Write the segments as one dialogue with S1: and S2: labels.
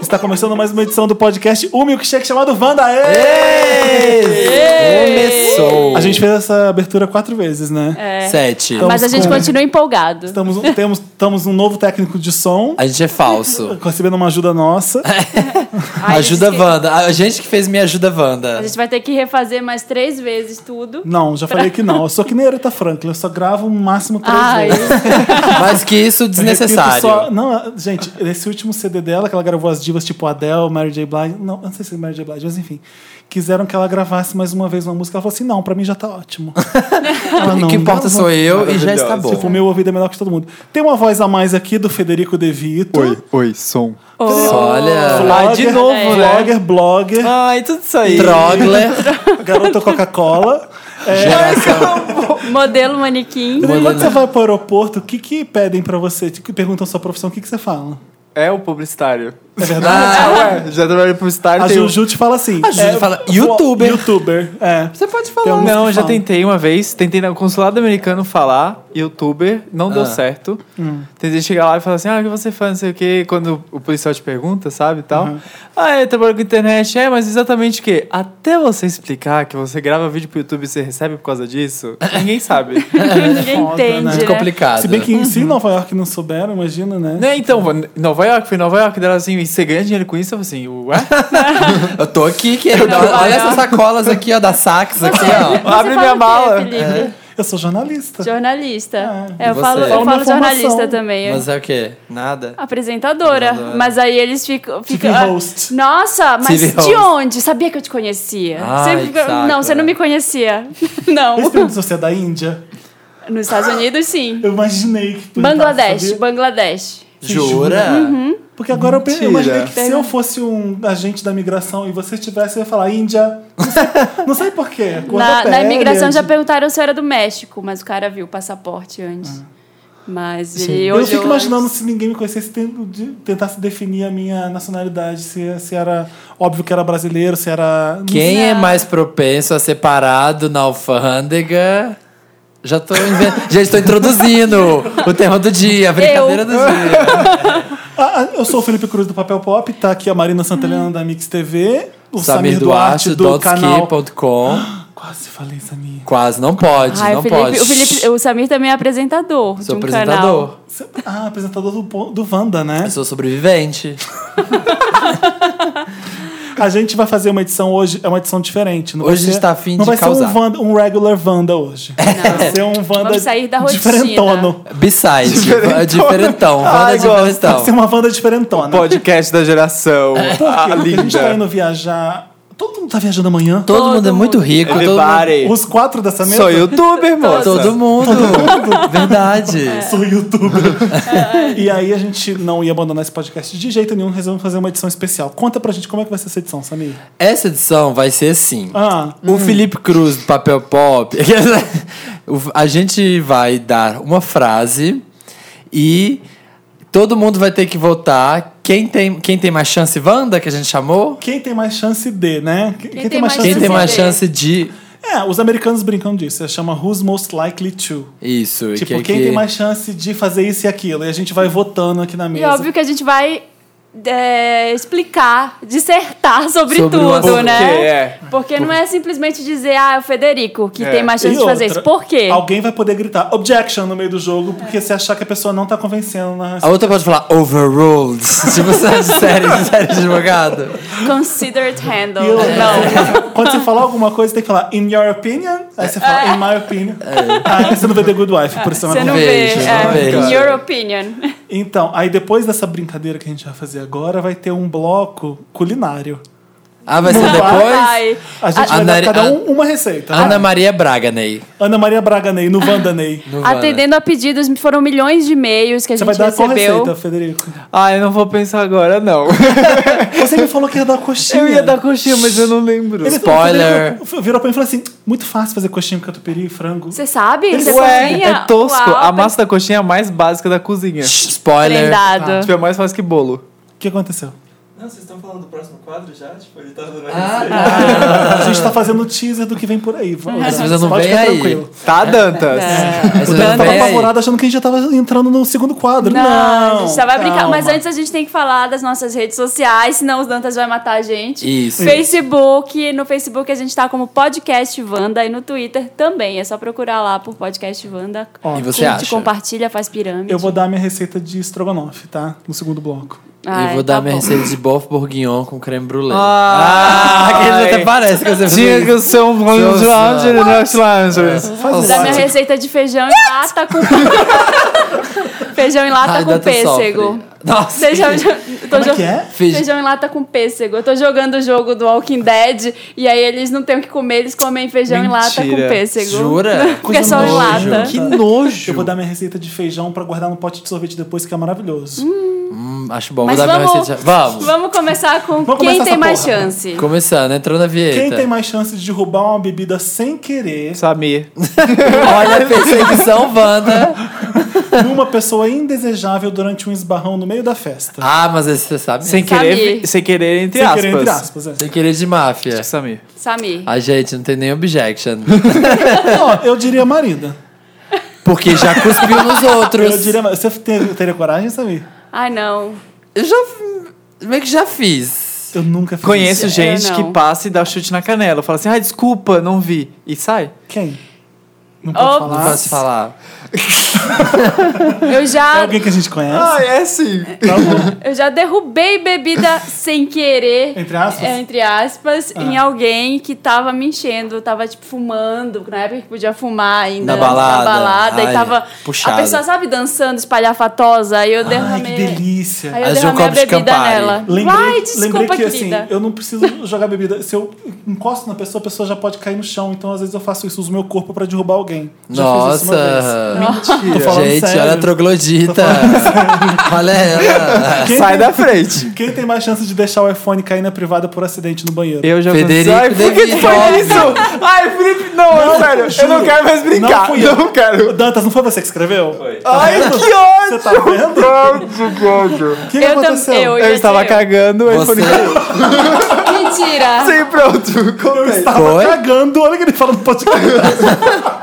S1: Está começando mais uma edição do podcast O Milkshake chamado Wanda. Aê!
S2: Ei! Começou.
S1: A gente fez essa abertura quatro vezes, né?
S3: É.
S2: Sete.
S1: Então-
S3: Mas a gente
S1: com-
S3: continua empolgado.
S1: Estamos, um- temos, estamos um novo técnico de som,
S2: A gente é falso.
S1: recebendo uma ajuda nossa.
S3: Ai,
S2: ajuda
S3: a gente que-
S2: Wanda. A gente que fez Me Ajuda Wanda.
S3: A gente vai ter que refazer mais três vezes tudo.
S1: Não, já falei que não. Eu sou que nem Aretha Franklin, eu só gravo no máximo três
S3: Ai,
S1: vezes.
S2: Mas que isso Ah,
S1: Eu repito
S2: é desnecessário.
S1: Só, não, gente, esse último CD dela, que ela gravou as divas tipo Adele, Mary J. Blige, não, eu não sei se é Mary J. Blige, mas enfim, quiseram que ela gravasse mais uma vez uma música. Ela falou assim: não, pra mim já tá ótimo. Ela,
S2: O
S1: não,
S2: que importa
S1: não,
S2: sou eu e já está Tá bom.
S1: Tipo, o meu ouvido é melhor que todo mundo. Tem uma voz a mais aqui do Federico De Vito.
S4: Oi, oi, som.
S2: Olha.
S1: Blogger,
S5: Ai, de novo, né?
S1: Blogger, blogger,
S5: Ai, tudo isso aí.
S2: Trogler.
S1: garota Coca-Cola.
S2: geração.
S3: modelo manequim.
S1: Quando você vai pro aeroporto, o que que pedem pra você? Tipo, perguntam sua profissão, o que que você fala?
S5: É o publicitário.
S1: É verdade?
S2: Ah,
S5: Ué, já trabalhei publicitário.
S1: é? A
S5: tem um-
S1: Juju te fala assim.
S2: A Juju fala, "Youtuber".
S1: Youtuber, é.
S2: você pode
S1: Tem
S2: falar.
S1: alguns
S5: um Não,
S1: que
S5: já
S1: falam.
S5: tentei uma vez. Tentei no consulado americano falar, youtuber, não
S2: Ah.
S5: deu certo.
S1: Hum.
S5: Tentei chegar lá e falar assim, ah, o que você faz, não sei o quê. Quando o policial te pergunta, sabe, e tal.
S1: Uhum.
S5: Ah, eu trabalho com internet. É, mas exatamente o quê? Até você explicar que você grava vídeo pro YouTube e você recebe por causa disso, ninguém sabe.
S3: Ninguém
S1: foda, né?
S3: entende,
S2: É
S3: né?
S2: complicado.
S1: Se bem que em si Nova York não souberam, imagina, né?
S5: né, então, Nova York, fui em Nova York, dela assim, e você ganha dinheiro com isso? Eu falei assim, ué?
S2: Eu tô aqui, querido.
S3: Não, vai
S2: Olha
S3: lá.
S2: essas sacolas aqui, ó, da Sax aqui, assim, ó.
S3: Você
S5: Abre
S3: fala
S5: minha
S3: o quê,
S5: mala.
S3: Felipe?
S1: Eu sou jornalista.
S3: Jornalista.
S1: É.
S3: É, eu
S2: Você?
S3: falo,
S2: Fala
S3: eu
S1: minha
S3: falo jornalista
S1: formação.
S3: também. eu-
S2: Mas é o quê? Nada?
S3: Apresentadora.
S2: Apresentadora.
S3: Mas aí eles ficam. ficam
S1: TV
S3: ah,
S1: host.
S3: Nossa, mas
S2: TV
S3: de
S2: host.
S3: onde? Sabia que eu te conhecia.
S2: Ai,
S3: Você fica-
S2: que saco,
S3: não, você não
S2: né?
S3: me conhecia. Não.
S1: Esse filme de você é da Índia?
S3: Nos Estados Unidos, sim.
S1: Eu imaginei que. perguntava,
S3: Bangladesh,
S1: Então, sabia?
S3: Bangladesh.
S2: Jura?
S1: Porque agora eu, pe- eu imaginei que
S4: Mentira.
S1: se eu fosse um agente da migração e você estivesse, eu ia falar Índia. Não sei, não sei porquê.
S3: Na, na imigração
S1: né?
S3: já perguntaram se eu era do México, mas o cara viu o passaporte
S1: Ah.
S3: antes. Mas ele olhou.
S1: Eu fico
S3: antes.
S1: imaginando se ninguém me conhecesse, tendo de- tentasse definir a minha nacionalidade, se, se era óbvio que era brasileiro, se era.
S2: Quem é mais propenso a ser parado na alfândega? Já tô inventando. Gente, tô introduzindo o tema do dia, a brincadeira do dia.
S1: Ah, ah, eu sou o Felipe Cruz do Papel Pop, tá aqui a Marina
S3: Hum.
S1: Santelena da Mix TV, o Samir, Duarte, do canal.
S2: dotski.com.
S1: Quase falei, Samir.
S2: Quase, não pode,
S3: Ai,
S2: não
S3: Ah, o, Felipe,
S2: pode.
S3: o Felipe- o Samir também é apresentador
S2: Sou
S3: de um
S2: apresentador.
S3: canal.
S1: Cê- Ah, apresentador do, po- do Wanda, né?
S2: Eu sou sobrevivente.
S1: A gente vai fazer uma edição hoje, é uma edição diferente. Não
S2: Hoje
S1: vai
S2: a gente
S1: ser,
S2: tá afim
S1: Não
S2: de
S1: vai ser
S2: causar.
S1: um, Wanda, um regular Wanda hoje. Vai ser um Wanda
S3: É. Vamos sair da rotina.
S1: diferentono.
S2: Beside, diferentão. é diferentão. Wanda
S5: Ai,
S2: diferentão.
S1: Vai ser um uma Wanda diferentona.
S5: Podcast da geração.
S1: Por quê?
S5: Ah,
S1: Porque a gente tá
S5: linda.
S1: indo viajar. Todo mundo tá viajando amanhã.
S2: Todo,
S3: Todo
S2: mundo é muito
S3: mundo.
S2: rico. Todo mundo,
S5: Everybody.
S1: Os quatro dessa mesa.
S5: Sou youtuber, moça.
S2: todo mundo. Verdade.
S3: É.
S1: Sou youtuber. e aí a gente não ia abandonar esse podcast de jeito nenhum, resolvemos fazer uma edição especial. Conta pra gente como é que vai ser essa edição, Samir.
S2: Essa edição vai ser assim.
S1: Ah,
S2: O Felipe Cruz do Papel Pop. O- a gente vai dar uma frase e todo mundo vai ter que votar. Quem tem, quem tem mais chance, Wanda, que a gente chamou?
S1: quem tem mais chance de, né? Quem,
S3: tem mais
S2: Quem
S3: Chance
S2: tem
S3: de
S2: mais
S3: ver.
S2: chance de.
S1: É, os americanos brincam disso. Chama Who's Most Likely To.
S2: Isso.
S1: Tipo,
S2: que-
S1: quem
S2: que-
S1: tem mais chance de fazer isso e aquilo. E a gente vai votando aqui na
S3: E
S1: mesa.
S3: é óbvio que a gente vai é, explicar, dissertar sobre,
S2: Sobre o
S3: tudo,
S2: assunto.
S3: né?
S5: Porque é.
S3: Porque não é simplesmente dizer, ah, é o Federico que
S5: É.
S3: tem mais chance
S1: E
S3: de fazer
S1: outra,
S3: isso. Por quê?
S1: Alguém vai poder gritar objection no meio do jogo, porque se achar que a pessoa não tá convencendo na.
S2: A outra pode falar overruled. tipo, série, série, série de advogado.
S3: Consider it handled.
S1: E outra,
S3: Não.
S1: né? Quando você falar alguma coisa, tem que falar in your opinion. Aí você fala in my opinion.
S2: É.
S1: Ah, você não vê The Good Wife, por isso é uma
S3: É. Você não vê.
S2: vejo,
S3: é,
S2: não vejo.
S3: in your opinion.
S1: Então, aí depois dessa brincadeira que a gente vai fazer agora, vai ter um bloco culinário.
S2: Ah, vai ser
S1: Não vai.
S2: depois?
S3: Ai.
S1: A gente
S2: A-
S1: vai dar
S2: Ana-
S1: cada
S2: a-
S1: um uma receita.
S2: Ana Maria Braga, Ney.
S1: Ana Maria Braga Ney, no Vandanei.
S2: No Wanda.
S3: Atendendo a pedidos, foram milhões de e-mails que a
S1: Você vai
S3: gente
S1: dar qual
S3: recebeu.
S1: receita, Federico?
S5: Ah, eu não vou pensar agora, não.
S1: Você me falou que ia dar coxinha.
S5: Eu ia dar coxinha, mas eu não lembro.
S1: Ele-
S2: Spoiler.
S1: o Federico Virou pra mim e falou assim: muito fácil fazer coxinha com catupiry e frango.
S3: Você sabe? Você
S5: Ué,
S3: cozinha?
S5: é tosco.
S3: Uau,
S5: a massa da coxinha é a mais básica da cozinha.
S2: Spoiler.
S1: Ah,
S3: prendado.
S5: Tipo, é mais fácil que bolo.
S1: O que aconteceu?
S4: Não, vocês estão falando do próximo quadro já? Tipo, ele tá dando
S2: Ah,
S4: receita.
S1: A gente tá fazendo teaser do que vem por aí. Vamos,
S2: Mas
S1: Dantas,
S2: eu não
S1: pode
S2: vem
S1: ficar
S2: aí.
S1: tranquilo.
S5: Tá, Dantas?
S2: Mas
S1: O
S2: eu
S1: Dantas
S2: não
S1: tava
S2: venho aí.
S1: apavorado achando que a gente já tava entrando no segundo quadro. Não,
S3: a gente só vai brincar.
S1: calma.
S3: Mas antes a gente tem que falar das nossas redes sociais, senão os Dantas vai matar a gente.
S2: Isso.
S3: Facebook, no Facebook a gente tá como Podcast Vanda e no Twitter também. É só procurar lá por Podcast Vanda.
S1: Ó,
S2: E você
S3: Curte,
S2: acha?
S3: compartilha, faz pirâmide.
S1: Eu vou dar minha receita de estrogonofe, tá? No segundo bloco.
S3: Ai,
S2: eu vou dar
S3: tá
S2: minha
S3: bom.
S2: receita de bofe bourguignon com creme brulee.
S5: Ah,
S2: aquele até parece que você
S5: Tinha que ser um né, Blues Lounge no Next Lounge.
S1: Faz um
S2: Faz
S1: isso.
S3: Vou dar minha receita de feijão em lata com... feijão em lata
S2: Ai,
S3: com
S2: Dantas
S3: pêssego.
S2: sofre. Nossa.
S3: Feijão, tô
S1: Como é
S3: jo-
S1: que é?
S2: Feij-
S3: Feijão em lata com pêssego. Eu tô jogando o jogo do Walking Dead e aí eles não têm o que comer, eles comem feijão em lata com
S5: Mentira.
S3: pêssego.
S2: Jura?
S3: Porque é só em
S2: nojo.
S3: lata.
S5: Que nojo.
S1: Eu vou dar minha receita de feijão pra guardar no pote de sorvete depois, que é maravilhoso.
S2: Hum, acho bom.
S3: Mas
S2: vou dar
S3: vamos,
S2: minha receita. Vamos.
S3: Vamos começar com
S1: Vamos
S3: quem
S1: começar
S3: tem
S1: essa
S3: mais
S1: porra.
S3: chance.
S2: Começando, entrou na vinheta.
S1: Quem tem mais chance de derrubar uma bebida sem querer
S5: Samir.
S2: Olha a perseguição, Wanda.
S1: numa pessoa indesejável durante um esbarrão no meio da festa?
S2: Ah, mas esse você sabe.
S5: Sem
S2: Sem,
S5: querer,
S3: Samir.
S5: sem querer, entre
S1: sem
S5: aspas.
S1: querer, entre aspas. é.
S2: querer de máfia.
S5: Samir.
S3: Samir.
S2: A gente não tem nem objection.
S1: Ó, eu diria marida.
S2: Porque já cuspiu nos outros.
S1: Eu diria, você ter- teria coragem, Samir?
S3: Ai, não.
S2: Eu já. Meio que já fiz.
S1: Eu nunca fiz
S5: Conheço
S1: isso.
S5: gente
S3: não.
S5: que passa e dá chute na canela. Fala assim, ah, desculpa, não vi. E sai.
S1: Quem? Não pode
S3: Oh.
S2: Não
S1: falar.
S2: posso falar.
S3: Eu
S1: É
S3: já,
S1: alguém que a gente conhece?
S5: é sim.
S1: Tá bom.
S3: eu já derrubei bebida sem querer.
S1: Entre aspas? Ah.
S3: é, entre aspas, em alguém que tava me enchendo, tava tipo fumando, na época que podia fumar ainda.
S2: Na balada.
S3: balada,
S2: Ai,
S3: e tava.
S2: puxado.
S3: A pessoa, sabe, dançando, espalhafatosa, aí eu
S1: Ai, que
S3: derramei.
S1: delícia.
S3: Aí eu
S2: Aí de um
S3: derramei a
S2: copo de
S3: bebida
S2: Campari.
S3: nela.
S1: Lembrei,
S3: Vai, desculpa,
S1: lembrei que
S3: querida.
S1: assim, eu não preciso jogar bebida. Se eu encosto na pessoa, a pessoa já pode cair no chão. Então, às vezes, eu faço isso, uso meu corpo pra derrubar alguém. Já fiz isso
S2: Nossa.
S1: uma vez. Mentira. Tô falando
S2: gente,
S1: sério.
S2: olha a troglodita. olha ela.
S1: Quem
S5: Sai
S1: tem-
S5: da frente.
S1: Quem tem mais chance de deixar o iPhone cair na privada por acidente no banheiro?
S5: Eu já
S2: Federico
S5: Ai, por que tu
S2: David
S5: foi
S2: Bowie.
S5: isso? Ai, Felipe, não, sério. eu não
S1: juro.
S5: quero mais brincar.
S1: Não fui eu.
S5: quero.
S1: Dantas, não foi você que escreveu?
S4: Foi.
S5: Ai, que ódio.
S1: Você tá vendo?
S5: Ódio, ódio.
S1: O que, que
S3: Eu tam-
S1: aconteceu?
S3: eu-
S5: Eu
S3: ia
S5: estava
S3: ser eu.
S5: cagando, aí
S2: Você.
S5: iPhone caiu.
S3: Mentira!
S5: Sim, pronto,
S1: Eu
S5: contei.
S1: estava
S2: Foi?
S1: cagando, olha o que ele fala no podcast.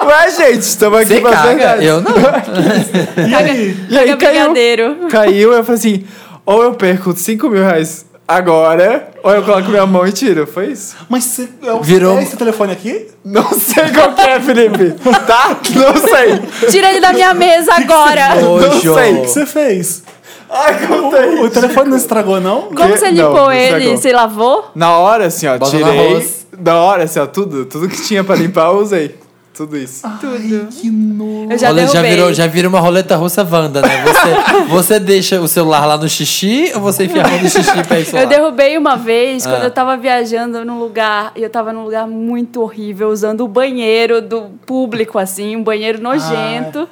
S5: Ué, gente, estamos aqui
S2: Você
S1: Tipo, é
S5: pra
S2: caga?
S5: verdade.
S2: Eu não.
S1: E aí?
S5: E aí
S3: Fica
S5: caiu.
S3: brigadeiro.
S5: Caiu, eu falei assim, ou eu perco 5 mil reais agora, ou eu coloco minha mão e tiro. Foi isso?
S1: Mas você, é o-
S2: Virou-
S1: é esse telefone aqui?
S5: Não sei qual que é, Felipe. Tá? Não sei.
S3: Tira ele da minha mesa agora!
S2: Nojo.
S5: sei.
S1: O que você fez?
S5: Ai, contei.
S1: O, o telefone não estragou, não?
S3: Como você
S5: Não,
S3: limpou
S5: não
S3: ele?
S5: estragou.
S3: Você lavou?
S5: Na hora, assim, ó,
S2: Bota no
S5: tirei.
S2: arroz.
S5: Na hora, assim, ó, tudo. Tudo que tinha pra limpar, eu usei. Tudo isso.
S1: Ah. Ai, que nojo.
S3: Eu já
S2: Olha, já
S3: derrubei.
S2: virou, já vira uma roleta russa Wanda, né? Você, você deixa o celular lá no xixi ou você enfia a mão no xixi pra isso
S3: Eu derrubei uma vez quando
S2: Ah.
S3: eu tava viajando num lugar, e eu tava num lugar muito horrível, usando o banheiro do público, assim, um
S1: Ah.
S3: banheiro nojento.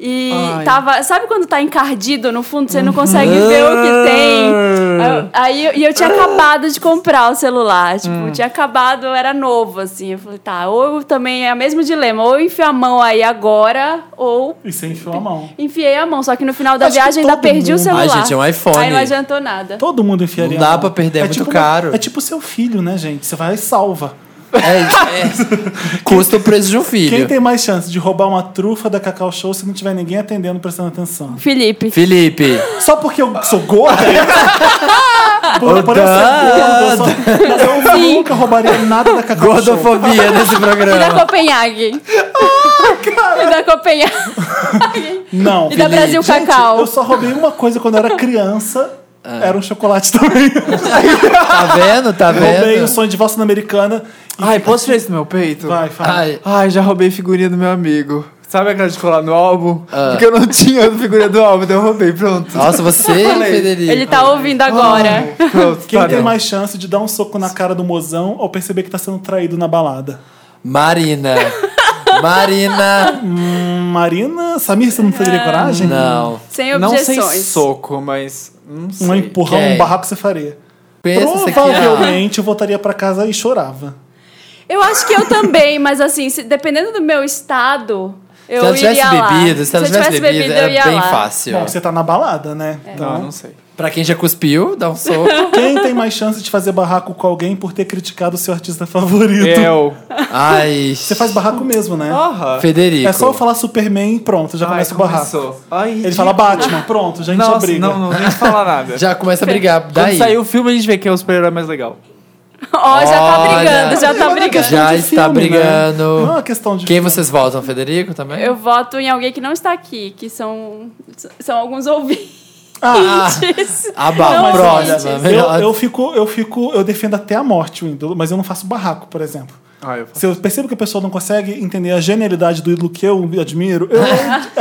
S3: E
S5: Ai.
S3: tava. Sabe quando tá encardido no fundo, você não
S1: Uhum.
S3: consegue ver o que
S2: Ah.
S3: tem? Aí eu- e eu tinha acabado de comprar o celular. Tipo, tinha acabado, era novo, assim. Eu falei, tá, ou eu também é o mesmo dilema, ou eu enfio a mão aí agora, ou
S1: E você enfiou a mão.
S3: enfiei a mão. Só que no final da
S1: Acho que
S3: viagem ainda
S1: todo
S3: perdi o
S1: mundo.
S2: Ai,
S3: celular.
S2: gente, é um iPhone.
S3: Aí não adiantou nada.
S1: Todo mundo enfiaria.
S2: Não dá
S1: a mão.
S2: pra perder, é muito
S1: tipo,
S2: caro.
S1: É tipo seu filho, né, gente? Você vai e salva.
S2: Ah. É, é, custa o preço de um
S1: Quem
S2: filho.
S1: tem mais chance de roubar uma trufa da Cacau Show se não tiver ninguém atendendo, prestando atenção?
S3: Felipe.
S2: Felipe,
S1: Só porque eu sou gorda? é isso? por, por eu
S2: Dan-
S1: ser gorda, eu, só- eu
S3: Sim.
S1: nunca roubaria nada da Cacau Show.
S2: gordofobia nesse
S3: E da
S2: programa.
S3: Copenhague. e da Copenhague.
S1: Não.
S3: E da Brasil
S1: Gente,
S3: Cacau.
S1: eu só roubei uma coisa quando eu era criança.
S2: É.
S1: Era um chocolate também.
S2: Tá vendo? Tá
S1: Roubei o
S2: vendo?
S1: sonho de valsa americana. E
S5: Ai, posso tirar isso do meu peito?
S1: vai, fala.
S2: Ai,
S5: Ai, já roubei figurinha do meu amigo. Sabe aquela de colar no álbum?
S2: Ah.
S5: Porque eu não tinha a figurinha do álbum, então eu roubei, pronto.
S2: nossa, você, Federico.
S3: Ele tá ouvindo agora.
S5: Pronto,
S1: Quem
S5: tá
S1: tem
S5: bom.
S1: mais chance de dar um soco na cara do mozão ou perceber que tá sendo traído na balada?
S2: Marina. Marina.
S1: Hum, Marina, Samir, você não teria coragem?
S2: Não.
S3: Sem
S5: Não
S3: objeções.
S5: sei soco, mas. Não sei.
S1: Um empurrão,
S2: Quem?
S1: um barraco você faria.
S2: Pensa isso aqui.
S1: Provavelmente eu voltaria pra casa e chorava.
S3: Eu acho que eu também, mas assim, se- dependendo do meu estado, eu
S2: Se ela tivesse
S3: iria lá.
S2: bebido, se ela tivesse bebido,
S3: eu
S2: era
S3: ia
S2: bem
S3: lá.
S2: fácil.
S1: Bom, você tá na balada, né?
S5: Ah, Não, não sei.
S2: Pra quem já cuspiu, dá um soco.
S1: Quem tem mais chance de fazer barraco com alguém por ter criticado o seu artista favorito?
S5: Eu.
S2: Ai.
S1: Você faz barraco mesmo, né?
S5: Porra.
S2: Federico.
S1: É só eu falar Superman e pronto, já começa o barraco.
S5: Ai,
S1: Ele fala Batman, pronto, já a gente
S5: Nossa,
S1: abriga.
S5: não, não nem falar nada.
S2: Já começa a brigar.
S5: Quando
S2: Daí.
S5: sair o filme, a gente vê quem é o super-herói mais legal.
S3: Ó, já tá
S2: Olha.
S3: brigando, já tá brigando.
S2: Já
S1: de
S2: está
S1: filme, né?
S2: brigando.
S1: Não é uma questão de
S2: Quem
S1: filme.
S2: vocês votam? Federico também?
S3: Eu voto em alguém que não está aqui, que são, são alguns ouvintes.
S1: Ah,
S2: A ba-
S3: Não,
S2: próxima.
S3: gente.
S1: é eu,
S2: melhor.
S1: eu fico, eu fico, eu defendo até a morte o ídolo, mas eu não faço barraco, por exemplo.
S5: Ah, eu faço.
S1: Se eu percebo que a pessoa não consegue entender a genialidade do ídolo que eu admiro, eu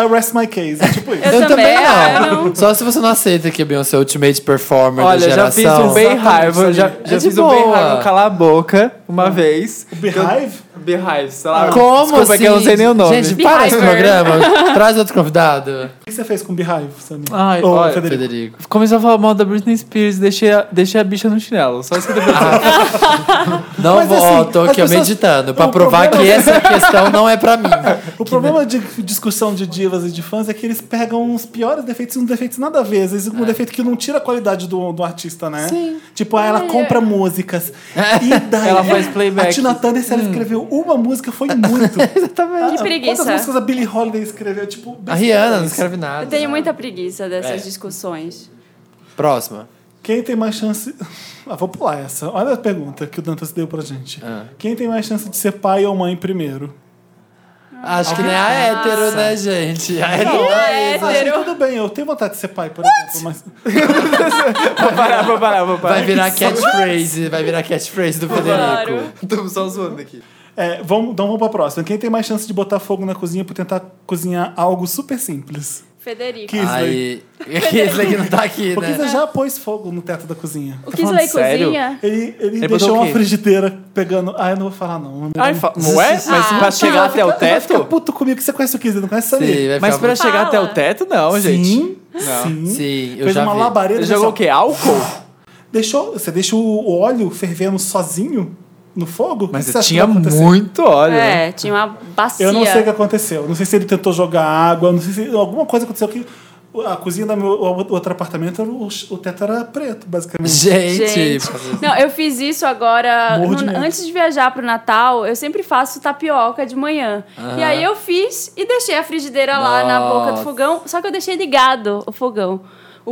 S1: eu rest my case. É tipo isso.
S3: Eu
S2: Eu também
S3: também, ah, eu
S2: não. Só se você não aceita que Beyoncé é o ultimate performer
S5: Olha,
S2: da
S5: já
S2: geração.
S5: fiz um bem
S1: Exatamente,
S5: raiva.
S1: isso
S5: Já,
S1: aí.
S5: já
S2: É de
S5: fiz um bem
S2: boa. Hum.
S5: raiva calar a boca uma vez.
S1: O Beehive?
S5: Beehive, sei lá.
S2: Como
S5: Desculpa,
S2: assim?
S5: é que eu não sei nem o nome.
S2: Gente, para esse
S3: Beehiver.
S2: programa. Traz outro convidado.
S1: O que você fez com o Beehive, Samir?
S5: Ai,
S1: Ou
S5: olha,
S1: Federico?
S2: Federico.
S5: Começou a falar mal da Britney Spears, deixei a, deixei a bicha no chinelo. Só isso que eu tô
S2: Ah.
S5: pensando.
S2: Não
S1: Mas, assim,
S2: voto,
S1: as
S2: aqui eu
S1: pessoas-
S2: meditando, pra
S1: o
S2: provar que
S1: problema-
S2: essa questão não é pra mim.
S1: O problema de discussão de divas e de fãs é que eles pegam os piores defeitos e uns defeitos nada a ver. Às vezes um defeito que não tira a qualidade do, do artista, né? Sim. Tipo, ah, ela compra músicas. E daí?
S5: Ela faz playback.
S1: A Tina Turner, se ela escreveu uma música, foi muito. Exatamente.
S3: Que preguiça.
S1: Quantas músicas a Billie Holiday escreveu? Tipo,
S2: A Rihanna não escreve nada.
S3: Eu tenho muita preguiça
S2: É.
S3: dessas discussões.
S2: Próxima.
S1: quem tem mais chance... Ah, vou pular essa. Olha a pergunta que o Dantas deu pra gente. Quem tem mais chance de ser pai ou mãe primeiro?
S2: Acho que nem a hétero, né, gente? A hétero.
S3: é
S1: Acho que
S3: hétero.
S1: assim, tudo bem, eu tenho vontade de ser pai, por exemplo, mas...
S5: Vou parar, vou parar, vou parar.
S2: Vai virar catchphrase, vai virar catchphrase do Federico.
S3: Claro.
S5: Tô só zoando aqui.
S1: É, vamos, então vamos pra próxima. Quem tem mais chance de botar fogo na cozinha por tentar cozinhar algo super simples?
S3: Federico.
S1: Que-
S5: né?
S2: Aí. Kisley que não tá aqui,
S1: Porque é
S2: né?
S1: você já pôs fogo no teto da cozinha.
S3: O
S5: Tá
S3: que
S5: falando
S3: Slay
S5: sério?
S3: cozinha?
S1: Ele, ele,
S5: Ele botou
S1: deixou
S5: o
S1: uma
S5: quê?
S1: frigideira pegando. Ah, eu não vou falar, não.
S5: Ai, fa... Ué? Mas
S3: Ah,
S5: pra
S3: tá.
S5: chegar até o
S1: Vai ficar
S5: teto?
S1: puto comigo que você conhece o Kisley, não conhece
S2: Sim,
S1: ele.
S2: vai
S5: Mas
S2: ficar...
S5: pra chegar até o
S3: Fala.
S5: teto, não, gente.
S1: Sim, sim.
S2: Sim, eu
S1: Fez
S2: já
S1: um uma
S2: vi.
S1: labareda.
S5: Ele
S1: deixou-
S5: jogou o quê? Álcool?
S1: Deixou, você deixa o óleo fervendo sozinho no fogo? O
S5: Mas
S1: que você acha que
S5: tinha
S1: vai acontecer?
S5: muito óleo. né?
S3: É, tinha uma bacia.
S1: Eu não sei o que aconteceu. Não sei se ele tentou jogar água, não sei se alguma coisa aconteceu que a cozinha do meu o outro apartamento, era o, o teto era preto, basicamente.
S2: Gente,
S3: Gente. Não, eu fiz isso agora.
S1: Morro
S3: no-
S1: de medo.
S3: antes de viajar pro Natal, eu sempre faço tapioca de manhã. E aí eu fiz e deixei a frigideira lá na boca
S2: Nossa.
S3: do fogão. Só que eu deixei ligado o fogão. O,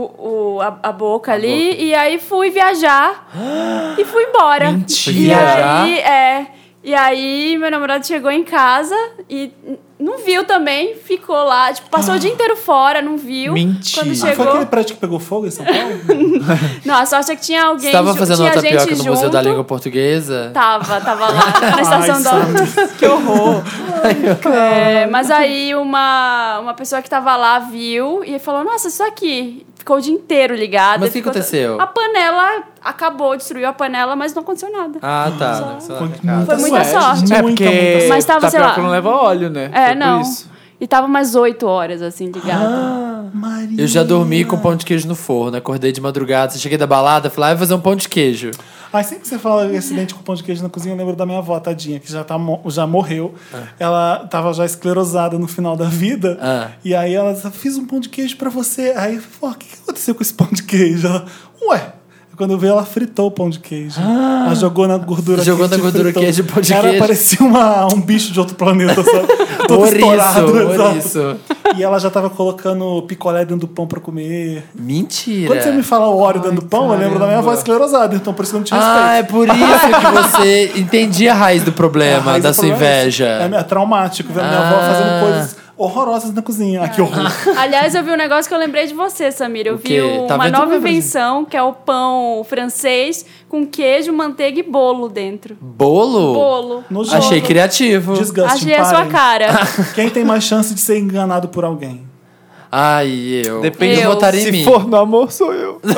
S3: o- a, a boca ali. E aí fui viajar e fui embora.
S2: Mentira!
S3: E aí, é. E aí meu namorado chegou em casa e. n- Não viu também, ficou lá, tipo, passou
S2: Ah.
S3: o dia inteiro fora, não viu.
S5: Mentira.
S3: Quando
S1: Ah, foi
S3: chegou.
S1: aquele prédio que pegou fogo em São Paulo?
S3: Não, a sorte é que tinha alguém.
S2: estava
S3: ju-
S2: fazendo
S3: tinha
S2: uma tapioca
S3: gente
S2: no Museu da
S3: junto. Tá.
S2: Língua Portuguesa?
S3: Tava, tava lá na estação da. que horror! É, mas aí uma, uma pessoa que tava lá viu e falou: Nossa, isso aqui. Ficou o dia inteiro ligado.
S2: Mas o que
S3: Ficou-
S2: aconteceu?
S3: A panela acabou, destruiu a panela, mas não aconteceu nada.
S2: Ah, tá.
S3: Só-
S2: Sei lá,
S1: Foi
S2: né, cara.
S1: muita
S3: Foi muita sorte.
S5: É
S1: Muita,
S5: porque
S1: muita sorte.
S3: Mas tava, sei
S5: tapioca
S3: lá.
S5: não leva óleo, né?
S3: é,
S5: Foi por
S3: não.
S5: isso.
S3: E tava umas oito horas, assim, ligado.
S2: Ah.
S1: Maria.
S2: Eu já dormi com pão de queijo no forno, acordei de madrugada, cheguei da balada, falei, ah, vou fazer um pão de queijo.
S1: Ai, sempre que você fala em acidente com pão de queijo na cozinha, eu lembro da minha avó, tadinha, que já, tá, mo- já morreu.
S2: É.
S1: Ela tava já esclerosada no final da vida.
S2: Ah.
S1: E aí ela disse, fiz um pão de queijo pra você. Aí eu falei, "Pô, o que que aconteceu com esse pão de queijo? Ela, ué... Quando eu vi, ela fritou o pão de queijo. ela jogou na gordura
S2: Ah. Jogou
S1: quente
S2: na
S1: e
S2: gordura
S1: fritou.
S2: queijo, pão de
S1: Cara,
S2: queijo.
S1: parecia uma- um bicho de outro planeta, sabe? Todo estourado.
S2: Por
S1: exato.
S2: isso.
S1: E ela já tava colocando picolé dentro do pão pra comer.
S2: Mentira.
S1: Quando você me fala o óleo dentro do pão, eu lembro da minha
S2: caramba.
S1: voz esclerosada, então por isso que eu não te respeito.
S2: Ah, é por isso que você entendia a raiz do
S1: A
S2: problema,
S1: raiz
S2: da
S1: do
S2: sua
S1: problema é esse.
S2: inveja.
S1: É, é traumático ver minha
S2: Ah.
S1: avó fazendo coisas horrorosas na cozinha. Ah, que horror.
S3: Aliás, eu vi um negócio que eu lembrei de você, Samir. Eu
S2: O
S3: vi
S2: quê?
S3: uma
S2: Tá vendo tudo
S3: nova
S2: no Brasil.
S3: invenção, que é o pão francês com queijo, manteiga e bolo dentro.
S2: Bolo?
S3: Bolo.
S1: Nojento.
S2: Achei criativo.
S1: Disgusting,
S3: Achei a sua
S1: parem.
S3: cara.
S1: Quem tem mais chance de ser enganado por alguém?
S2: Ai, eu.
S5: Depende
S2: Então, eu
S3: Eu.
S2: votaria em
S5: Se
S2: mim.
S5: for no amor, sou eu.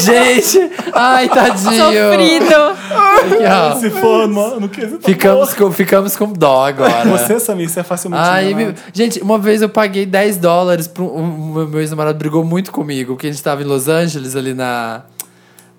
S2: Gente, ai, tadinho.
S3: Sofrido.
S2: Aqui, ó.
S1: Se for no, no quesito
S2: Ficamos
S1: amor.
S2: com, ficamos com dó agora.
S1: Você, Samir, você é facilmente
S2: Ai,
S1: enganado.
S2: me- Gente, uma vez eu paguei 10 dólares pro. um- um- meu ex-namorado brigou muito comigo, porque a gente tava em Los
S1: Hum, ah.
S2: Angeles, ali na.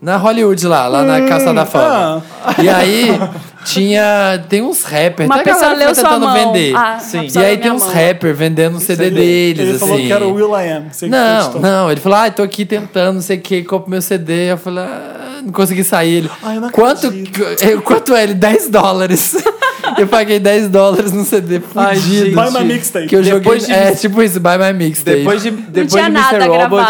S2: Na Hollywood lá, lá na Calçada da Fama. E aí, Tinha. Tem uns rappers.
S3: Uma
S2: tem a galera
S3: pessoa leu
S2: que tá
S3: sua
S2: tentando
S3: mão.
S2: vender.
S3: Ah, uma
S5: Sim.
S2: E
S3: pessoa
S2: aí
S3: leu
S2: tem
S3: minha
S2: uns
S3: mão.
S2: rappers vendendo CD deles.
S1: Ele
S2: assim.
S1: falou que era o Will I Am. Você
S2: Não,
S1: acreditou?
S2: não, ele falou, ah, tô aqui tentando, não sei o que, compra meu CD. Eu falei, ah, não consegui sair. Ele,
S1: Ai, eu não
S2: quanto,
S1: acredito."
S2: eu- quanto é ele? 10 dólares. eu paguei 10 dólares num CD
S5: Ai,
S2: fudido.
S1: Buy my mixtape.
S2: que eu joguei,
S5: Depois de-
S2: é tipo isso, Buy My Mixtape.
S5: Depois de,
S3: Não
S5: depois
S3: tinha
S5: de Mr.
S3: nada
S5: Robot.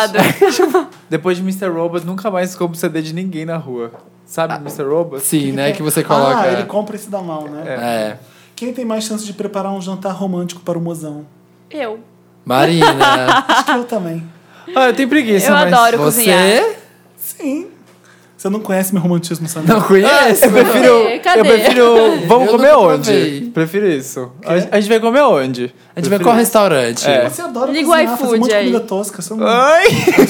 S3: gravado.
S5: Depois de Mr. Robot, nunca mais compro CD de ninguém na rua. Sabe, Mr. Robot?
S2: Sim, né, que você coloca...
S1: Ah, ele compra esse da mão, né?
S2: É,
S1: Quem tem mais chance de preparar um jantar romântico para o mozão?
S3: Eu.
S2: Marina,
S1: Acho que eu também.
S5: Ah, eu tenho preguiça,
S3: Eu
S5: mas...
S3: adoro cozinhar.
S2: você
S1: Sim. Você não conhece meu romantismo, Samir?
S2: não conhece?
S5: Eu
S1: Ah,
S5: prefiro.
S3: Cadê?
S5: Eu prefiro. Vamos
S2: Eu
S5: comer
S2: nunca
S5: onde?
S2: provei.
S5: Prefiro isso. A, a gente vai comer onde?
S2: A gente vai qual restaurante?
S5: É.
S1: Você adora
S3: Liga o
S1: cozinhar, fazer um
S3: iFood
S1: monte de
S3: aí.
S1: comida tosca. Você
S2: Ah.
S1: não-
S5: Ai!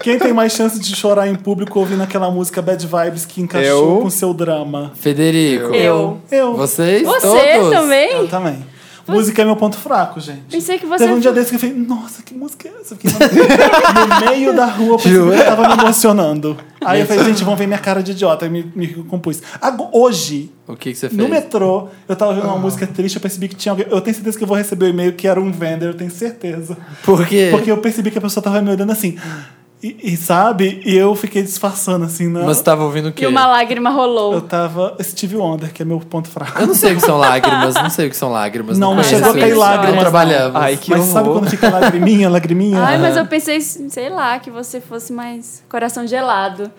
S1: Quem tem mais chance de chorar em público ouvindo aquela música Bad Vibes que encaixou
S5: Eu.
S1: com seu drama?
S2: Federico.
S3: Eu.
S1: Eu.
S2: Vocês
S3: Você
S2: todos?
S1: Eu
S3: também?
S1: também. Música é meu ponto fraco, gente.
S3: Pensei que você-
S1: Teve um dia desse que eu falei, nossa, que música é essa? Eu Fiquei no meio da rua, eu pensei que eu tava me emocionando. Aí eu falei, gente, vão ver minha cara de idiota. Aí me, me compus. Ago- hoje,
S2: O que, que você fez?
S1: no metrô, eu tava ouvindo uma música triste, eu percebi que tinha alguém. Eu tenho certeza que eu vou receber o e-mail que era um vendor, eu tenho certeza.
S2: Por quê?
S1: Porque eu percebi que a pessoa tava me olhando assim. E, e sabe? E eu fiquei disfarçando assim, não.
S2: Mas você tava ouvindo o quê?
S3: E uma lágrima
S1: Eu
S3: rolou.
S1: tava Steve Wonder, que é meu ponto fraco.
S2: Eu não sei o que são lágrimas, não sei o que são lágrimas.
S1: Não,
S2: conheço
S3: chegou a cair
S2: isso.
S3: lágrimas,
S2: Não
S3: não.
S2: trabalhamos.
S5: Ai, que
S1: Mas
S5: horror.
S1: sabe quando fica lagriminha, lagriminha?
S3: Ai, mas eu pensei, sei lá, que você fosse mais coração gelado.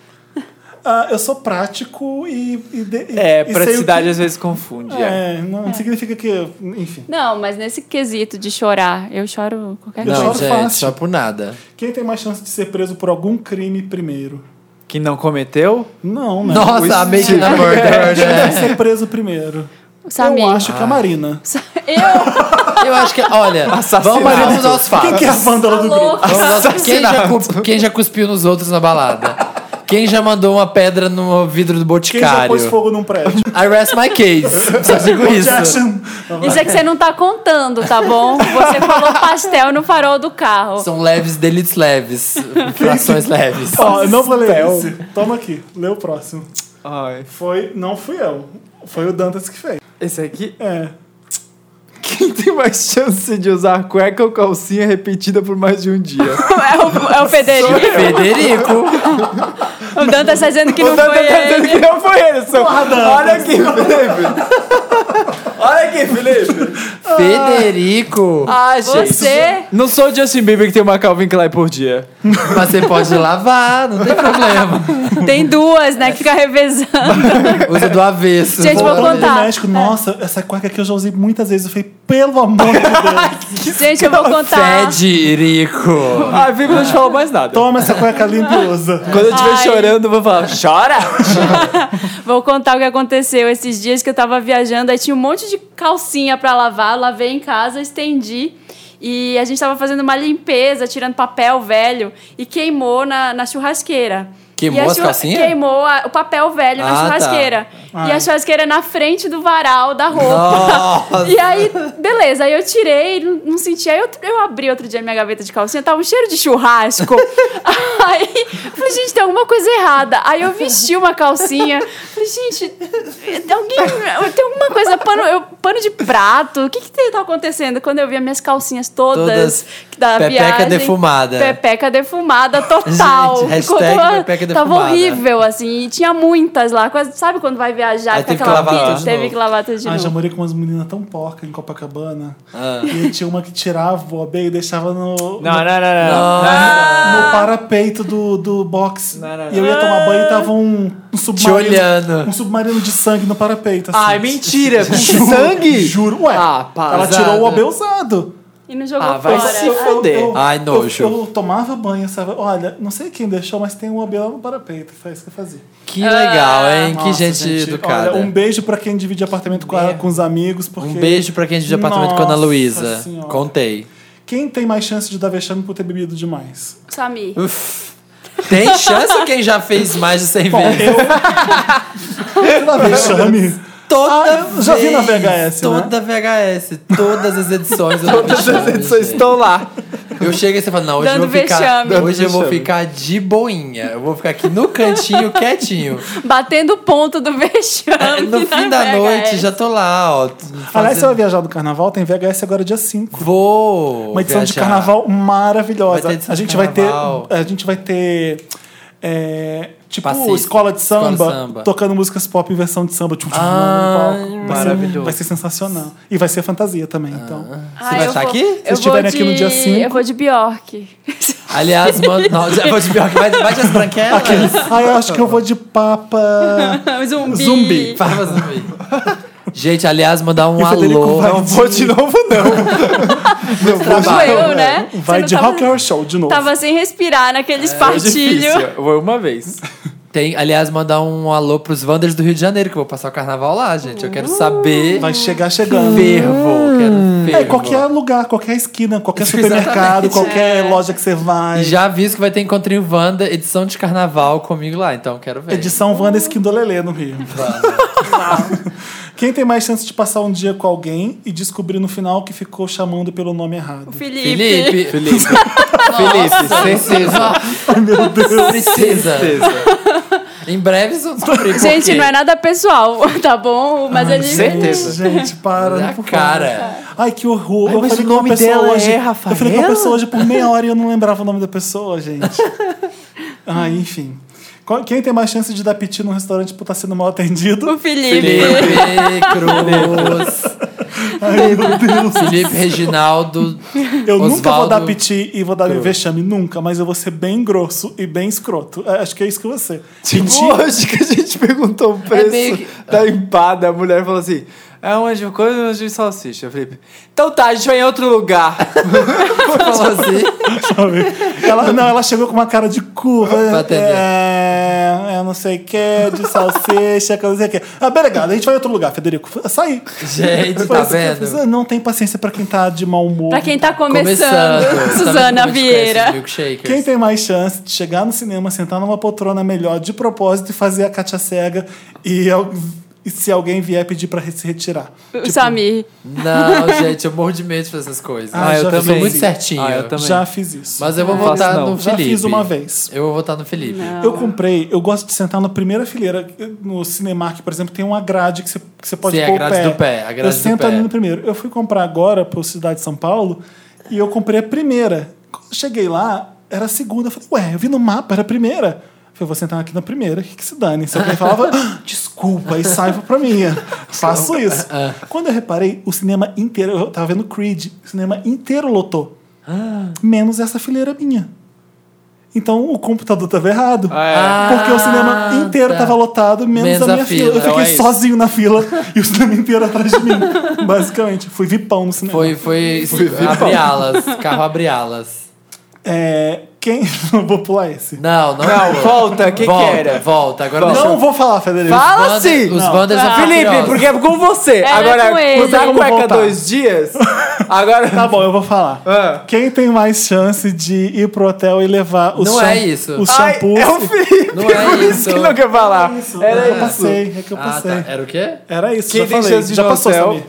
S1: Ah, eu sou prático e. e de- e-
S5: É,
S1: e
S5: praticidade às
S1: sei o
S5: vezes confunde.
S1: que- É, não significa que. eu- Enfim.
S3: Não, mas nesse quesito de chorar, eu choro qualquer
S1: Eu
S2: não,
S1: choro
S3: coisa.
S2: gente,
S1: fácil.
S2: só por nada.
S1: Quem tem mais chance de ser preso por algum crime primeiro?
S5: Que não cometeu?
S1: Não, né?
S2: Nossa, a Made in a Murder,
S1: Quem
S2: né?
S1: deve ser preso primeiro?
S3: Samir.
S1: Eu acho que a Marina.
S3: Eu,
S2: Eu acho que, olha, vamos, vamos aos
S1: Quem
S2: fatos.
S1: que é a vândala do
S3: Tá
S1: grupo?
S3: louca.
S2: Vamos aos- quem, já cu- quem já cuspiu nos outros na balada? Quem já mandou uma pedra no vidro do
S1: Quem já pôs
S2: boticário?
S1: fogo num prédio?
S2: I rest my case. Só digo isso.
S1: Jackson.
S3: isso é que você não tá contando, tá bom? Você falou pastel no farol do carro.
S2: São leves, delitos leves. Frações leves.
S1: Ó, eu não vou ler esse. Toma aqui, lê o próximo.
S5: Ai.
S1: Foi. Não fui eu. Foi o Dantas que fez.
S5: Esse aqui.
S1: É.
S5: Quem tem mais chance de usar cueca ou calcinha repetida por mais de um dia?
S3: É o, é o Federico.
S2: Federico.
S3: O Dantas tá dizendo que não
S5: Tá- tá-
S3: foi
S5: tá dizendo
S3: ele.
S5: que não foi ele, seu. Olha aqui, Felipe. Olha aqui, Felipe.
S2: Federico.
S5: Ah,
S3: Você.
S5: Não sou o Justin Bieber que tem uma Calvin Klein por dia.
S2: Mas você pode lavar, não tem problema.
S3: Tem duas, né, que fica revezando.
S2: Usa do avesso.
S3: Gente, vou
S1: Voltando do
S3: contar.
S1: México, nossa, essa cueca que eu já usei muitas vezes. Eu falei, pelo amor de Deus,
S3: Gente, eu vou contar.
S2: Federico.
S5: Ah, Felipe, não te falou mais nada.
S1: toma essa cueca limpa e usa.
S5: Quando eu estiver
S3: Ai.
S5: chorando, eu vou falar, chora!
S3: Vou contar o que aconteceu esses dias que eu tava viajando, aí tinha um monte de calcinha pra lavar, eu lavei em casa, estendi. E a gente tava fazendo uma limpeza, tirando papel velho e queimou na, na churrasqueira.
S2: Queimou
S3: E a
S2: as calcinhas?
S3: Queimou a- o papel velho na
S2: Ah, tá.
S3: churrasqueira. E a churrasqueira é na frente do varal da roupa.
S2: Nossa.
S3: E aí, beleza, aí eu tirei, não, não senti. Aí eu, eu abri outro dia minha gaveta de calcinha, tava um cheiro de churrasco. aí eu falei, gente, tem alguma coisa errada. Aí eu vesti uma calcinha. Falei, gente, tem alguém. Tem alguma coisa, pano, eu- pano de prato. O que que tem- tá acontecendo? Quando eu vi as minhas calcinhas todas,
S2: Todas
S3: da
S2: pepeca
S3: viagem.
S2: defumada.
S3: Pepeca defumada total.
S2: Gente,
S3: Ficou
S2: hashtag
S3: toda-
S2: pepeca
S3: Tava
S2: defumada.
S3: horrível, assim. E tinha muitas lá. quase- sabe quando vai viajar
S2: Aí
S3: com
S2: teve que
S3: aquela
S2: lavar tudo
S3: pilha?
S2: de
S3: Teve
S2: novo.
S3: que lavar tudo de
S1: Ah, já
S3: novo.
S1: morei com umas meninas tão porcas em Copacabana.
S2: Ah.
S1: E tinha uma que tirava o AB e deixava no, no,
S5: Não, não, não, não.
S1: no parapeito do, do box.
S5: Não, não, não.
S1: E eu ia tomar banho e tava um, um submarino.
S2: olhando.
S1: Um submarino de sangue no parapeito. Assim.
S5: Ai, mentira! Com
S1: Juro,
S5: sangue?
S1: Juro, ué.
S5: Ah, pá.
S1: ela tirou o AB usado.
S3: E não jogou
S5: Ah, vai
S3: fora.
S5: se foder.
S2: Ai, nojo.
S1: Eu, eu tomava banho, sabe? Olha, não sei quem deixou, mas tem um AB lá no parapeito. Foi isso que eu fazia.
S2: Que
S3: Ah.
S2: legal, hein? que
S1: Nossa,
S2: gente, educada.
S1: Olha, um beijo pra quem divide apartamento com, a- com os amigos, porque...
S2: Um beijo pra quem divide apartamento com a Ana
S1: Nossa
S2: Luísa.
S1: Senhora.
S2: Contei.
S1: Quem tem mais chance de dar vexame por ter bebido demais?
S3: Samir.
S2: Uf. Tem chance quem já fez mais de 100 vezes?
S1: Dá vexame?
S2: Toda
S1: eu ah, já vi na
S2: vez,
S1: VHS, né?
S2: Toda VHS. Todas as edições. eu dou
S5: Todas as
S2: vexame,
S5: edições
S2: gente.
S5: estão lá.
S2: Eu chego e você fala, não, hoje
S3: Dando
S2: eu vou ficar,
S3: vexame.
S2: hoje eu vou
S1: Vexame.
S2: ficar de boinha. Eu vou ficar aqui no cantinho, quietinho.
S3: Batendo o ponto do
S2: É,
S3: vexame.
S2: No fim
S3: tá na
S2: da
S3: VHS.
S2: noite, já tô lá, ó.
S1: Aliás, você vai
S2: Fazendo...
S1: viajar do carnaval, tem VHS agora dia 5.
S2: Vou
S1: Uma edição de
S2: viajar.
S1: carnaval
S2: Vai
S1: maravilhosa.
S2: ter edição
S1: a
S2: de
S1: gente
S2: carnaval.
S1: vai ter. um, é, A gente vai ter. é, tipo,
S2: Passista.
S1: escola de samba,
S2: Escola de samba.
S1: tocando músicas pop em versão de samba. Tchum, tchum,
S2: Ah,
S1: no palco. Vai ser-
S5: maravilhoso.
S1: Vai ser sensacional. E vai ser fantasia também, então.
S3: Ah,
S2: Você vai
S3: eu
S2: estar
S3: vou-
S2: aqui?
S3: eu
S2: Se
S3: vou
S1: estiverem aqui no
S3: de-
S1: dia cinco.
S3: Eu vou de Bjork.
S2: Aliás, mano, não, já vou de pior que vai, vai de as branquelas.
S1: Ah, eu acho que eu vou de papa.
S3: Zumbi.
S1: Zumbi.
S2: Farpas no meio. um Gente, aliás, mandar um
S1: E o Federico
S2: alô.
S1: vai-
S5: Não vou de novo, não.
S1: Meu
S3: Tava eu, né? Você
S1: Vai
S3: não
S1: de
S3: tava-
S1: Rock Horror Show de novo.
S3: Tava sem respirar naquele
S2: É,
S3: espartilho.
S5: é Difícil. Eu vou uma vez.
S2: Tem, aliás, mandar um alô pros Wanders do Rio de Janeiro, que eu vou passar o carnaval lá, gente. Eu quero saber.
S1: Vai chegar chegando.
S2: Fervo, quero fervo.
S1: É, qualquer lugar, qualquer esquina, qualquer
S2: Exatamente.
S1: supermercado,
S3: É.
S1: qualquer loja que você vai.
S2: E já aviso que vai ter encontrinho Wanda, edição de carnaval comigo lá, então quero ver.
S1: Edição Wanda Esquindolelê no Rio. Quem tem mais chance de passar um dia com alguém e descobrir no final que ficou chamando pelo nome errado?
S3: Felipe.
S2: Felipe.
S5: Felipe.
S2: Felipe, princesa.
S1: Meu Deus.
S2: Princesa.
S5: Certeza.
S2: Em breve isso descobrir.
S3: Gente, não é nada pessoal, tá bom? Mas
S2: Ah,
S3: ele.
S5: certeza.
S1: Gente, para.
S2: Na
S1: não vou
S2: cara.
S1: falar. Ai, que horror.
S5: Ai,
S1: eu
S5: mas
S1: falei
S5: o
S1: com uma
S5: nome
S1: pessoa
S5: dela é
S1: hoje.
S5: Rafaela?
S1: Eu falei com uma pessoa hoje por meia hora e eu não lembrava o nome da pessoa, gente. Ai, enfim. Qual- Quem tem mais chance de dar piti num restaurante por estar sendo mal atendido?
S3: O Felipe.
S2: Felipe Cruz.
S1: Ai, meu Deus.
S2: Felipe Reginaldo.
S1: Eu nunca vou
S2: Osvaldo.
S1: dar piti e vou dar vexame, nunca, mas eu vou ser bem grosso e bem escroto. É, Acho que é isso que eu vou ser. Piti-
S5: Tipo, hoje que a gente perguntou o preço
S2: meio que-
S5: da empada, a mulher falou assim: é uma de coisa e uma de salsicha, Felipe. Então tá, a gente vai em outro lugar.
S2: Falou assim.
S1: sabe? Ela, não, ela chegou com uma cara de curva.
S2: Pra atender.
S1: É, eu não sei o que, de salsicha, que eu não sei o que. Ah, bem legal, a gente vai em outro lugar, Federico. Saí.
S2: Gente,
S1: Foi
S2: tá
S1: isso que eu fiz.
S2: vendo?
S1: Não tem paciência pra quem tá de mau humor.
S3: Pra quem tá começando,
S2: Sabe
S3: Suzana
S2: como
S3: Vieira.
S2: esquece os milkshakers?
S1: Quem tem mais chance de chegar no cinema, sentar numa poltrona melhor de propósito e fazer a Katia cega e, al- e se alguém vier pedir pra re- se retirar?
S3: O
S2: Tipo,
S3: Samir.
S2: Não, gente, eu morro de medo de fazer essas coisas.
S1: Ah,
S5: eu
S1: já
S5: também.
S2: sou muito
S1: fiz.
S2: certinho.
S5: Ah, eu também.
S1: Já fiz isso.
S2: Mas eu vou
S5: Não faço,
S2: votar
S5: não.
S2: no
S1: Já
S2: Felipe.
S1: fiz uma vez.
S2: Eu vou votar no Felipe.
S1: Eu comprei, eu gosto de sentar na primeira fileira. No Cinemark, por exemplo, tem uma grade que você, que você pode
S2: Sim, a
S1: pôr
S2: grade
S1: o pé.
S2: do pé, a grade
S1: eu
S2: do
S1: sento
S2: pé.
S1: ali no primeiro. Eu fui comprar agora pro Cidade de São Paulo e eu comprei a primeira. Quando eu cheguei lá, era a segunda. Eu falei, ué, eu vi no mapa, era a primeira. Eu falei, vou sentar aqui na primeira, que, que se dane. Se alguém falava, "Ah, desculpa, e saiba pra mim. Faço isso.
S2: É.
S1: Quando eu reparei, o cinema inteiro, eu tava vendo Creed, o cinema inteiro lotou. Menos essa fileira minha. Então o computador tava errado.
S5: Ah,
S1: Porque o cinema inteiro
S2: tá.
S1: tava lotado, menos,
S2: Menos
S1: a minha
S2: a
S1: fila.
S2: fila.
S1: Eu fiquei
S5: Então é isso.
S1: sozinho na fila e o cinema inteiro atrás de mim. Basicamente, fui vipão no cinema.
S2: Foi, foi, abriá-las. Carro abriá-las.
S1: É, quem. Não vou pular esse.
S2: Não, não.
S5: Não, volta, o que que
S2: volta,
S5: era?
S2: Volta, agora
S5: Volta.
S2: deixa
S1: Não
S2: eu-
S1: vou falar, Federico.
S5: Fala
S2: Wander-
S5: sim!
S2: Os
S1: Não.
S2: Wanders são
S5: Felipe,
S2: curiosos.
S5: porque é com você.
S3: Era
S5: Agora,
S3: com ele.
S5: usar
S1: Não tem como
S5: cueca
S1: voltar.
S5: dois dias, agora...
S1: Tá bom, eu vou falar.
S5: Ah.
S1: Quem tem mais chance de ir pro hotel e levar os
S2: Não
S1: shampoo-
S2: é isso.
S1: Os
S5: Ai,
S1: shampoos.
S5: é o Felipe,
S2: Não é
S5: por isso,
S2: isso.
S5: que não quer falar. Era
S1: eu
S5: isso.
S1: passei, é que eu
S2: Ah,
S1: passei.
S2: tá. Era o quê?
S1: Era isso,
S5: Quem
S1: já
S5: tem
S1: falei.
S5: chance de
S1: já
S5: ir no
S1: passou,
S5: hotel?
S1: Samir.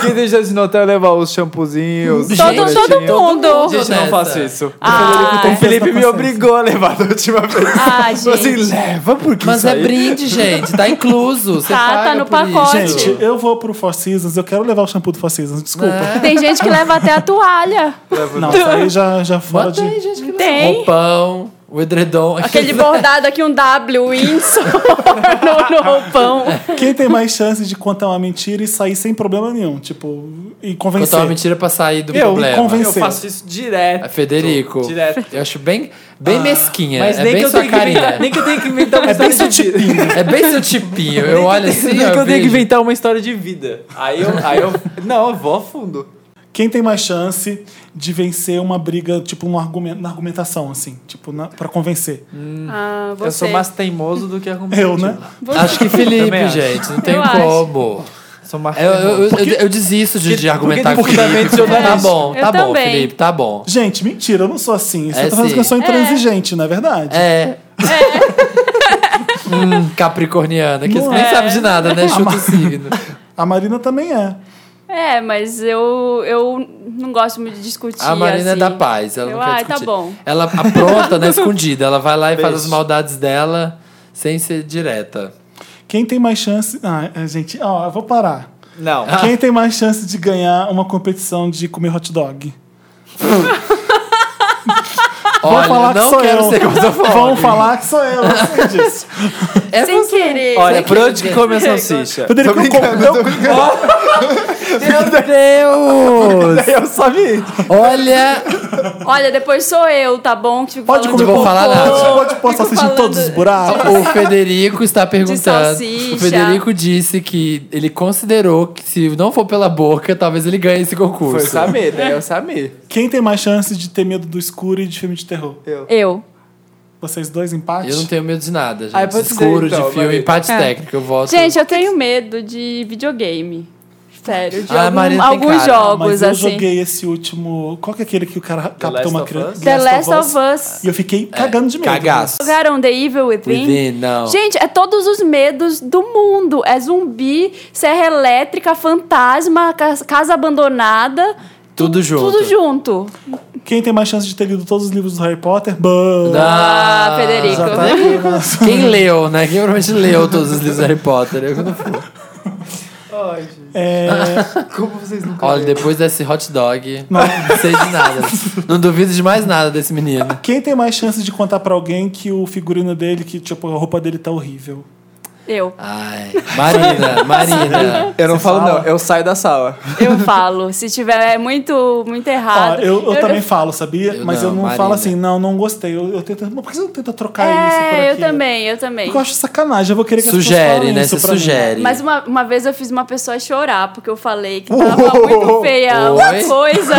S5: Quem deixa de notar é levar os shampoozinhos. os
S3: Todo,
S2: Gente,
S3: todo
S5: cremetinhos.
S3: mundo.
S2: mundo.
S5: Gente, eu não
S2: Nessa.
S5: faço isso.
S3: Ah,
S5: o Felipe
S1: Fez na
S5: me
S1: consciência.
S5: obrigou a levar da última vez.
S3: Ah,
S5: Falou assim,
S3: gente.
S5: leva, porque
S2: Mas
S5: isso
S2: é
S5: aí-
S2: brinde, gente. Tá incluso. Você
S3: Tá,
S2: paga
S3: tá no
S2: por isso.
S3: pacote.
S1: Gente, eu vou pro Four Seasons, eu quero levar o shampoo do Four Seasons, desculpa.
S2: É.
S3: Tem gente que leva até a toalha.
S1: Não, isso aí já, já fora
S2: Bota
S1: de.
S2: aí, gente. Que
S3: Tem.
S2: Roupão, Um o edredom.
S3: Aquele bordado aqui, um W, Windsor, no, no roupão.
S1: Quem tem mais chance de contar uma mentira e sair sem problema nenhum? Tipo, e convencer.
S2: Contar uma mentira pra sair do
S1: Eu,
S2: problema.
S1: convenci-
S5: Eu faço isso direto.
S2: É Federico.
S5: Direto. Ah,
S2: Eu acho bem, bem mesquinha.
S5: Mas
S2: é
S5: nem,
S2: bem
S5: que eu
S2: sua
S5: tenho que
S2: carinha.
S5: inventar, nem que eu tenho que inventar uma
S1: É bem
S5: história
S1: seu
S5: de vida.
S1: tipinho.
S2: É bem seu tipinho. Eu olho assim.
S5: Nem que eu tenho que
S2: vejo.
S5: inventar uma história de vida. Aí eu. Aí eu não, eu vou a fundo.
S1: Quem tem mais chance de vencer uma briga, tipo, um argumento, na argumentação, assim, tipo, na, pra convencer?
S3: Ah, você.
S5: Eu sou mais teimoso do que argumentativo.
S1: Eu, né?
S2: Acho que
S5: Também
S2: Felipe,
S5: acho.
S2: gente. Não tem
S3: Eu acho.
S2: como.
S5: Sou mais
S2: Eu,
S5: teimoso.
S2: eu, eu- eu desisto de, de argumentar
S5: porque
S2: com o Felipe.
S5: fundamentos eu não
S2: Tá
S5: acho.
S2: bom,
S3: Eu
S2: tá bom,
S3: também.
S2: Felipe, tá bom.
S1: Gente, mentira, eu não sou assim. Você
S2: É,
S1: tá falando
S2: sim.
S1: que eu sou intransigente, não é verdade?
S2: É. hum, capricorniana, que
S1: Não
S2: nem
S1: é.
S2: sabe de nada, né? Chuta o signo.
S1: A Marina também é.
S3: É, mas eu, eu não gosto muito de discutir.
S2: A Marina é
S3: assim.
S2: da paz, ela
S3: eu,
S2: não quer
S3: ah,
S2: discutir.
S3: tá bom.
S2: Ela apronta na escondida, ela vai lá e faz
S5: Beijo.
S2: as maldades dela sem ser direta.
S1: Quem tem mais chance. Ah, é, gente, ó, eu vou parar.
S5: Não.
S2: Ah,
S1: Quem tem mais chance de ganhar uma competição de comer hot dog?
S2: Olha,
S1: falar que
S2: não
S1: sou
S2: quero
S1: eu.
S2: ser gordofóbica.
S1: Vão falar que sou eu, eu sei disso.
S2: É
S3: Sem querer.
S5: Olha,
S3: sem
S5: por onde que
S2: querer.
S5: come a salsicha?
S1: Federico, eu,
S6: brincando,
S1: eu,
S6: tô brincando.
S2: Meu Deus!
S5: Eu sabia.
S2: Olha,
S3: Olha, depois sou eu, tá bom? Que fico
S1: pode
S3: falando
S1: comer
S3: de
S2: vou
S1: popô,
S2: falar nada.
S1: Pode pôr
S3: Fico
S1: salsicha em
S3: falando-
S1: todos os buracos.
S2: o Federico está perguntando.
S3: salsicha.
S2: O Federico disse que ele considerou que se não for pela boca, talvez ele ganhe esse concurso.
S5: Foi o Samir, daí é o Samir.
S1: Quem tem mais chance de ter medo do escuro e de filme de terror?
S3: Eu.
S1: Vocês dois, empate?
S2: Eu não tenho medo de nada, gente.
S5: Ah, pode ser,
S2: Escuro
S5: então,
S2: de filme,
S5: Marina.
S2: empate
S3: É.
S2: técnico, eu voto.
S3: Gente, eu tenho medo de videogame. Sério, de
S2: Ah, a
S3: algum-
S2: Marina tem
S3: alguns
S2: cara.
S1: Mas
S3: jogos,
S1: eu
S3: assim.
S1: joguei esse último. Qual que é aquele que o cara capta
S5: Last
S1: uma
S5: of
S1: criança?
S5: Us?
S3: The Last of Us.
S1: E eu fiquei cagando de medo.
S2: É,
S1: né?
S2: Cagaço.
S3: Jogaram The Evil Within?
S2: Within, não.
S3: Gente, é todos os medos do mundo. É zumbi, serra elétrica, fantasma, ca- casa abandonada.
S2: Tudo junto.
S3: Tudo junto.
S1: Quem tem mais chance de ter lido todos os livros do Harry Potter? Bam!
S3: Ah,
S2: Ah,
S3: Federico.
S1: Já tá aqui, né?
S2: Quem leu, né? Quem provavelmente leu todos os livros do Harry Potter? Eu não fui.
S1: É,
S5: Como vocês nunca
S2: Olha, depois desse hot dog, não. sei de nada. Não duvido de mais nada desse menino.
S1: quem tem mais chance de contar pra alguém que o figurino dele, que tipo, a roupa dele tá horrível?
S3: Eu.
S2: Ai, Marina, Marina.
S5: Eu não falo, não. Eu saio da sala.
S3: Eu falo. Se tiver muito, muito
S1: Ó,
S3: errado.
S1: eu, eu também falo, sabia?
S2: Eu
S1: Mas eu
S2: não,
S1: não falo
S2: Marina.
S1: assim, não, não gostei. Eu, eu tento, mas por que você não tenta trocar isso por
S3: É, eu
S1: aquilo?
S3: também, eu também.
S1: Porque eu acho sacanagem, eu vou querer que as pessoas
S2: Sugere,
S1: falem
S2: né?
S1: isso
S2: Você
S1: pra mim.
S2: sugere.
S3: Mas uma, uma vez eu fiz uma pessoa chorar, porque eu falei que tava muito feia
S2: Oi?
S3: uma coisa.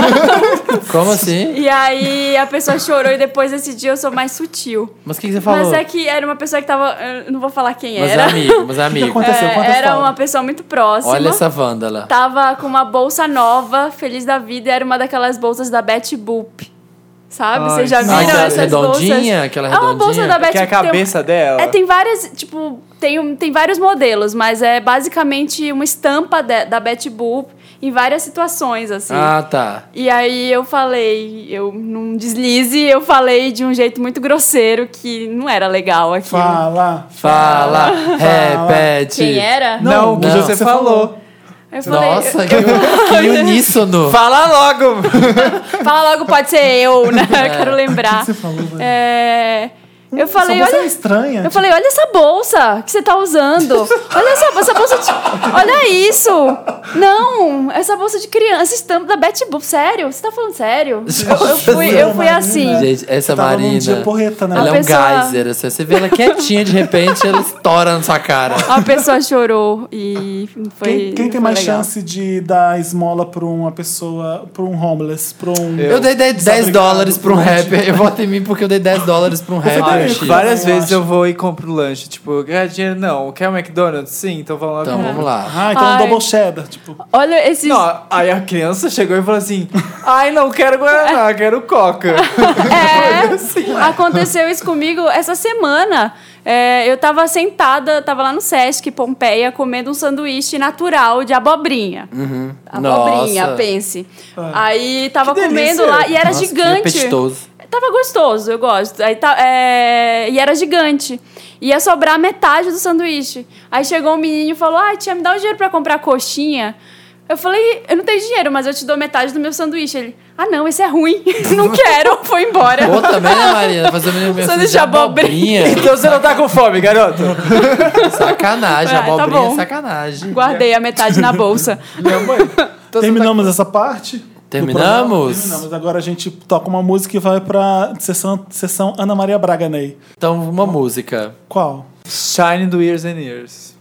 S2: Como assim?
S3: e aí a pessoa chorou e depois desse dia eu sou mais sutil.
S2: Mas o que, que você falou?
S3: Mas é que era uma pessoa que tava. eu não vou falar quem
S2: Mas é
S3: era.
S2: amigo, mas é
S1: O que
S2: amigo.
S1: aconteceu? Conta a
S3: É, era
S1: história.
S3: uma pessoa muito próxima.
S2: Olha essa
S3: Tá.
S2: vândala.
S3: Tava com uma bolsa nova, feliz da vida, e era uma daquelas bolsas da Bet Boop. Sabe?
S5: Ai,
S3: Vocês já
S5: sim.
S3: viram
S5: Ah, aquela
S3: essas
S2: redondinha,
S3: bolsas?
S2: aquela
S3: É uma bolsa
S2: redondinha?
S3: da Bet
S5: Que é a
S3: Boop, tem um-
S5: cabeça dela.
S3: É, tem várias, tipo, tem, um- tem vários modelos, mas é basicamente uma estampa de- da Bet Boop em várias situações, assim.
S2: Ah, tá.
S3: E aí eu falei, eu num deslize, eu falei de um jeito muito grosseiro que não era legal aquilo.
S1: Fala.
S2: Fala, repete.
S3: Quem era?
S5: Não, que
S2: não.
S5: você falou.
S3: Eu falei,
S2: Nossa, que, que uníssono.
S5: Fala logo!
S3: Fala logo, pode ser eu, né?
S1: É.
S3: Eu quero lembrar.
S1: O que você falou, velho?
S3: É, Eu falei,
S1: Essa moça é
S3: olha.
S1: estranha.
S3: Eu falei, olha essa bolsa que você tá usando. Olha essa, essa bolsa de. Olha isso! Não! Essa bolsa de criança, estampa da Betty Boop. Sério? Você tá falando sério? Eu fui, eu fui assim.
S2: Gente, essa
S1: Você tava num
S2: Marina.
S1: dia porreta, né?
S2: Ela é um
S3: A pessoa-
S2: geyser. assim, Você vê ela quietinha, de repente, ela estoura na sua cara.
S3: A pessoa chorou e foi.
S1: Quem, quem
S3: foi
S1: tem mais
S3: legal.
S1: chance de dar esmola pra uma pessoa, pra um homeless, pra um.
S2: Eu dei 10,
S1: Desobrigado,
S2: dólares pra um
S1: gente. tá
S2: rapper. Eu voto em mim porque eu dei 10 dólares pra um
S1: também,
S2: rapper. X.
S1: Chico.
S5: várias
S1: Eu
S5: vezes
S1: acho.
S5: eu vou e compro lanche. Tipo, ganhar dinheiro não. Quer um McDonald's? Sim, então vamos lá.
S2: Então
S5: comprar.
S2: vamos lá.
S1: Ah, então um
S3: Ai.
S1: double cheddar, tipo.
S2: Então
S3: Olha esses.
S5: Não, aí a criança chegou e falou assim: Ai, não quero Guaraná, quero Coca.
S2: assim.
S3: É, aconteceu isso comigo essa semana. É, eu tava sentada, tava lá no Sesc Pompeia comendo um sanduíche natural de abobrinha. Abobrinha,
S2: Uhum. Nossa.
S3: pense. Aí tava
S5: Que delícia.
S3: comendo lá e era
S2: Nossa, que
S3: gigante.
S2: apetitoso.
S3: Tava gostoso, eu gosto. Aí tá, é, E era gigante. Ia sobrar metade do sanduíche. Aí chegou um menino e falou: Ai, tia, me dá o dinheiro pra comprar coxinha. Eu falei, eu não tenho dinheiro, mas eu te dou metade do meu sanduíche. Ele, ah, não, esse é ruim. não quero, foi embora.
S2: Ou também, né, Marina? Fazer uma assim,
S3: Sanduíche de abobrinha.
S5: então você não tá com fome, garoto.
S2: Sacanagem,
S3: Ah, tá
S2: abobrinha
S3: bom.
S2: é sacanagem.
S3: Guardei a metade na bolsa.
S5: Minha mãe. então você tá-
S1: Terminamos essa parte? do
S2: Terminamos?
S1: programa? Terminamos. Agora a gente toca uma música e vai pra sessão, sessão Ana Maria Braga, Ney.
S2: Então, uma música.
S1: Qual?
S5: Shine do Years and Years.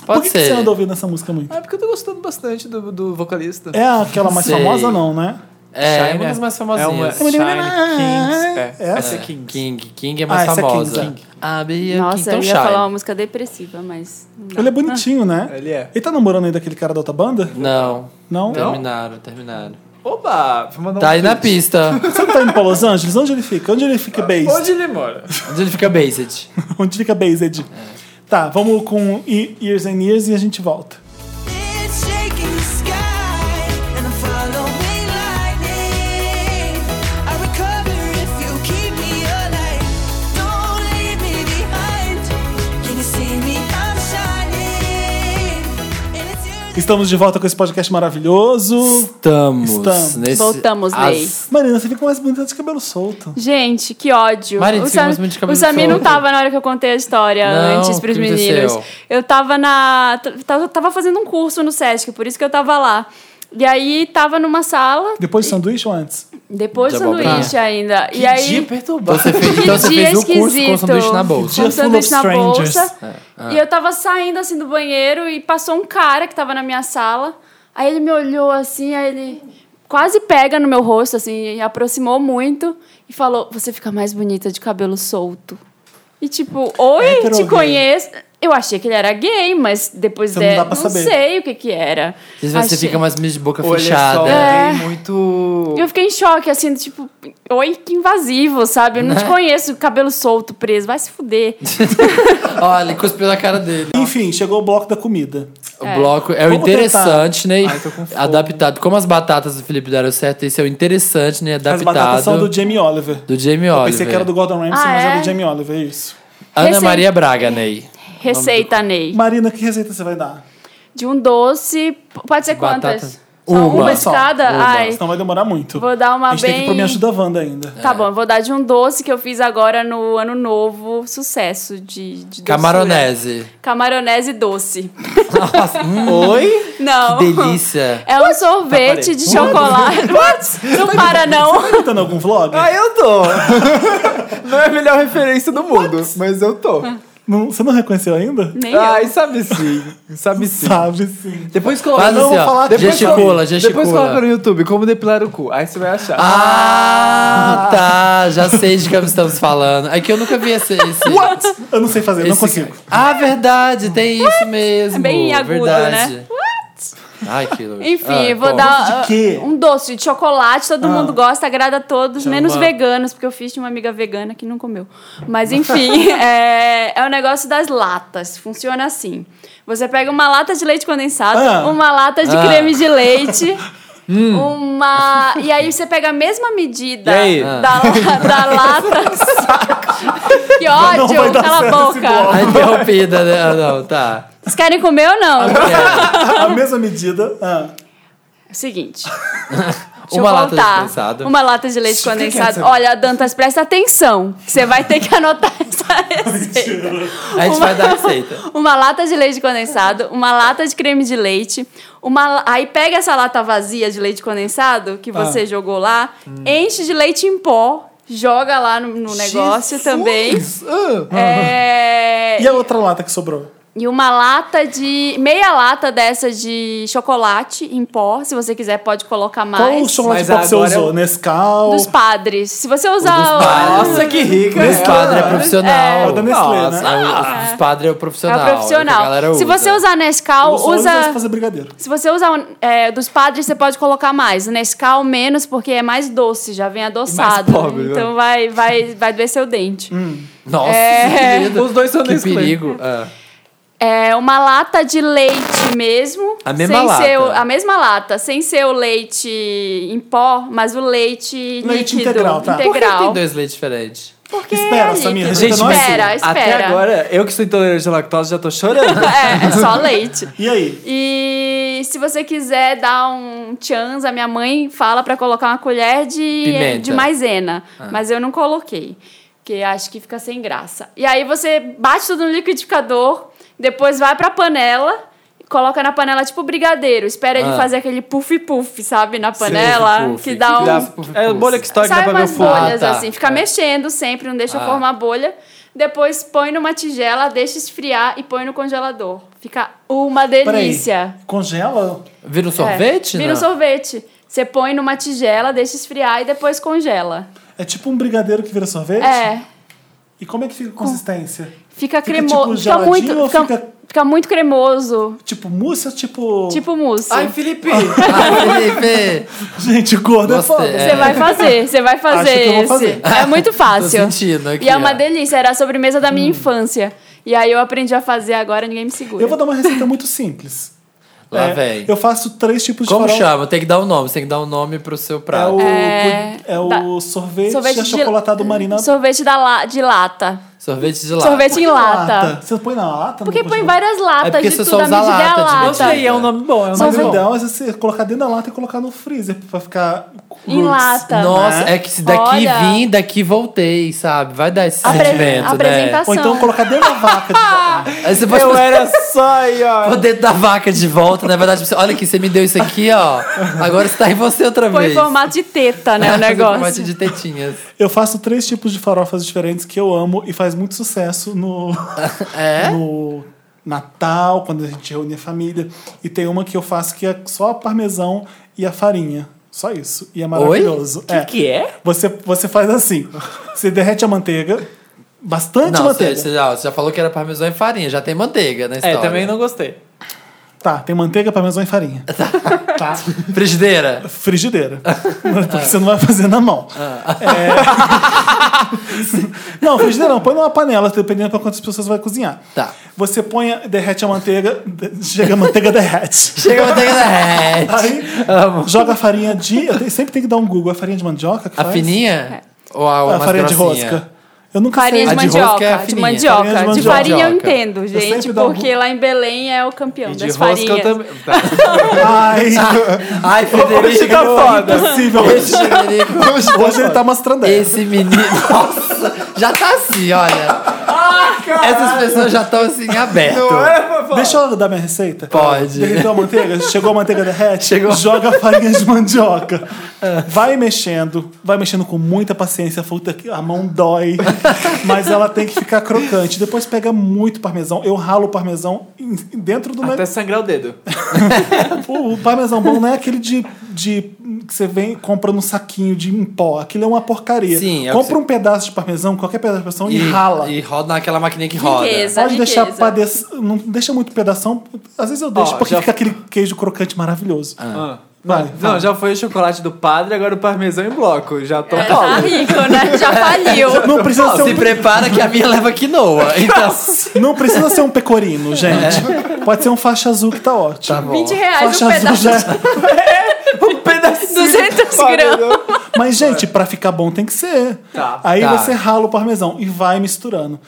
S1: Por
S2: Pode
S1: que, que
S2: ser.
S1: você anda ouvindo essa música muito?
S5: Ah, porque eu tô gostando bastante do, do vocalista.
S1: É aquela mais
S2: Sei.
S1: famosa, não, né?
S2: É, é uma
S5: Shine
S2: das mais
S5: É uma
S2: famosinhas.
S5: Shine Kings. É,
S1: É?
S5: essa é Kings.
S2: King. King é mais
S1: Ah, essa é
S2: famosa.
S1: King,
S2: Ah, Bia, King.
S3: Nossa,
S2: Então,
S3: eu
S2: Shine.
S3: ia falar uma música depressiva, mas. não dá.
S1: Ele é bonitinho,
S2: Ah.
S1: né?
S5: Ele é.
S1: Ele tá namorando ainda aquele cara da outra banda?
S2: Não.
S1: Não?
S2: Terminaram, terminaram.
S5: Oba! Vou mandar
S2: Tá
S5: um
S2: aí na
S5: tweet.
S2: pista.
S1: Você não tá indo pra Los Angeles? Onde ele fica? Onde ele fica based?
S5: Onde ele mora?
S2: Onde ele fica based.
S1: Onde fica based? Tá, vamos com Ye- Years and Years e a gente volta.
S7: It's shaking the sky.
S1: Estamos de volta com esse podcast maravilhoso.
S2: Estamos.
S1: Estamos.
S2: Nesse,
S3: Voltamos, Ney.
S1: Marina, você fica mais bonita de cabelo solto.
S3: Gente, que ódio.
S2: Marina,
S3: o
S2: você gosta
S3: Sam,
S2: muito de cabelo
S3: o Samir
S2: solto.
S3: não tava na hora que eu contei a história
S2: Não,
S3: antes pros
S2: o que
S3: meninos.
S2: aconteceu?
S3: Eu tava na. t- tava- Tava fazendo um curso no Sesc, por isso que eu tava lá. E aí tava numa sala,
S1: Depois do sanduíche ou antes?
S3: depois do
S2: De abobrinha.
S3: sanduíche ainda. e aí.
S1: perturbado.
S2: Você fez,
S3: Que
S2: então você
S3: dia
S2: fez o curso com o
S3: esquisito.
S2: sanduíche na bolsa.
S1: dia
S3: Com
S1: full
S3: sanduíche
S1: of
S3: na
S1: strangers.
S3: bolsa. E eu tava saindo assim do banheiro e passou um cara que tava na minha sala. Aí ele me olhou assim, aí ele quase pega no meu rosto, assim, e aproximou muito e falou: Você fica mais bonita de cabelo solto. E tipo, oi,
S1: Hétero
S3: te
S1: ou gay?
S3: conheço. Eu achei que ele era gay, mas depois
S1: Então não
S3: de-
S1: dá pra saber.
S3: sei o que que era.
S2: Às vezes você
S3: Achei-
S2: fica mais meio de boca
S5: Olha só,
S2: fechada.
S5: é.
S3: É.
S5: muito...
S3: eu fiquei em choque, assim, tipo, oi, que invasivo, sabe? Eu não te conheço, cabelo solto, preso, vai se fuder.
S2: Olha, ele cuspiu na cara dele.
S1: Enfim, chegou o bloco da comida.
S2: O
S3: É.
S2: bloco é o
S1: Vamos
S2: interessante, né?
S5: Ai, tô com fome.
S2: adaptado. Como as batatas do Felipe deram certo, esse é o interessante, né?
S1: As batatas são
S2: Adaptado
S1: do Jamie Oliver.
S2: do Jamie
S1: Eu
S2: Oliver.
S1: pensei que era do Gordon Ramsay,
S3: Ah,
S1: mas é?
S3: é?
S1: do Jamie Oliver, é isso.
S2: Ana
S3: Recente.
S2: Maria Braga, Ney.
S3: é Receita, Ney.
S1: Marina, que receita você vai dar?
S3: De um doce. p- Pode ser quantas?
S2: Batata.
S3: Só
S2: Uma.
S3: uma de
S2: Só.
S3: cada?
S2: Uma.
S3: Ai.
S1: Tá, Senão vai demorar muito.
S3: É. Vou dar
S1: a
S3: uma
S1: gente tem que ir pro
S3: bem-
S1: Me Ajuda Wanda ainda.
S3: Tá bom, eu vou dar de um doce que eu fiz agora no ano novo. Sucesso de, de doçura.
S2: Camaronese.
S3: Camaronese doce.
S2: Nossa,
S3: é
S2: hum,
S5: Oi?
S3: Não.
S2: que delícia.
S3: É um sorvete de chocolate. What? Não para, não.
S1: Tá dando algum vlog?
S5: Ah, eu tô. não é a melhor referência do mundo, mas eu tô.
S1: Não- você não reconheceu ainda?
S3: Nem
S5: Ai,
S3: eu.
S5: sabe sim. Sabe sim.
S1: Sabe sim.
S5: Depois coloca.
S2: Faz
S5: não,
S2: assim,
S5: vou
S2: ó.
S5: falar depois
S2: Gesticula,
S5: coloca-
S2: gesticula.
S5: Depois coloca no YouTube como depilar o cu. Aí você vai achar.
S2: Ah, tá. Já sei de que estamos falando. É que eu nunca vi esse. esse
S1: Eu não sei fazer, não
S2: esse-
S1: consigo.
S2: Ah, verdade, tem isso mesmo.
S3: É bem agudo,
S2: verdade.
S3: né?
S2: Ai, que louco.
S3: Enfim,
S2: Ah,
S3: vou
S2: bom.
S3: dar
S1: de quê? Ah.
S3: ah, um doce de chocolate, todo mundo gosta, agrada a todos,
S2: Chama.
S3: menos veganos, porque eu fiz de uma amiga vegana que não comeu. Mas enfim, é, é o negócio das latas. Funciona assim: você pega uma lata de leite condensado,
S1: Ah. Hum.
S3: uma lata de
S2: Ah.
S3: creme de leite. Uma. E aí você pega a mesma medida
S5: E aí?
S3: da,
S1: Ah.
S3: la- da lata. que ódio!
S1: vai dar
S3: Cala a
S1: certo esse bloco.
S2: A
S3: boca!
S2: interrompida, né? Ah, Não, tá.
S3: Vocês querem comer ou não?
S1: a mesma medida. Ah,
S3: É o seguinte. Deixa
S2: Uma
S3: eu
S2: lata de
S3: contar.
S2: condensado.
S3: Uma lata de leite
S1: Isso, o que que é
S3: condensado.
S1: essa?
S3: Olha, Dantas, presta atenção. que Você vai ter que anotar essa receita.
S2: A gente vai dar a receita.
S3: Uma lata de leite condensado, uma lata de creme de leite, uma aí pega essa lata vazia de leite condensado
S1: Ah.
S3: que você jogou lá, enche de leite em pó, joga lá no, no negócio também.
S5: Ah,
S3: É,
S1: Ah. e a outra lata que sobrou?
S3: e uma lata de. meia lata dessa de chocolate em pó. Se você quiser, pode colocar mais.
S1: Qual o chocolate
S5: Mas
S1: pop você
S5: agora
S1: usou?
S5: eu-
S1: Nescau?
S3: Dos padres. Se você usar. é
S2: dos padres.
S5: Nossa, que rica.
S2: Os
S5: ela.
S2: padres
S3: Ah.
S2: é profissional.
S1: É, da Nestlé,
S2: Nossa,
S1: né?
S2: é o- Os padres é o
S3: É
S2: profissional. que
S3: o
S2: a galera
S3: profissional. Se
S2: usa.
S3: você usar Nescau,
S1: Eu só uso essa pra
S3: Ah, usa.
S1: fazer brigadeiro.
S3: Se você usar é, dos padres, você pode colocar mais. Nescau menos, porque é mais doce, já vem adoçado.
S5: pobre, né?
S3: então vai, vai, vai doer seu dente.
S2: Nossa,
S3: É.
S2: que perigo.
S5: Os dois são
S2: Que
S5: Nestlé.
S2: perigo. Ah.
S3: É uma lata de leite mesmo.
S2: A mesma
S3: sem
S2: lata.
S3: ser o- a mesma lata, sem ser o leite em pó, mas o leite,
S1: Leite
S3: líquido.
S1: integral, tá.
S2: Por que que tem
S3: integral.
S2: dois leites diferentes?
S3: Porque
S1: Espera,
S3: é
S1: Samir,
S3: líquido.
S1: receita nossa?
S3: espera,
S5: Então, Até
S3: espera.
S5: agora, eu que sou intolerante à lactose já tô chorando.
S3: é, é só leite.
S1: assim. E aí?
S3: E se você quiser dar um chance, a minha mãe fala pra colocar uma colher de,
S2: Pimenta. Ah.
S3: de maisena. Mas eu não coloquei, porque acho que fica sem graça. E aí você bate tudo no liquidificador, depois vai pra panela, coloca na panela tipo brigadeiro. Espera ele
S2: Ah.
S3: fazer aquele puff-puff, sabe, na panela,
S2: puff,
S3: Né, que dá
S2: que
S3: um...
S2: dá
S5: É bolha que estoura que dá
S3: Sai
S5: pra ver o
S3: umas
S5: fundo.
S2: Ah,
S3: bolhas,
S2: tá.
S3: assim. Fica
S2: É.
S3: mexendo sempre, não deixa
S2: Ah.
S3: formar bolha. Depois põe numa tigela, deixa esfriar e põe no congelador. Fica uma delícia.
S1: Peraí, congela?
S2: Vira um sorvete?
S3: É. Vira
S2: não?
S3: um sorvete. Você põe numa tigela, deixa esfriar e depois congela.
S1: É tipo um brigadeiro que vira sorvete?
S3: É.
S1: E como é que fica a consistência? Fica,
S3: Fica
S1: tipo,
S3: cremoso. Fica,
S1: geladinho
S3: muito.
S1: ou
S3: Fica,
S1: fica-
S3: fica muito cremoso.
S1: Tipo mousse ou tipo...
S3: Tipo mousse.
S5: Ai, Felipe.
S2: Ah, Felipe!
S1: Gente, gordo é
S2: Gostei,
S1: foda.
S2: é.
S3: Você vai fazer, você vai fazer
S1: Acho que eu vou
S3: esse.
S1: fazer.
S3: É muito fácil.
S2: Tô sentindo aqui,
S3: e é uma
S2: ó.
S3: delícia, era a sobremesa da minha infância. E aí eu aprendi a fazer agora, ninguém me segura.
S1: Eu vou dar uma receita muito simples.
S2: Lá
S1: É,
S2: vem.
S1: Eu faço três tipos de
S2: Como
S1: farol.
S2: chama? Tem que dar um nome. Tem que dar um nome pro seu
S1: É
S2: prato.
S1: o,
S3: É,
S1: é o
S3: da-
S1: sorvete,
S3: sorvete de-
S1: achocolatado marina
S3: Sorvete da la- de lata.
S2: Sorvete de lata.
S3: Sorvete em Ah, lata. É
S1: Você põe na lata?
S3: Porque
S1: não
S3: põe
S1: pode-
S3: várias latas
S2: porque
S3: de
S2: você
S3: tudo,
S2: só
S3: a
S2: usa
S3: medida é a
S2: lata,
S3: lata.
S2: gente.
S5: Eu sei, é um nome bom, é um
S1: Mas
S5: nome
S1: o
S5: bom.
S1: ideal é você colocar dentro da lata e colocar no freezer pra ficar.
S3: Em lata.
S2: Nossa,
S1: Né?
S2: é que se daqui
S3: Olha.
S2: vim, daqui voltei, sabe? Vai dar esse
S3: Apre-
S2: sentimento, né?
S3: apresentação.
S1: Ou então colocar dentro da vaca. De...
S2: Aí você pode
S5: Eu era só aí, ó.
S2: pôr dentro É da vaca de volta, na verdade, você- olha aqui, você me deu isso aqui, ó. Agora está em você outra
S3: Põe em
S2: vez.
S3: formato de teta, né, o
S2: Em formato
S3: negócio.
S2: de tetinhas.
S1: Eu faço três tipos de farofas diferentes que eu amo e faz muito sucesso no,
S2: É?
S1: no Natal, quando a gente reúne a família. E tem uma que eu faço que é só parmesão e a farinha. Só isso. E é maravilhoso. é.
S5: que é?
S1: Você, você faz assim: você derrete a manteiga, bastante
S2: Não, você,
S1: É manteiga.
S2: você já, você já falou que era parmesão e farinha, já tem manteiga na
S5: É,
S2: história.
S5: também não gostei.
S1: Tá, tem manteiga, parmesão e farinha. tá.
S2: Frigideira.
S1: Frigideira. Porque você não vai fazer na mão. É... não, frigideira não. Põe numa panela, dependendo para quantas pessoas vai cozinhar.
S2: Tá.
S1: Você põe, a- derrete a manteiga, de- chega a manteiga derrete.
S2: Chega a manteiga da
S1: É.
S2: Red.
S1: Aí, joga a farinha de... eu te- sempre tem que dar um Google. A farinha de mandioca que
S2: A
S1: faz?
S3: É.
S2: fininha? Ou a,
S1: Ou
S2: a
S1: A
S2: mais
S1: farinha de
S2: grossinha?
S1: rosca. Eu nunca
S3: Farinha de
S1: sei.
S2: A de rosca
S3: mandioca,
S2: é a
S3: de
S2: fininha.
S3: mandioca.
S1: Farinha de
S3: de,
S1: mandioca.
S3: farinha eu entendo, gente,
S1: sempre dou
S3: porque lá em Belém é o campeão
S5: E de
S3: das
S5: rosca eu
S3: farinhas.
S5: também. Tá.
S1: Ai, é
S2: Ai, Frederico.
S5: Hoje tá foda.
S1: impossível.
S2: Esse Frederico.
S1: Hoje ele tá mostrando ela.
S2: Esse menino. Nossa, já tá assim, olha. Essas pessoas já estão assim abertas.
S1: Deixa eu dar minha receita.
S2: Pode.
S1: Derreteu a manteiga? Chegou a manteiga derrete? Chegou. Joga a farinha de mandioca.
S2: É.
S1: Vai mexendo, vai mexendo com muita paciência. A fruta que- a mão dói, mas ela tem que ficar crocante. Depois pega muito parmesão. Eu ralo o parmesão em- dentro do
S5: Até
S1: meu.
S5: sangrar o dedo.
S1: O, o parmesão bom não é aquele de, de que você vem e compra num saquinho de em pó. Aquilo é uma porcaria.
S2: Sim, é o que
S1: compra
S2: você-
S1: um pedaço de parmesão, qualquer pedaço de parmesão e, rala.
S2: E roda naquela maquininha que roda.
S3: Riqueza.
S1: Pode deixar
S3: riqueza.
S1: padeço, não deixa muito pedação. Às vezes eu deixo,
S5: Ó,
S1: porque
S5: já-
S1: fica aquele queijo crocante maravilhoso.
S5: Ah.
S1: Vai,
S5: não,
S1: fala.
S5: já foi o chocolate do padre, agora o parmesão em bloco. Já tô um
S3: É,
S5: Paulo.
S3: tá rico, né? Já faliu.
S1: Não precisa,
S2: Não,
S1: ser
S2: se
S1: um,
S2: prepara que a minha leva quinoa. Então,
S1: não precisa ser um pecorino, gente. Pode ser um faixa azul que tá ótimo.
S2: tá bom.
S3: 20 reais
S1: Faixa
S3: um
S1: azul
S3: pedaço.
S1: já.
S5: Um pedacinho.
S3: 200
S5: de parmesão.
S1: Mas, gente, pra ficar bom tem que ser.
S5: Tá.
S1: Aí
S2: Tá.
S1: você rala o parmesão e vai misturando.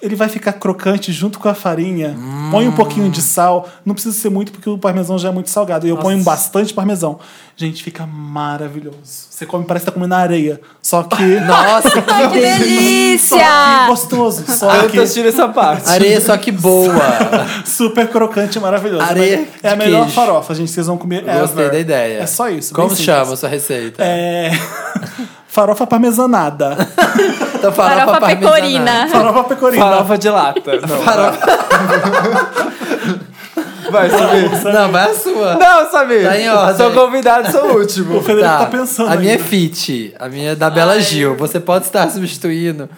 S1: Ele vai ficar crocante junto com a farinha. Põe um pouquinho de sal. Não precisa ser muito, porque o parmesão já é muito salgado. E eu ponho bastante parmesão. Gente, fica maravilhoso. Você come, parece que tá comendo areia. Só que.
S2: Nossa, Ah,
S3: Ai,
S1: Só
S3: que
S1: que
S3: delícia!
S1: gostoso. Só
S5: Eu
S1: que
S5: tô tirando essa parte.
S2: areia só que boa.
S1: super crocante e maravilhoso.
S2: Areia
S1: Mas É a
S2: de
S1: melhor
S2: queijo.
S1: farofa, gente. Vocês vão comer
S2: Gostei
S1: ever.
S2: da ideia.
S1: É só isso.
S2: Como
S1: bem simples.
S2: chama a sua receita?
S1: É... farofa parmesanada.
S2: Então,
S3: Farofa
S2: parmesanada.
S3: pecorina.
S1: Farofa pecorina.
S5: Farofa de lata. Não. Vai, Samir.
S2: Não, vai a sua.
S5: Não, Samir.
S2: Tá em ordem.
S5: Sou convidado, sou o último.
S1: O Federico tá, pensando
S2: A minha é
S1: ainda.
S2: fit, a minha é da Bela Gil. Você pode estar substituindo.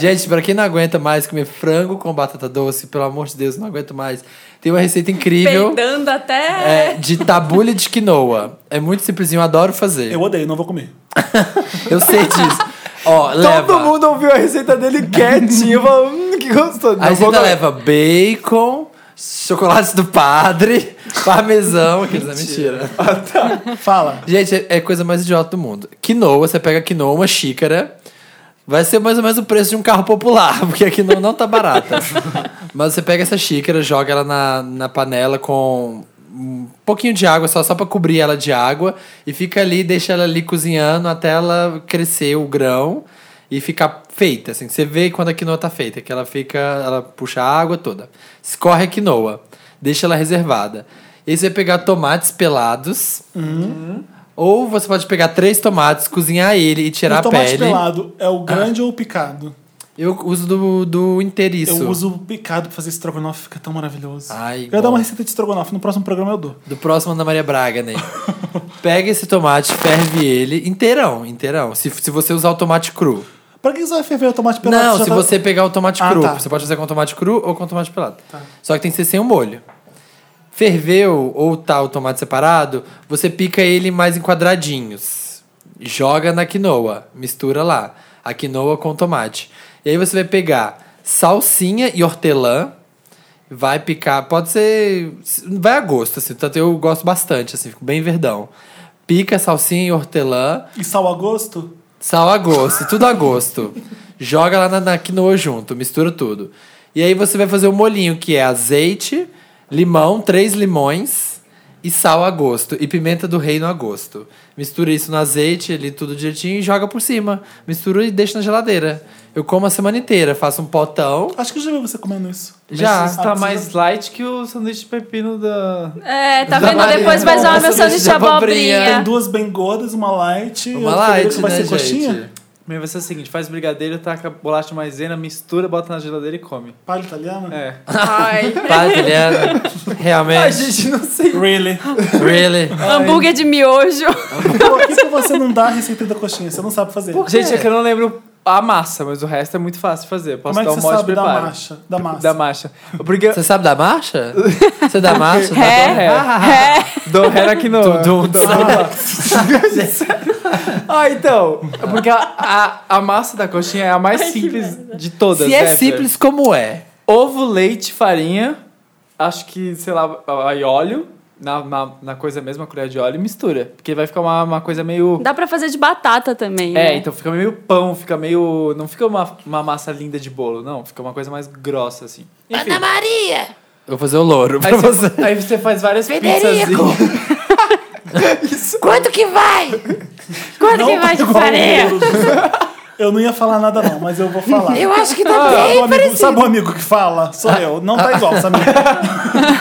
S2: Gente, pra quem não aguenta mais comer frango com batata doce, pelo amor de Deus, não aguento mais. Tem uma receita incrível
S3: Peidando até.
S2: é, de tabule de quinoa. É muito simplesinho, eu adoro fazer.
S1: Eu
S2: Eu,
S1: odeio, não vou comer.
S2: sei disso. Ó, leva.
S5: Todo mundo ouviu a receita dele quietinho. Falou, hum, que gostoso.
S2: Aí você tá
S5: vou
S2: ainda
S5: comer.
S2: leva bacon, chocolate do padre, parmesão, aqueles é mentira.
S1: Fala.
S2: Gente, é- é a coisa mais idiota do mundo. Quinoa, você pega quinoa, uma xícara. Vai ser mais ou menos o preço de um carro popular, porque a quinoa não tá barata. Mas você pega essa xícara, joga ela na, na panela com um pouquinho de água, só, só pra cobrir ela de água. E fica ali, deixa ela ali cozinhando até ela crescer o grão e ficar feita. Assim. Você vê quando a quinoa tá feita, que ela fica. Ela puxa a água toda. Escorre a quinoa, deixa ela reservada. E aí você vai pegar tomates pelados.
S1: Uhum.
S2: Ou você pode pegar três tomates, cozinhar ele e tirar
S1: o
S2: a
S1: tomate
S2: pele. Ah.
S1: pelado é o grande ou o picado?
S2: Eu uso do, do inteiriço.
S1: Eu uso o picado pra fazer estrogonofe, fica tão maravilhoso.
S2: Ai,
S1: eu ia dar
S2: bom.
S1: uma receita de estrogonofe, no próximo programa eu dou.
S2: Do próximo Ana Maria Braga, né? Pega esse tomate, ferve ele inteirão, inteirão. Se, se você usar o tomate cru.
S1: Pra que você vai ferver o tomate pelado?
S2: Não,
S1: já
S2: se
S1: tá-
S2: você pegar o tomate
S1: Ah,
S2: cru.
S1: tá.
S2: Você pode fazer com tomate cru ou com tomate pelado. Só que tem que ser sem o molho. Ferveu ou tá o tomate separado, você pica ele mais em quadradinhos. Joga na quinoa, mistura lá. A quinoa com o tomate. E aí você vai pegar salsinha e hortelã. Vai picar, pode ser. Vai a gosto, assim. Tanto eu gosto bastante, assim, fico bem verdão. Pica salsinha e hortelã.
S1: E sal a gosto?
S2: Sal a gosto, tudo a gosto. joga lá na, na quinoa junto, mistura tudo. E aí você vai fazer o molhinho, que é azeite, limão, três limões e sal a gosto. E pimenta do reino a gosto. Mistura isso no azeite, ali tudo direitinho e joga por cima. Mistura e deixa na geladeira. Eu como a semana inteira, faço um potão.
S1: Acho que eu já vi você comendo isso.
S2: Já.
S5: Isso tá
S2: um-
S5: mais light que o sanduíche de pepino da.
S3: É, tá
S2: Da
S3: vendo?
S2: Maria,
S3: Depois vai
S2: não,
S3: usar uma
S2: essa
S3: versão de
S2: deixa de abobrinha.
S1: Tem
S3: abobrinha.
S1: duas bem gordas, uma light.
S2: Uma
S1: outra
S2: light,
S1: vai
S2: né,
S1: ser
S2: gente?
S1: coxinha.
S5: Meu, vai ser o seguinte: faz brigadeiro, taca bolacha maisena, mistura, bota na geladeira e come.
S1: Palha italiana?
S5: É.
S3: Ai.
S2: Padre, Helena, realmente.
S5: não sei.
S1: Really?
S2: Really?
S3: Hambúrguer de miojo.
S1: Por que, que você não dá a receita da coxinha? Você não sabe fazer.
S5: Por Gente, é que eu não lembro a massa, mas o resto é muito fácil de fazer. Posso
S1: Como é que
S5: dar um
S1: você
S5: modo de
S1: sabe da
S5: preparo.
S1: marcha? Da massa.
S5: Da marcha. Porque.
S2: Você sabe da marcha? Você dá marcha? Tá
S3: É.
S2: bom?
S5: Ré. Do ré aqui no.
S2: Tudum.
S5: Ah, então. Porque a, a, a massa da coxinha é a mais simples de todas.
S2: Se é
S5: ever.
S2: simples, como é?
S5: Ovo, leite, farinha. Acho que, sei lá, aí óleo. Na, na, na coisa mesma, colher de óleo e mistura. Porque vai ficar uma, uma coisa meio.
S3: Dá pra fazer de batata também.
S5: É,
S3: né?
S5: então fica meio pão, fica meio. Não fica uma, uma massa linda de bolo, não. Fica uma coisa mais grossa, assim. Enfim.
S2: Eu vou fazer o louro pra
S5: Aí
S2: você.
S5: você, aí você faz várias pizzas.
S3: Quanto que vai? Quanto que vai de farinha?
S1: Eu não ia falar nada, não, mas eu vou falar.
S6: Eu acho que
S1: Ah,
S6: tá
S1: sabe, o
S6: bem
S1: amigo,
S6: parecido.
S1: sabe o amigo que fala? Sou eu. Não tá igual, sabe?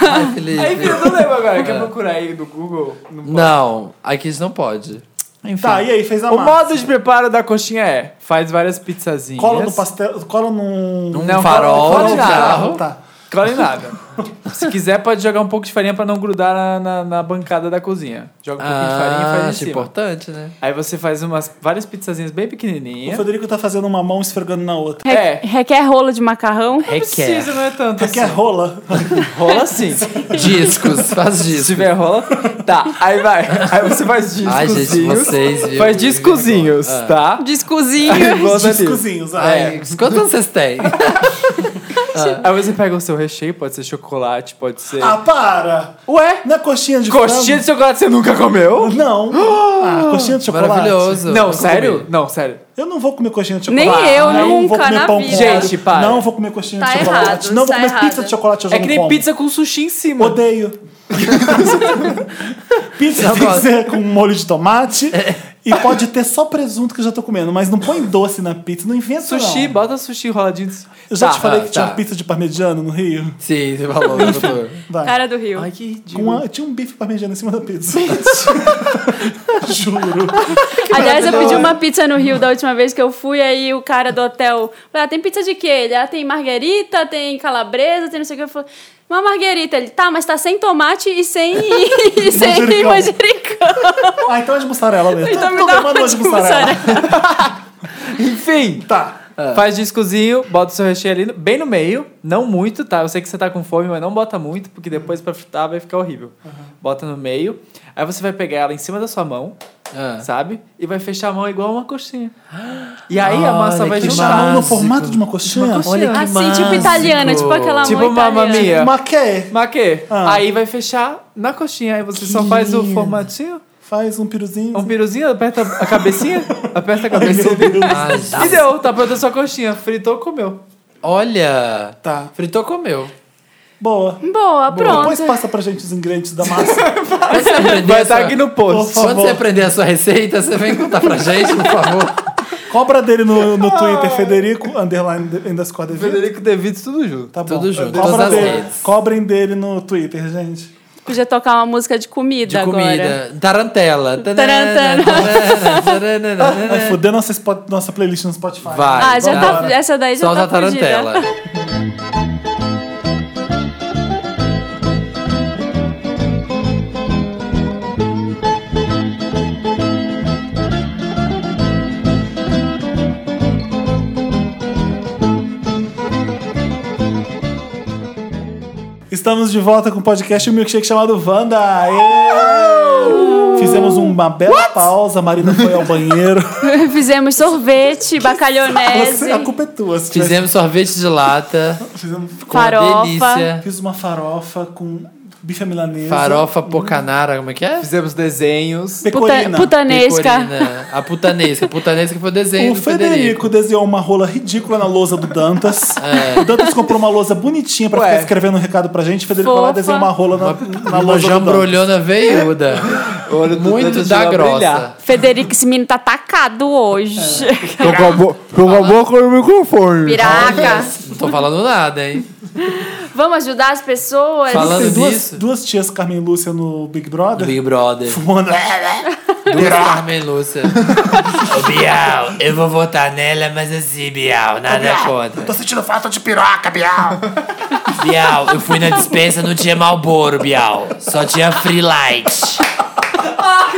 S2: Ai, Felipe.
S5: Aí eu não lembro agora. Quer procurar aí no Google? Não pode.
S2: Não, aqui isso não pode.
S1: Tá, e aí, fez a
S5: O
S1: massa.
S5: modo de preparo da coxinha é: faz várias pizzazinhas.
S1: Cola no pastel. Cola num.
S2: Um
S5: Não,
S2: farol
S5: pode
S2: de
S5: não.
S2: carro.
S1: Tá.
S5: Cola em nada. Se quiser, pode jogar um pouco de farinha pra não grudar na, na, na bancada da cozinha. Joga um pouquinho de farinha e
S2: Ah,
S5: faz
S2: acho
S5: em cima.
S2: importante, né?
S5: Aí você faz umas várias pizzazinhas bem
S1: O
S5: pequenininhas.
S1: Federico tá fazendo uma mão esfregando na outra.
S3: Re-
S5: É.
S3: Requer rolo de macarrão?
S5: Não precisa, não é tanto.
S1: Quer
S5: Assim.
S1: rola?
S5: Rola sim.
S2: Discos, faz
S5: Se
S2: discos.
S5: tiver rola, tá. Aí vai. Aí você faz
S2: Ai, gente,
S5: discozinhos.
S2: vocês, viu?
S5: Faz discozinhos,
S2: Ah.
S5: tá?
S3: Discozinho.
S5: Volta ali.
S1: Discozinhos. Ah,
S5: é.
S2: Ai, quantos anos vocês têm?
S5: Aí você pega o seu recheio, pode ser chocolate, pode ser.
S1: ah, para!
S5: Ué?
S1: Na coxinha de
S5: Coxinha de chocolate você nunca comeu?
S1: frango? Não. Ah, coxinha de chocolate.
S2: Maravilhoso.
S5: Não,
S2: Nunca
S5: sério?
S2: comi.
S5: Não, sério.
S1: Eu não vou comer coxinha de
S3: Nem
S1: chocolate.
S3: eu,
S1: não vou
S3: nunca
S1: comer
S3: na
S1: pão com
S3: vida.
S1: óleo.
S5: Gente, para.
S1: Não vou comer coxinha
S3: Tá
S1: de chocolate.
S3: errado,
S1: não vou
S3: tá
S1: comer pizza
S3: errado.
S1: de chocolate, eu já
S5: É que
S1: não
S5: nem
S1: como.
S5: pizza com sushi em cima.
S1: Odeio. pizza
S2: Eu
S1: tem que
S2: gosto.
S1: ser com molho de tomate.
S5: É.
S1: E pode ter só presunto que eu já tô comendo, mas não põe doce na pizza, não inventa
S5: Sushi,
S1: não.
S5: bota sushi roladinho. de-
S1: Eu já
S5: Tá,
S1: te falei que
S2: tá.
S1: tinha pizza de parmegiano no Rio.
S2: Sim, você falou, doutor.
S1: Vai.
S3: Cara do Rio.
S5: Ai, que
S1: Com
S5: ridículo.
S1: uma- tinha um bife parmegiano em cima da pizza. Juro.
S3: Aliás, eu pedi uma pizza no Rio da última vez que eu fui, aí o cara do hotel falou: ah, tem pizza de quê? Ele, ah, tem marguerita, tem calabresa, tem não sei o que. Eu falei, uma marguerita. Ele, tá, mas tá sem tomate e sem, e sem
S1: Manjericão.
S3: manjericão.
S1: Ah, então é de mussarela mesmo.
S3: Então me
S1: Tô
S3: dá
S1: tomando
S3: uma
S1: hoje
S3: de mussarela.
S5: Enfim,
S1: Tá.
S2: É.
S5: faz discozinho, bota o seu recheio ali no- bem no meio. Não muito, tá? Eu sei que você tá com fome, mas não bota muito, porque depois pra fritar vai ficar horrível. Bota no meio. Aí você vai pegar ela em cima da sua mão,
S2: Ah.
S5: sabe? E vai fechar a mão igual uma coxinha. E aí a
S2: Olha
S5: massa vai
S2: que
S1: Deixar a
S5: juntar.
S1: mão no
S2: básico.
S1: formato de uma coxinha.
S5: Uma coxinha.
S2: Olha que
S3: Assim,
S2: mágico.
S3: tipo italiana, tipo aquela
S5: Tipo
S3: mão
S5: Mamma
S3: italiana.
S5: Mia.
S1: Maquê.
S5: Mas que?
S1: Ah.
S5: Aí vai fechar na coxinha. Aí você só faz o
S1: lindo.
S5: formatinho,
S1: Faz um piruzinho.
S5: um piruzinho, aperta a cabecinha, aperta a cabecinha.
S2: Ai,
S5: E
S2: gente.
S5: deu, tá pronta a sua coxinha. Fritou, comeu.
S2: Olha,
S1: Tá.
S2: fritou, comeu.
S1: Boa.
S3: Boa, pronto.
S1: Depois passa pra gente os ingredientes da massa.
S2: Quando você aprender
S5: Vai
S2: a sua-
S5: estar tá aqui no
S1: Por
S5: post.
S1: favor.
S2: Quando você aprender a sua receita, você vem contar pra gente, por favor.
S1: Compra dele no, no Twitter, Federico, underline, de- underscore devido.
S5: Federico Devido, tudo junto.
S1: Tá bom.
S2: Tudo junto,
S1: Cobra
S2: todas as
S1: dele,
S2: redes.
S1: Cobrem dele no Twitter, gente.
S3: Podia tocar uma música de comida
S2: De
S3: agora.
S2: comida. Tarantela.
S3: Tarantana.
S1: Vai foder nossa, spot- nossa playlist no Spotify.
S2: É. Vai.
S3: Ah, já tá,
S1: Vambora.
S3: essa daí já
S2: Solta a
S3: tá fugida.
S2: tarantela.
S1: Estamos de volta com o podcast O Milkshake chamado Wanda. Aê! Fizemos uma bela pausa, a Marina foi ao banheiro.
S3: Fizemos sorvete, bacalhonese,
S1: Você, a culpa é tua. se tivesse-
S2: Fizemos sorvete de lata.
S1: Fizemos-
S2: Com uma
S3: Farofa.
S2: delícia.
S1: Fiz uma farofa com bife à milanesa.
S2: Farofa pocanara, como é que é?
S5: Fizemos desenhos.
S1: Pecorina.
S3: Puta, putanesca.
S2: Pecorina. A putanesca. A putanesca foi o desenho
S1: O
S2: É, do Federico. É.
S1: Federico desenhou uma rola ridícula na lousa do Dantas. O Dantas comprou uma lousa bonitinha pra
S5: Ué.
S1: ficar escrevendo um recado pra gente. O Federico foi lá e
S3: Fofa.
S1: desenhou uma rola na, na
S2: Uma
S1: lousa do Dantas.
S2: jambrolhona veiuda.
S5: Olho do
S2: Muito
S5: Dantas
S2: da
S5: chegou a
S2: grossa.
S5: brilhar.
S3: Federico, esse menino tá atacado hoje.
S2: É.
S5: Tô com a bo- tô com a boca no microfone.
S3: Piraca.
S2: Não tô falando nada, hein?
S3: Vamos ajudar as pessoas?
S2: Fala- Falando
S1: Tem duas,
S2: disso-
S1: duas tias Carmen e Lúcia no Big
S2: Do
S1: Brother.
S2: Big Brother.
S1: Fumando.
S2: Do Carmen Lúcia. Ô, Bial, eu vou votar nela, mas assim, Bial, nada contra.
S1: Tô sentindo falta de piroca, Bial.
S2: Bial, eu fui na dispensa, não tinha Malboro, Bial. Só tinha Free Light.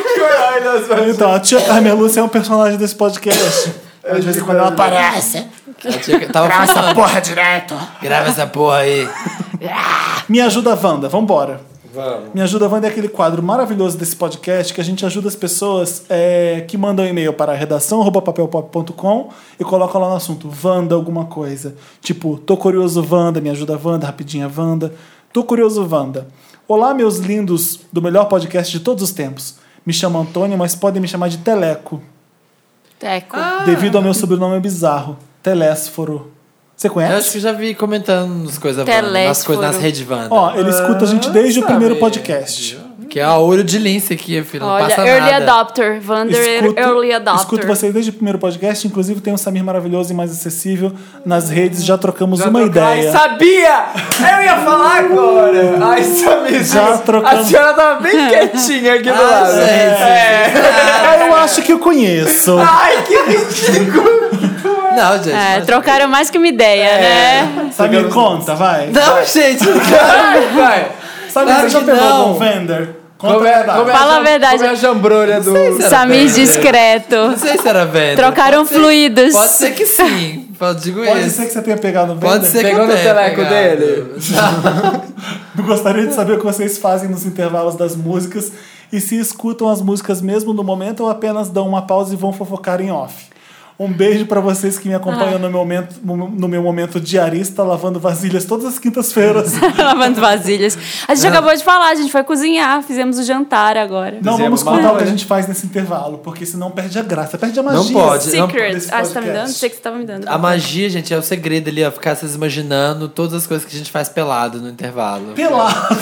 S1: Então, a tia Carmen e Lúcia é um personagem desse podcast. É, De vez em quando ela aparece.
S2: Eu tinha que- Tava Grava essa porra direto. Grava essa porra aí.
S1: Me ajuda, Wanda. Vambora. Vamos. Me ajuda, Wanda é aquele quadro maravilhoso desse podcast que a gente ajuda as pessoas é, que mandam e-mail para redação papelpop.com e colocam lá no assunto Wanda alguma coisa. Tipo, tô curioso, Wanda, me ajuda, Wanda, rapidinha, Wanda. Tô curioso, Wanda. Olá, meus lindos do melhor podcast de todos os tempos. Me chamo Antônio, mas podem me chamar de Teleco,
S3: Teco.
S1: devido ao meu sobrenome bizarro, Telésforo. Você
S2: É, Eu
S1: conhece?
S2: acho que já vi comentando as coisas Wanda, nas coisas nas
S3: Telésforo.
S2: redes Wanda.
S1: Ó, ele escuta a gente desde o
S5: sabe.
S1: primeiro podcast.
S2: Que é a olho de lince aqui, filho. Não
S3: Olha,
S2: passa
S3: Early
S2: nada.
S3: Adopter. Wander
S1: Escuto-
S3: Early Adopter.
S1: Escuto vocês desde o primeiro podcast, inclusive tem um Samir maravilhoso e mais acessível nas redes, já trocamos uma
S5: Ai,
S1: ideia.
S5: sabia! Eu ia falar agora! Ai, sabia!
S1: Já
S5: A
S1: trocamos.
S5: senhora tava bem quietinha aqui do
S2: Ah,
S5: lado.
S2: gente.
S5: É.
S1: Ah, eu acho que eu conheço.
S5: Ai, que ridículo!
S2: Não, gente.
S3: É,
S2: mas-
S3: trocaram mais que uma ideia,
S2: É.
S3: né?
S1: Samir, conta, vai.
S2: Não, gente.
S5: Vai!
S1: Samir,
S2: claro
S1: você já
S2: que
S1: pegou
S2: não.
S1: algum vendor? Conta
S5: Como é-
S1: a verdade.
S5: como é
S3: Fala a
S5: jam-
S3: verdade.
S5: Como é a jambrolha do...
S2: se era
S3: Samir
S2: Wander.
S3: discreto.
S2: Não sei se era venda.
S3: Trocaram
S2: Pode ser-
S3: fluidos.
S2: Pode ser que sim. Pode, digo
S1: Pode
S2: isso.
S1: ser que você tenha pegado um no vendor.
S2: Pode ser que
S5: Pegou
S2: eu
S5: no
S2: tenha
S5: teleco
S2: pegado.
S5: dele?
S1: Eu gostaria de saber o que vocês fazem nos intervalos das músicas e se escutam as músicas mesmo no momento ou apenas dão uma pausa e vão fofocar em off. Um beijo pra vocês que me acompanham no, meu momento, no meu momento diarista, lavando vasilhas todas as quintas-feiras.
S3: Lavando vasilhas. A
S2: É.
S3: gente acabou de falar, a gente foi cozinhar, fizemos o jantar agora.
S1: Não
S5: Dizemos
S1: vamos contar
S5: mal,
S1: o que a
S5: né?
S1: gente faz nesse intervalo, porque senão perde a graça, perde a magia.
S2: Não pode. não-
S3: Secret.
S1: desse
S3: Ah, você tá me
S1: podcast.
S3: dando? Sei que você tava me dando.
S2: A magia, gente, é o segredo ali, ó. Ficar vocês imaginando todas as coisas que a gente faz pelado no intervalo.
S1: Pelado.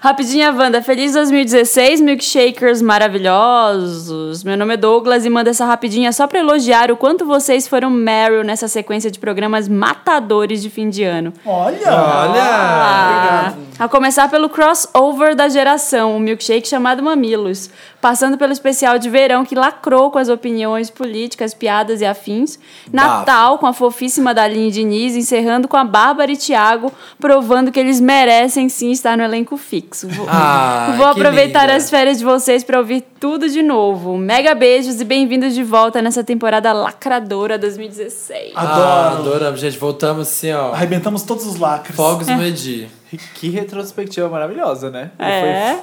S3: Rapidinha, Wanda. Feliz 2016, milkshakers maravilhosos. Meu nome é Douglas e manda essa rapidinha só pra elogiar o quanto vocês foram Meryl nessa sequência de programas matadores de fim de ano.
S1: Olha!
S3: Ah, a começar pelo crossover da geração, um milkshake chamado Mamilos, passando pelo especial de verão que lacrou com as opiniões políticas, piadas e afins, Natal com a fofíssima Daline Diniz, encerrando com a Bárbara e Tiago, provando que eles merecem sim estar no elenco fixo. Vou,
S2: Ah,
S3: vou
S2: que
S3: aproveitar
S2: linda.
S3: as férias de vocês para ouvir tudo de novo. Mega beijos e bem-vindos de volta nessa temporada lacradora 2016.
S2: Ah,
S1: Adoro.
S2: adoramos, gente. Voltamos assim, ó.
S1: Arrebentamos todos os lacres.
S2: Fogos no Edir.
S5: Que retrospectiva maravilhosa, né?
S3: É.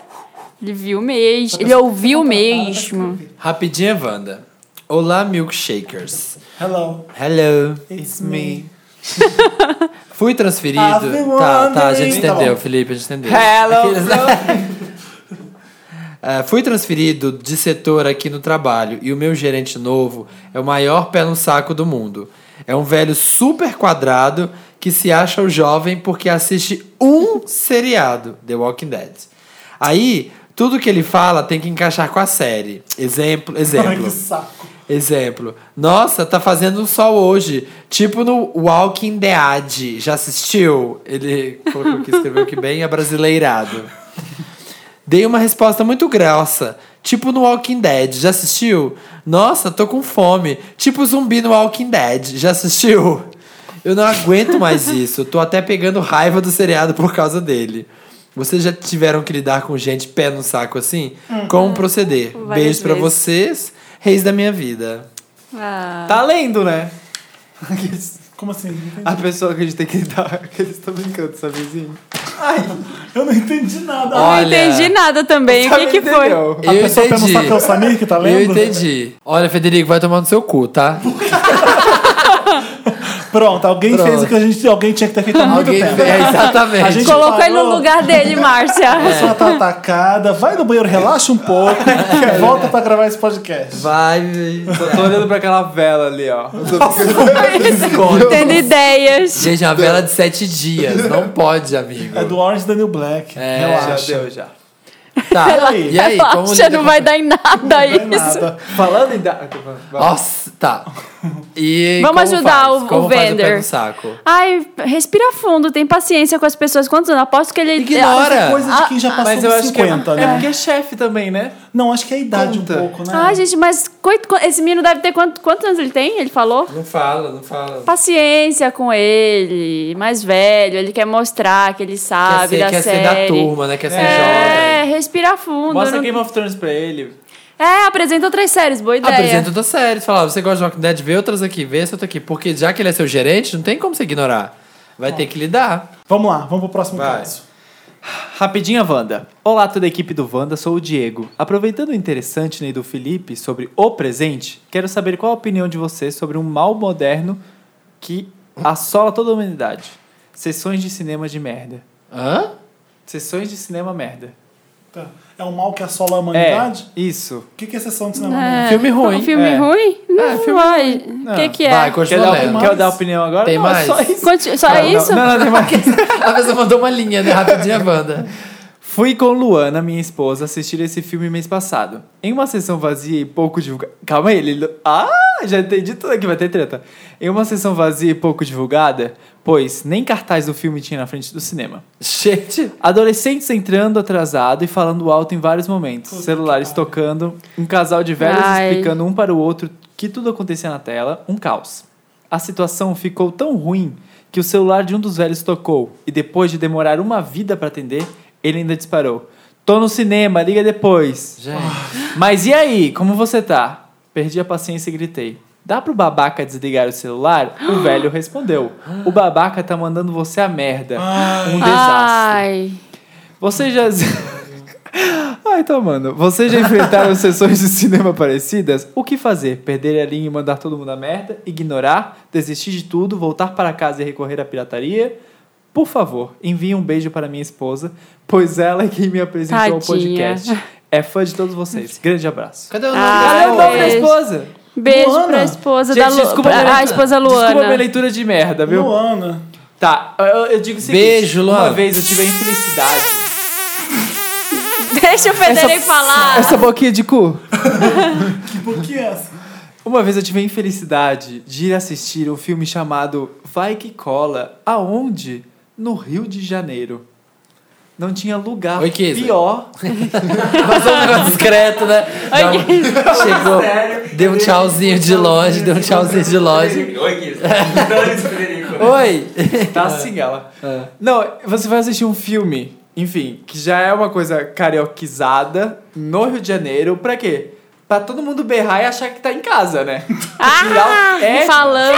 S3: Ele viu mesmo. Ele ouviu mesmo.
S2: Rapidinha, Wanda. Olá, milkshakers.
S1: Hello,
S2: Hello.
S1: it's me.
S2: Fui transferido.
S1: I've been
S2: Tá, tá, a gente
S1: wondering. Tá
S2: entendeu,
S1: bom. É.
S2: Felipe, a gente entendeu.
S5: Hello,
S2: Aqueles- Ah, fui transferido de setor aqui no trabalho e o meu gerente novo é o maior pé no saco do mundo. É um velho super quadrado que se acha o jovem porque assiste um seriado, The Walking Dead. Aí, tudo que ele fala tem que encaixar com a série. Exemplo,
S1: Ai,
S2: exemplo.
S1: que saco.
S2: Exemplo. Nossa, tá fazendo um sol hoje. Tipo no Walking Dead. Já assistiu? Ele colocou aqui, escreveu que bem abrasileirado. Dei uma resposta muito grossa. Tipo no Walking Dead. Já assistiu? Nossa, tô com fome. Tipo zumbi no Walking Dead. Já assistiu? Eu não aguento mais isso. Tô até pegando raiva do seriado por causa dele. Vocês já tiveram que lidar com gente pé no saco assim? Como proceder?
S3: Uhum. Várias
S2: Beijo pra
S3: vezes.
S2: vocês, reis da minha vida.
S3: Ah.
S5: Tá lendo, né?
S1: Como assim? Não entendi.
S5: A pessoa que a gente tem que dar, que eles estão brincando, assim? sabezinho?
S1: Eu não entendi nada.
S2: Ó,
S3: Não
S2: Olha.
S3: entendi nada também. O que, que foi?
S1: a pessoa pelo saco é o Samir que tá lendo?
S2: Eu entendi. Olha, Federico, vai tomar no seu cu, tá?
S1: Pronto, alguém
S2: Pronto.
S1: fez o que a gente, alguém tinha que ter feito há muito
S2: Alguém
S1: tempo.
S2: é,
S1: A
S2: exatamente.
S1: gente
S3: Colocou ele no
S1: parou.
S3: lugar dele, Márcia.
S1: A
S2: É.
S1: pessoa tá atacada, vai no banheiro, relaxa um pouco, e volta pra gravar esse podcast.
S2: Vai, gente.
S5: Eu tô olhando pra aquela vela ali, ó.
S3: Tendo ideias.
S2: Gente, é uma vela de sete dias. Não pode, amigo.
S1: É do Orange is the New Black.
S2: É,
S5: Já
S1: relaxa.
S5: deu, já.
S2: Tá.
S1: aí?
S2: E aí, como
S3: Relaxa, não vai dar em nada
S1: Não é
S3: isso.
S1: nada.
S5: Falando em... Da... Vai.
S2: Nossa, tá. E
S3: Vamos
S2: como
S3: ajudar
S2: faz?
S3: o-
S2: como
S3: o
S2: faz eu
S3: vendor.
S2: pego no saco?
S3: Ai, respira fundo, tem paciência com as pessoas. Quantos anos? Aposto que ele.
S2: Ignora.
S3: Ah,
S1: Coisa de quem já passou
S5: Mas eu
S1: dos
S5: acho que é,
S1: 50,
S5: é
S1: né?
S5: porque é chefe também, né?
S1: Não, acho que é a idade
S5: Conta.
S1: um pouco, né?
S3: Ah, Ai, gente, mas coit- co- esse menino deve ter quanto- quantos anos ele tem? Ele falou?
S2: Não fala, não fala.
S3: Paciência com ele, mais velho, ele quer mostrar que ele
S2: Quer
S3: sabe
S2: ser,
S3: da
S2: quer ser
S3: série.
S2: da turma, né? Quer ser jovem.
S3: É, respira fundo.
S5: Mostra
S3: não-
S5: Game of Thrones pra ele.
S3: É, apresenta outras séries, boa ideia.
S2: Apresenta outras séries. Fala, você gosta de Walking Dead? Vê outras aqui, vê essa outra aqui. Porque já que ele é seu gerente, não tem como você ignorar. Vai ter que lidar.
S1: Vamos lá, vamos pro próximo
S2: Vai.
S1: caso.
S5: Rapidinha Wanda. Olá, toda a equipe do Wanda, sou o Diego. Aproveitando o interessante Ney do Felipe sobre o presente, quero saber qual a opinião de vocês sobre um mal moderno que assola toda a humanidade. Sessões de cinema de merda.
S2: Hã?
S5: Sessões de cinema merda.
S1: Tá. É um mal que assola a
S5: É,
S1: humanidade?
S5: isso.
S1: O que, que é sessão de cinema?
S3: É,
S2: Filme ruim.
S3: Um filme
S5: É.
S3: ruim? Não,
S2: filme
S3: vai. O que,
S5: Não.
S3: que é?
S2: Vai,
S5: Quer
S2: continua
S5: dar,
S2: lendo.
S5: quer dar opinião agora?
S2: Tem
S5: Não,
S2: mais?
S5: É só isso.
S3: Conti- Só
S5: Não, não,
S3: isso?
S5: Não, não, tem mais.
S2: A pessoa mandou uma linha, né? Rapidinha, Wanda.
S5: Fui com Luana, minha esposa, assistir esse filme mês passado. Em uma sessão vazia e pouco divulgada. Calma aí, ele. Ah, já entendi tudo aqui, vai ter treta. Em uma sessão vazia e pouco divulgada, pois nem cartaz do filme tinha na frente do cinema.
S2: Gente,
S5: Adolescentes entrando atrasado e falando alto em vários momentos. Celulares tocando, um casal de velhos
S3: Ai.
S5: explicando um para o outro que tudo acontecia na tela, um caos. A situação ficou tão ruim que o celular de um dos velhos tocou e depois de demorar uma vida para atender, ele ainda disparou. Tô no cinema, liga depois. Mas e aí, como você tá? Perdi a paciência e gritei. Dá pro babaca desligar o celular? O velho respondeu. O babaca tá mandando você a merda. Um desastre.
S3: Ai.
S5: Vocês já. Ai, tá, mano. Vocês já enfrentaram sessões de cinema parecidas? O que fazer? Perder a linha e mandar todo mundo a merda? Ignorar? Desistir de tudo? Voltar para casa e recorrer à pirataria? Por favor, envie um beijo para minha esposa, pois ela é quem me apresentou ao
S3: Tadinha.
S5: podcast. É fã de todos vocês. Grande abraço.
S2: cadê o nome
S5: Cadê
S3: Ah,
S5: o
S2: da
S5: nome da
S3: beijo.
S5: esposa?
S3: Beijo
S1: Luana.
S3: pra esposa
S5: Gente,
S3: da Lu...
S5: desculpa
S3: pra-
S5: minha
S3: a
S5: leitura-
S3: esposa
S5: Desculpa
S3: Luana.
S5: minha leitura de merda, viu?
S1: Luana.
S5: Tá, eu, eu digo o seguinte.
S2: Beijo, Luana.
S5: Uma vez eu tive a infelicidade.
S3: Deixa o Federico falar.
S5: Essa boquinha de cu.
S1: Que por que é essa?
S5: Uma vez eu tive a infelicidade de ir assistir um filme chamado Vai Que Cola, aonde? No Rio de Janeiro. Não tinha lugar
S2: Oi, Kisa.
S5: pior.
S2: Passou um negócio discreto, né? Dá um- Chegou, deu um tchauzinho de longe, deu um tchauzinho de longe.
S4: Oi, tá Guiz. Feliz Federico.
S2: Oi! É.
S5: Tá assim ela. Não, você vai assistir um filme, enfim, que já é uma coisa carioquizada no Rio de Janeiro, pra quê? Pra todo mundo berrar e achar que tá em casa, né?
S3: Ah,
S5: É.
S3: falando.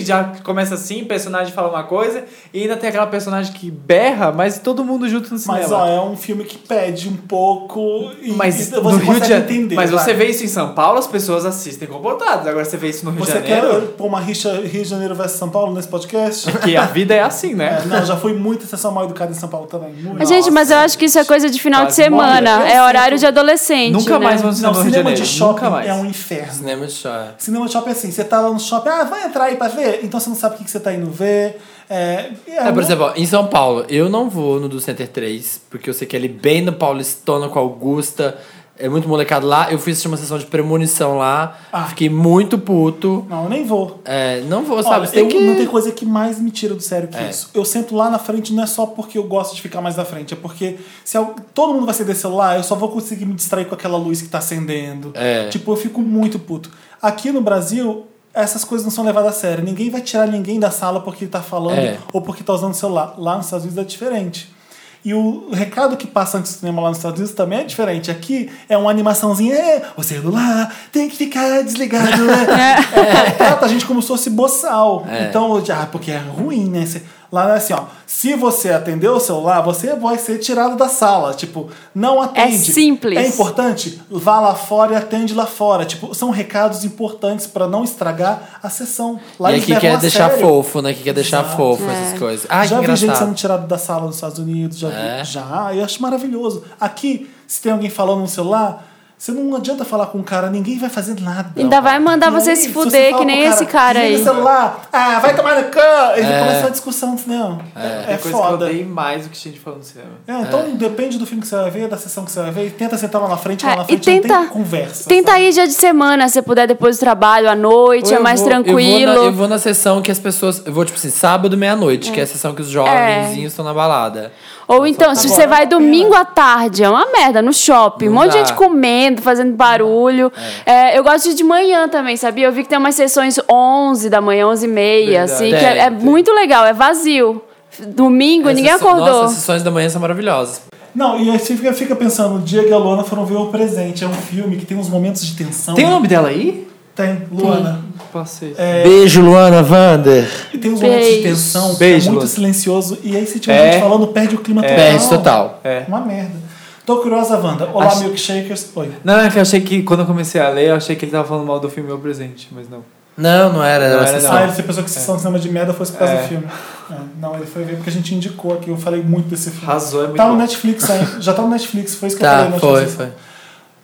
S5: Já começa assim, personagem fala uma coisa, e ainda tem aquela personagem que berra, mas todo mundo junto no cinema.
S1: Mas ó, é um filme que pede um pouco e,
S5: Mas
S1: e você
S5: no Rio de
S1: consegue
S5: Janeiro.
S1: entender.
S5: mas
S1: vai.
S5: você vê isso em São Paulo, as pessoas assistem comportadas. Agora você vê isso no Rio de
S1: Você
S5: Janeiro.
S1: quer pôr uma rixa Rio de Janeiro versus São Paulo nesse podcast?
S5: Que a vida é assim,
S1: É,
S5: né?
S1: não, já fui muita sessão mal educada em São Paulo também. Muito.
S3: gente, mas eu acho que isso é coisa de final de
S5: Quase morre.
S3: semana.
S1: Eu
S3: É
S1: sinto-
S3: horário de adolescente.
S5: Nunca
S3: né?
S5: mais vamos
S1: Não,
S5: no Rio de
S1: cinema
S5: Janeiro.
S1: de
S5: Nunca
S1: shopping
S5: mais.
S1: é um inferno.
S2: Cinema de chá.
S1: Cinema de shopping é assim, você tá lá no shopping, ah, vai entrar aí pra ver? Então você não sabe o que, que você tá indo ver. É, e
S2: É, por
S1: não-
S2: exemplo, ó, em São Paulo, eu não vou no do Center 3, porque eu sei que ele bem no Paulistona com a Augusta. É muito molecado lá. Eu fiz assistir uma sessão de premonição lá.
S1: Ah.
S2: Fiquei muito puto.
S1: Não, eu nem vou.
S2: É, não vou, sabe?
S1: Olha,
S2: Você tem
S1: eu-
S2: que.
S1: não tem coisa que mais me tira do sério que
S2: É.
S1: isso. Eu sento lá na frente não é só porque eu gosto de ficar mais na frente, é porque se al- todo mundo vai acender celular, eu só vou conseguir me distrair com aquela luz que tá acendendo.
S2: É.
S1: Tipo, eu fico muito puto. Aqui no Brasil, essas coisas não são levadas a sério. Ninguém vai tirar ninguém da sala porque tá falando
S2: É.
S1: ou porque tá usando o celular. Lá nos Estados Unidos é diferente. E o recado que passa antes do cinema lá nos Estados Unidos também é diferente. Aqui é uma animaçãozinha, é, o celular tem que ficar desligado. Né? É, trata a gente como se fosse boçal. Então, ah, porque é ruim, né? Você- Lá é assim, ó. Se você atender o celular, você vai ser tirado da sala. Tipo, não atende.
S3: É simples.
S1: É importante? Vá lá fora e atende lá fora. Tipo, são recados importantes pra não estragar a sessão. Lá
S2: e
S1: eles
S2: aqui
S1: levam
S2: quer é
S1: a
S2: deixar
S1: né? sério.
S2: fofo, né? Que quer deixar
S1: Exato.
S2: fofo
S3: É.
S2: essas coisas. Ai,
S1: já
S2: que
S1: vi gente
S2: engraçado.
S1: sendo tirada da sala nos Estados Unidos, já
S2: É?
S1: vi, já, eu acho maravilhoso. Aqui, se tem alguém falando no celular, você não adianta falar com o cara, ninguém vai fazer nada.
S3: Ainda vai mandar
S1: E
S3: você
S1: aí,
S3: se
S1: você
S3: fuder,
S1: fala
S3: que
S1: pro
S3: nem esse cara
S1: "Desliga
S3: aí."
S1: o celular, ah, vai tomar no cu, ele começa a discussão, entendeu? É, é
S5: coisa que eu
S1: foda.
S5: odeio mais do que gente falando no cinema.
S1: É, então depende do filme que você vai ver, da sessão que você vai ver, e tenta sentar lá na frente, lá
S3: É,
S1: na
S3: e
S1: frente
S3: tenta-
S1: não tem conversa.
S3: Tenta
S1: sabe?
S3: ir dia de semana, se puder depois do trabalho, à noite,
S2: Ou
S3: é
S2: eu
S3: mais
S2: vou-
S3: tranquilo.
S2: Eu vou, na, eu vou na sessão que as pessoas. Eu vou, tipo assim, sábado, meia-noite, que é a sessão que os jovenzinhos estão na balada.
S3: Ou
S2: tá
S3: então, se você
S1: Agora,
S3: vai
S1: não tem,
S3: domingo
S1: né?
S3: à tarde, é uma merda, no shopping. um
S2: Não
S3: monte de
S2: dá.
S3: gente comendo, fazendo barulho. É, eu gosto de ir de manhã também, sabia? Eu vi que tem umas sessões 11 da manhã, 11 e meia,
S5: Verdade.
S3: assim, que é,
S2: Tem,
S3: é
S2: tem.
S3: muito legal, é vazio. Domingo, ninguém
S2: Essas-
S3: acordou.
S2: Nossa, as sessões da manhã são maravilhosas.
S1: Não, e aí você fica, fica pensando, o Diego e a Luana foram ver o presente, é um filme que tem uns momentos de tensão.
S5: Tem um o nome dela aí?
S1: Tem, Luana.
S5: Passei.
S1: É.
S2: É. Beijo, Luana Vander.
S1: E tem uns momentos de
S3: Beijo.
S1: tensão,
S5: Beijo,
S1: é muito
S5: Lu.
S1: silencioso. E aí, se tiver
S5: É.
S1: gente falando, perde o clima total.
S2: Perde total.
S5: É.
S1: Uma merda. Tô curiosa, Wanda. Olá,
S5: Acho-
S1: milkshakers. Oi.
S5: Não, não, é que eu achei que quando eu comecei a ler, eu achei que ele tava falando mal do filme Meu Presente, mas não.
S2: Não, não era. era
S5: Não
S2: uma
S5: era,
S2: sessão.
S1: Ah, você pensou que sessão de cinema de merda fosse por causa
S5: É.
S1: do filme. É, não, ele foi ver porque a gente indicou aqui. Eu falei muito desse filme.
S5: Razão é muito
S1: Tá no
S5: bom.
S1: Netflix ainda. Já tá no Netflix, foi isso que eu falei.
S2: Tá,
S1: na
S2: foi,
S1: última
S2: foi.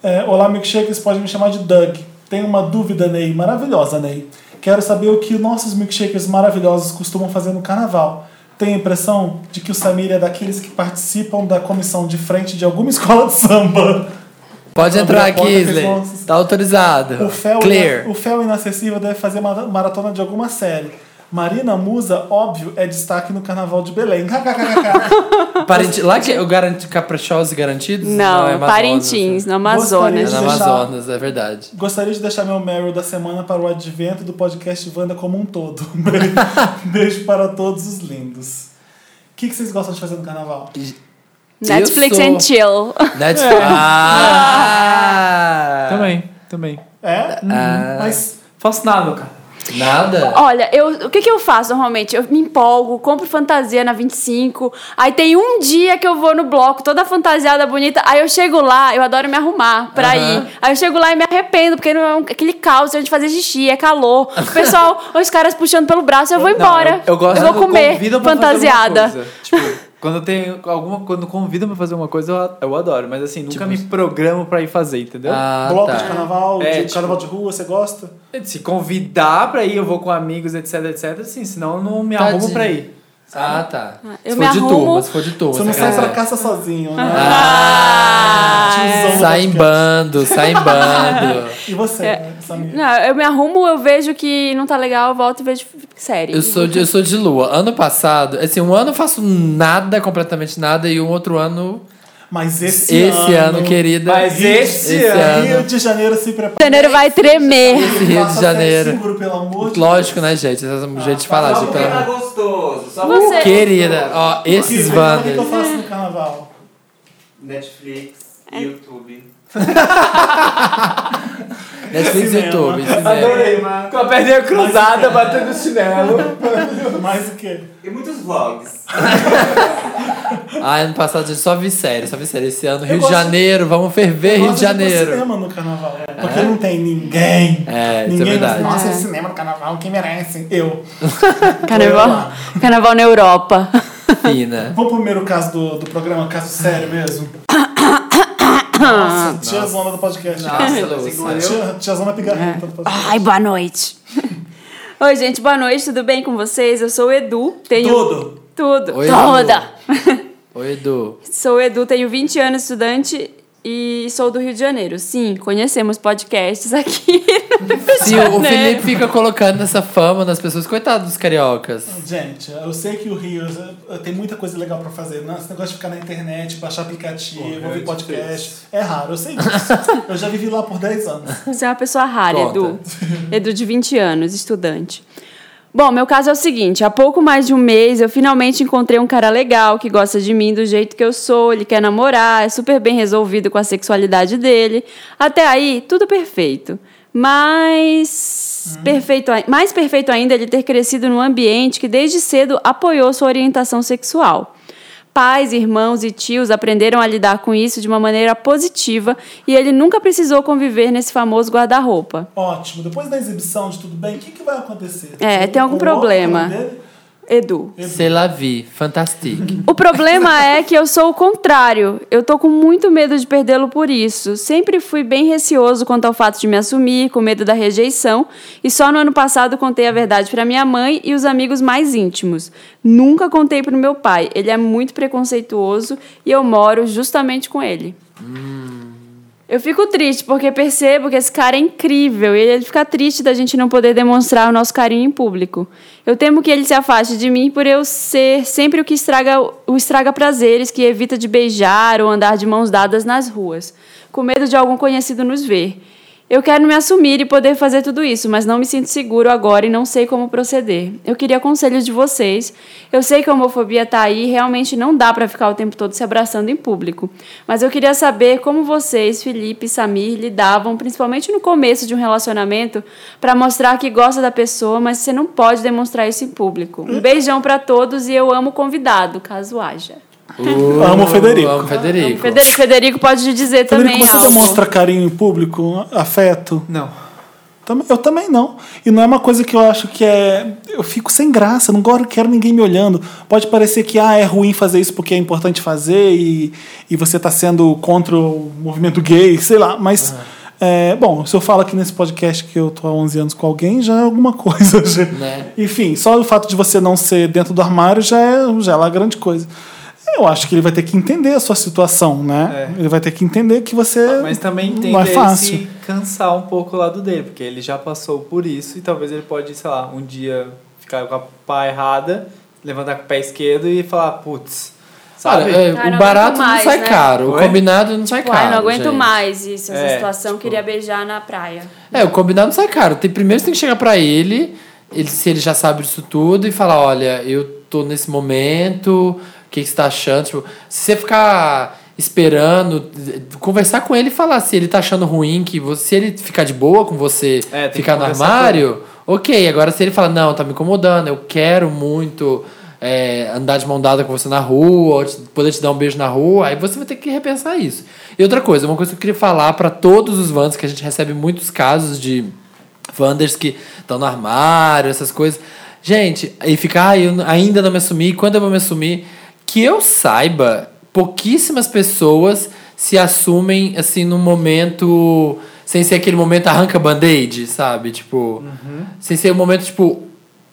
S1: É, Olá, milkshakers, pode me chamar de Doug. Tem uma dúvida, Ney. Maravilhosa, Ney. Quero saber o que nossos milkshakers maravilhosos costumam fazer no carnaval. Tenho a impressão de que o Samir é daqueles que participam da comissão de frente de alguma escola de samba.
S2: Pode
S1: Abriu
S2: entrar
S1: a porta,
S2: aqui,
S1: fez
S2: Isley.
S1: nossas-
S2: Tá autorizado.
S1: O fel,
S2: Clear.
S1: o fel inacessível deve fazer mara- maratona de alguma série. Marina Musa, óbvio, é destaque no carnaval de Belém. KKKKK.
S2: Parenti- Lá que é o garanti... Caprichosos e Garantidos?
S3: Não,
S2: é
S3: é
S2: Amazonas,
S3: Parintins,
S2: né?
S3: no Amazonas.
S2: É na
S1: Deixa-
S2: Amazonas, é verdade.
S1: Gostaria de deixar meu Meryl da semana para o advento do podcast Wanda como um todo. Beijo para todos os lindos. O que, que vocês gostam de fazer no carnaval?
S3: Netflix
S2: Eu sou-
S3: and chill.
S2: Netflix. Ah!
S5: Também, também.
S1: É?
S2: Ah.
S1: Mas
S5: Faço nada, cara.
S2: Nada?
S3: Olha, eu, o que, que eu faço normalmente? Eu me empolgo, compro fantasia na 25. Aí tem um dia que eu vou no bloco, toda fantasiada bonita. Aí eu chego lá, eu adoro me arrumar pra
S2: Aham.
S3: ir. Aí eu chego lá e me arrependo, porque não é um- aquele caos a gente fazer xixi, é calor. O pessoal, os caras puxando pelo braço, eu vou embora.
S5: Não, eu gosto
S3: vou
S5: quando
S3: comer
S5: convidam pra fazer alguma
S3: fantasiada.
S5: coisa. Tipo, quando tem alguma quando convidam pra fazer alguma coisa, eu, eu adoro, mas assim, nunca
S1: Tipo
S5: me programo pra ir fazer, entendeu?
S2: Ah,
S1: bloco de
S2: tá.
S1: carnaval,
S5: É,
S1: de
S5: tipo-
S1: carnaval de rua, você gosta?
S5: Se convidar pra ir, eu vou com amigos, etc, etc, assim, senão eu não me arrumo
S2: Tadinho.
S5: pra ir.
S2: Ah, tá.
S3: Eu
S2: se
S3: me
S2: for de
S3: arrumo-
S2: turma, se for de turma. é.
S1: Você não
S2: se
S1: sai
S2: quiser.
S1: pra caça sozinho, né?
S5: Ah.
S1: Ah, Tiozão do
S2: É. Sai em
S1: podcast.
S2: bando, sai em bando.
S1: E você,
S3: É.
S1: né, Samir?
S3: Não, eu me arrumo, eu vejo que não tá legal, eu volto e vejo série.
S2: Eu sou, de, eu sou de lua. Ano passado, assim, um ano eu faço nada, completamente nada, e um outro ano.
S1: Mas esse,
S2: Esse, ano, querida.
S5: Mas esse ano.
S1: Rio de Janeiro se prepara.
S3: Janeiro vai tremer.
S2: Esse Rio de
S1: Faça
S2: Janeiro.
S1: seguro, pelo amor de
S2: Lógico, né, gente? Essa
S1: Ah,
S2: é um jeito de falar,
S4: Só
S2: gente.
S4: porque
S2: Pela...
S4: tá gostoso. Só
S3: Você-
S4: porque tá
S2: Querida,
S4: gostoso.
S2: ó,
S1: Deus.
S2: esses
S1: Mas O que que eu
S2: Wanders.
S1: faço no carnaval?
S4: Netflix, YouTube.
S2: Netflix e
S1: Cinema.
S2: YouTube. cinema.
S5: Adorei, mano. Com a perninha cruzada,
S1: é.
S5: batendo chinelo.
S1: Mais o quê?
S4: E muitos vlogs.
S2: Ah, ano passado a gente só vi série, só vi série. Esse ano, Rio de
S1: gosto-
S2: Janeiro, vamos ferver
S1: Eu
S2: É Rio
S1: gosto
S2: de
S1: ir pro
S2: Janeiro.
S1: cinema no carnaval. Porque não tem ninguém.
S2: É, isso é
S1: ninguém
S2: verdade.
S1: Nossa,
S3: É.
S1: esse cinema no carnaval, quem merece? Eu. Eu
S3: Carnaval,
S1: lá.
S3: carnaval na Europa.
S2: Fina.
S1: Vamos pro primeiro caso do, do programa, caso sério mesmo. Nossa, tia Zona do podcast.
S3: É.
S2: Nossa, É. Ah, Lúcia.
S1: Tia, tia Zona Pigarreta do podcast.
S3: Ai, boa noite. Oi, gente, boa noite, tudo bem com vocês? Eu sou o Edu, tenho.
S1: Tudo.
S3: Tudo.
S2: Oi,
S3: Toda!
S2: Oi, Edu.
S3: Sou o Edu, tenho 20 anos, estudante e sou do Rio de Janeiro. Sim, conhecemos podcasts aqui no Rio de
S2: Se o- o
S3: Janeiro.
S2: Felipe fica colocando essa fama nas pessoas, coitado dos cariocas.
S1: Gente, eu sei que o Rio eh, tem muita coisa legal pra fazer. né? Esse negócio de ficar na internet, baixar aplicativo,
S5: Porra,
S1: ouvir
S5: é
S1: podcast. É raro, eu sei disso. eu já vivi lá por 10 anos.
S3: Você é uma pessoa rara,
S2: Conta.
S3: Edu. Edu de 20 anos, estudante. Bom, meu caso é o seguinte: há pouco mais de um mês eu finalmente encontrei um cara legal que gosta de mim do jeito que eu sou, ele quer namorar, é super bem resolvido com a sexualidade dele. Até aí, tudo perfeito. Mas perfeito, ai- mais perfeito ainda é ele ter crescido num ambiente que desde cedo apoiou sua orientação sexual. Pais, irmãos e tios aprenderam a lidar com isso de uma maneira positiva e ele nunca precisou conviver nesse famoso guarda-roupa.
S1: Ótimo. Depois da exibição de Tudo Bem, o que, que vai acontecer?
S3: É, tem algum
S1: O outro
S3: problema.
S1: dele?
S3: Edu.
S2: C'est la vie, fantastique.
S3: O problema é que eu sou o contrário. Eu tô com muito medo de perdê-lo por isso. Sempre fui bem receoso quanto ao fato de me assumir, com medo da rejeição, e só no ano passado contei a verdade pra minha mãe e os amigos mais íntimos. Nunca contei pro meu pai. Ele é muito preconceituoso e eu moro justamente com ele. Eu fico triste porque percebo que esse cara é incrível e ele fica triste da gente não poder demonstrar o nosso carinho em público. Eu temo que ele se afaste de mim por eu ser sempre o que estraga o estraga prazeres, que evita de beijar ou andar de mãos dadas nas ruas, com medo de algum conhecido nos ver. Eu quero me assumir e poder fazer tudo isso, mas não me sinto seguro agora e não sei como proceder. Eu queria conselhos de vocês. Eu sei que a homofobia tá aí e realmente não dá pra ficar o tempo todo se abraçando em público. Mas eu queria saber como vocês, Felipe e Samir, lidavam, principalmente no começo de um relacionamento, pra mostrar que gosta da pessoa, mas você não pode demonstrar isso em público. Um beijão pra todos e eu amo o convidado, caso haja.
S2: Uh,
S1: Amo o Federico.
S2: Amo o Federico.
S3: Federico, Federico pode dizer
S1: Federico,
S3: também
S1: você
S3: algo.
S1: demonstra carinho em público, afeto?
S5: Não.
S1: Tam- Eu também não. E não é uma coisa que eu acho que é. Eu fico sem graça, eu não gosto- quero ninguém me olhando. Pode parecer que ah, é ruim fazer isso porque é importante fazer e, e você está sendo contra o movimento gay, sei lá. Mas, é, bom, se eu falo aqui nesse podcast que eu tô há 11 anos com alguém, já é alguma coisa. já-
S2: Né?
S1: Enfim, só o fato de você não ser dentro do armário já é, já é uma grande coisa. Eu acho que ele vai ter que entender a sua situação, né?
S5: É. Ah,
S1: Ele vai ter que entender que você.
S5: Mas também tem
S1: não é
S5: ele
S1: fácil.
S5: se cansar um pouco o lado dele, porque ele já passou por isso e talvez ele pode, sei lá, um dia ficar com a pá errada, levantar com o pé esquerdo e falar, putz,
S2: Olha,
S5: sabe?
S2: é,
S3: Ah, não
S2: o barato
S3: aguento mais,
S2: não sai
S3: né?
S2: caro, o
S5: Oi?
S2: combinado não sai
S3: Uai,
S2: caro.
S3: não aguento
S2: gente. tipo,
S3: mais isso, essa
S5: É,
S3: situação. Queria beijar na praia.
S2: É, o combinado não sai caro. Tem, primeiro você tem que chegar pra ele, ele, se ele já sabe disso tudo, e falar: olha, eu tô nesse momento, o que, que você tá achando? Tipo, se você ficar esperando, conversar com ele e falar se ele tá achando ruim, que você, se ele ficar de boa com você,
S5: É, tem que
S2: ficar no
S5: conversar
S2: armário, ok. Agora se ele falar: não, tá me incomodando, eu quero muito. é, andar de mão dada com você na rua, ou te- poder te dar um beijo na rua, aí você vai ter que repensar isso. E outra coisa, uma coisa que eu queria falar pra todos os vans, que a gente recebe muitos casos de Wanders que estão no armário, essas coisas. Gente, aí fica, ah, eu n- ainda não me assumi, quando eu vou me assumir? Que eu saiba, pouquíssimas pessoas se assumem, assim, num momento. Sem ser aquele momento arranca band-aid, sabe? Tipo.
S5: Uhum.
S2: Sem ser um momento, tipo.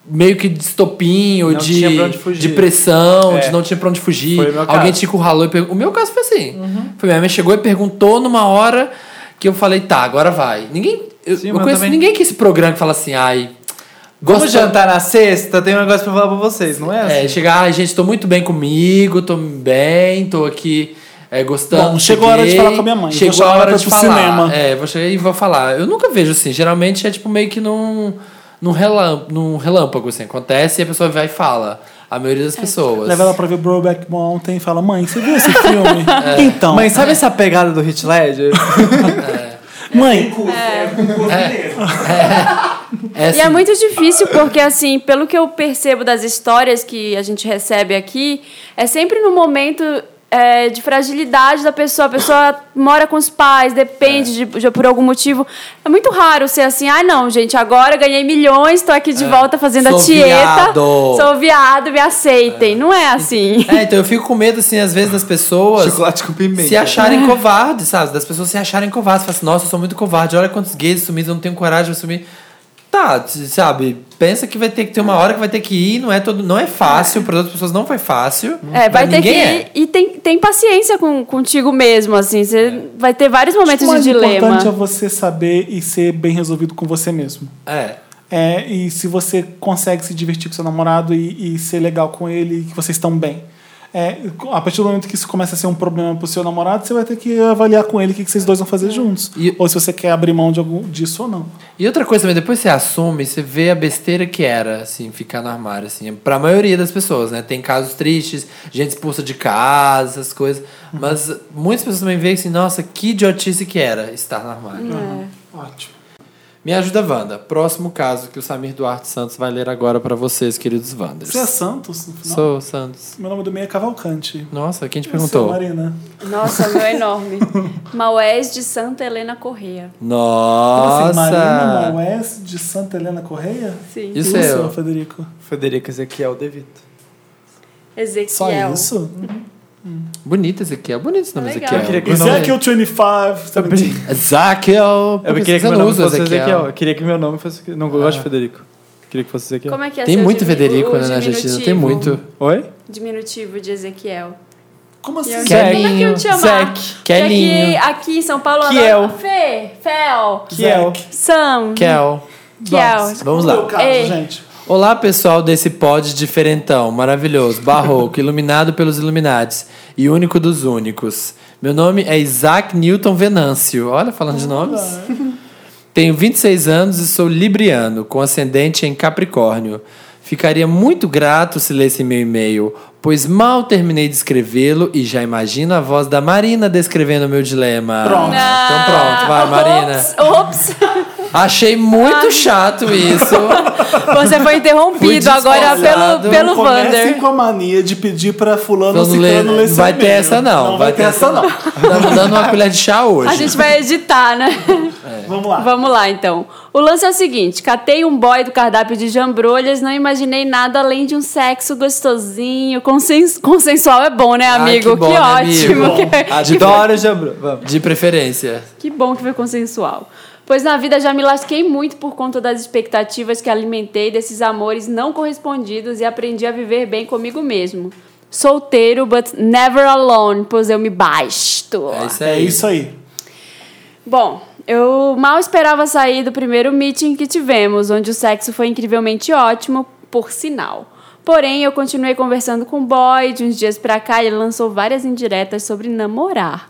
S2: Meio que de estopinho,
S5: Não
S2: de,
S5: tinha pra onde fugir.
S2: de pressão,
S5: É.
S2: de não tinha pra onde fugir.
S5: Foi o meu
S2: Alguém
S5: caso. Uhum.
S2: te encurralou e perguntou. O meu caso foi assim. Foi minha mãe chegou e perguntou numa hora que eu falei, tá, agora vai. Ninguém. Eu,
S5: Sim,
S2: eu
S5: mas
S2: conheço
S5: também-
S2: ninguém que esse programa que fala assim, ai.
S5: Vamos
S2: gosta-
S5: jantar na sexta? Tem um negócio pra falar pra vocês, não é?
S2: É,
S5: assim?
S2: chegar, ai, gente, tô muito bem comigo, tô bem, tô aqui é, gostando.
S1: Bom, chegou a hora de
S2: cheguei,
S1: falar com a minha mãe, vou
S2: Chegou
S1: chamar
S2: a
S1: ela
S2: hora
S1: pra
S2: de
S1: ir
S2: falar.
S1: pro cinema.
S2: É, vou chegar e vou falar. Eu nunca vejo assim. Geralmente é tipo meio que num, num, relâmpago, num relâmpago, assim. Acontece e a pessoa vai e fala. A maioria das pessoas.
S1: Leva ela pra ver Brokeback Mountain e fala: Mãe, você viu esse filme?
S2: É.
S1: Então,
S5: Mãe, sabe essa pegada do Hit Ledger?
S1: mãe,
S4: Curso, é, curso mesmo.
S2: É,
S3: E é
S2: assim,
S3: muito difícil porque, assim, pelo que eu percebo das histórias que a gente recebe aqui, é sempre no momento é, de fragilidade da pessoa. A pessoa mora com os pais, depende
S2: É.
S3: de, de- por algum motivo. É muito raro ser assim, ah, não, gente, agora eu ganhei milhões, tô aqui de volta fazendo
S2: É. Sou
S3: a tieta.
S2: viado."
S3: Sou viado, me aceitem. Não é assim.
S2: É, então eu fico com medo, assim, às vezes das pessoas
S5: Chocolate com pimenta.
S2: se
S3: É.
S2: acharem covardes, sabe? Das pessoas se acharem covardes. Falam assim, nossa, eu sou muito covarde, olha quantos gays sumidos, eu não tenho coragem de assumir. Tá, t- sabe? Pensa que vai ter que ter uma hora que vai ter que ir, não é todo, não é fácil, para outras pessoas não foi fácil.
S3: É,
S2: pra
S3: vai ter que
S2: ninguém
S3: ir e tem, tem paciência com, contigo mesmo, assim. Você
S2: É.
S3: vai ter vários
S1: o
S3: momentos de
S1: mais
S3: dilema.
S1: importante é você saber e ser bem resolvido com você mesmo.
S2: É. é.
S1: É, e se você consegue se divertir com seu namorado e, e ser legal com ele, e que vocês estão bem. É, a partir do momento que isso começa a ser um problema pro seu namorado, você vai ter que avaliar com ele o que, que vocês dois vão fazer juntos.
S2: É. E-
S1: Ou se você quer abrir mão de algum, disso ou não.
S2: E outra coisa também, depois você assume, você vê a besteira que era, assim, ficar no armário, assim, pra maioria das pessoas, né? Tem casos tristes, gente expulsa de casa, essas coisas. Mas muitas pessoas também veem assim, nossa, que idiotice que era estar no armário.
S1: Ótimo.
S2: Me ajuda, Wanda. Próximo caso que o Samir Duarte Santos vai ler agora pra vocês, queridos Wanders.
S1: Você é
S5: assim,
S1: Santos? no final?
S2: Sou Santos.
S1: Meu nome do meio é Cavalcante. é
S2: Nossa,
S5: é
S2: quem te perguntou?
S1: Marina.
S3: Nossa, meu é enorme. Maués de Santa Helena Correia.
S5: é?
S1: Nossa. Assim, Marina
S2: Nossa!
S1: Maués de Santa Helena Correia?
S3: Sim.
S2: Isso
S1: E o
S2: é
S1: seu,
S2: eu.
S1: Federico.
S5: Federico Ezequiel Devito.
S3: Ezequiel.
S1: Só isso?
S2: Bonito Ezequiel. Bonito esse nome,
S3: É legal.
S2: Ezequiel.
S5: Eu queria que
S1: Esse
S5: Não.
S1: é aqui o 25.
S5: Eu,
S1: sabe?
S2: Ezequiel. Por
S5: queria
S2: você
S5: que meu
S2: não
S5: nome
S2: usa
S5: fosse Ezequiel. Eu queria que meu nome fosse. Não eu gosto de Federico. Queria que fosse Ezequiel.
S3: Como é que é
S2: Tem
S3: seu
S2: muito
S3: dimin-
S2: Federico
S3: o
S2: né, na Argentina, tem
S3: diminutivo?
S2: muito.
S5: Oi?
S3: Diminutivo de Ezequiel.
S1: Como assim?
S3: E eu-
S2: Quer-
S3: Como é que eu
S2: Zequinho,
S3: te chamar?
S2: Zeque,
S3: Que aqui,
S2: Quelinho.
S3: aqui em São Paulo...
S2: é
S5: Kiel.
S3: Fê, Fel,
S5: Kiel.
S3: Sam,
S2: Kel.
S3: Kiel.
S2: Vamos
S1: Qual é o
S2: lá.
S1: caso,
S3: Ei.
S1: gente?
S2: Olá, pessoal desse pod diferentão, maravilhoso, barroco, iluminado pelos Illuminates e único dos únicos. Meu nome é Isaac Newton Venâncio. Olha, falando de nomes. Tenho 26 anos e sou libriano, com ascendente em Capricórnio. Ficaria muito grato se lesse meu e-mail, pois mal terminei de escrevê-lo e já imagino a voz da Marina descrevendo o meu dilema.
S1: Pronto.
S2: Então pronto, vai, Marina.
S3: Ah, Ops, ops.
S2: Achei muito chato isso.
S3: Você foi
S2: Fui
S3: interrompido agora
S2: despausado.
S3: pelo, pelo
S1: Comecem
S3: Vander.
S1: com a mania de pedir pra fulano
S2: Vamos
S1: ciclano
S2: ler.
S1: ler seu
S2: Vai ter
S1: e-mail.
S2: essa não.
S1: Não vai ter essa não.
S2: Estamos dando uma colher de chá hoje.
S3: A gente vai editar, né?
S1: Vamos lá.
S3: Vamos lá, então. O lance é o seguinte: catei um boy do cardápio de jambrolhas, não imaginei nada além de um sexo gostosinho. Consens- consensual é bom, né,
S2: Ai,
S3: amigo?
S2: que bom, né,
S3: ótimo.
S2: amigo? então-
S3: Que- é
S5: Adoro Jambro. Vamos.
S2: De preferência.
S3: Que bom que foi consensual. Pois na vida já me lasquei muito por conta das expectativas que alimentei desses amores não correspondidos e aprendi a viver bem comigo mesmo. Solteiro, but never alone, pois eu me basto.
S2: É isso
S1: É
S2: aí.
S1: isso aí.
S3: Bom, eu mal esperava sair do primeiro meeting que tivemos, onde o sexo foi incrivelmente ótimo, por sinal. Porém, eu continuei conversando com o boy, de uns dias pra cá ele lançou várias indiretas sobre namorar.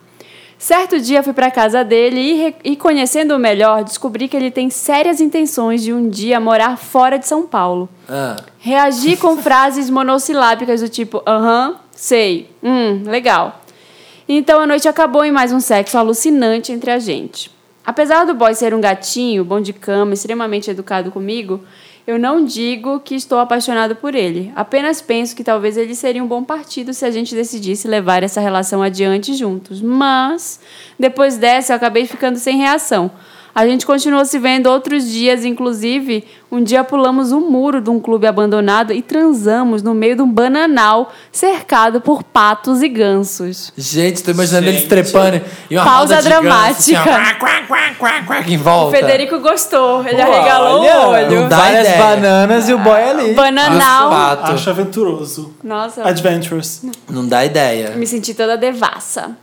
S3: Certo dia fui pra casa dele e, re- e conhecendo-o melhor, descobri que ele tem sérias intenções de um dia morar fora de São Paulo.
S2: Ah,
S3: Reagir com frases monossilábicas do tipo aham, sei, hum, legal. Então a noite acabou em mais um sexo alucinante entre a gente. Apesar do boy ser um gatinho, bom de cama, extremamente educado comigo, eu não digo que estou apaixonado por ele. Apenas penso que talvez ele seria um bom partido se a gente decidisse levar essa relação adiante juntos. Mas, depois dessa, eu acabei ficando sem reação. A gente continuou se vendo outros dias, inclusive, um dia pulamos um muro de um clube abandonado e transamos no meio de um bananal cercado por patos e gansos.
S2: gente, tô imaginando
S5: Gente.
S2: eles trepando e uma
S3: Pausa
S2: roda de
S3: dramática.
S2: ganso, assim, ó, quá, quá, quá, quá, que em volta.
S3: O Federico gostou, ele arregalou o
S5: Olha,
S3: olho.
S2: não dá
S5: Várias
S2: ideia.
S5: bananas e o boy ali.
S2: Os
S3: Bananal.
S2: patos.
S1: Acho aventuroso.
S3: Nossa,
S1: Adventures.
S2: Não dá ideia.
S3: me senti toda devassa.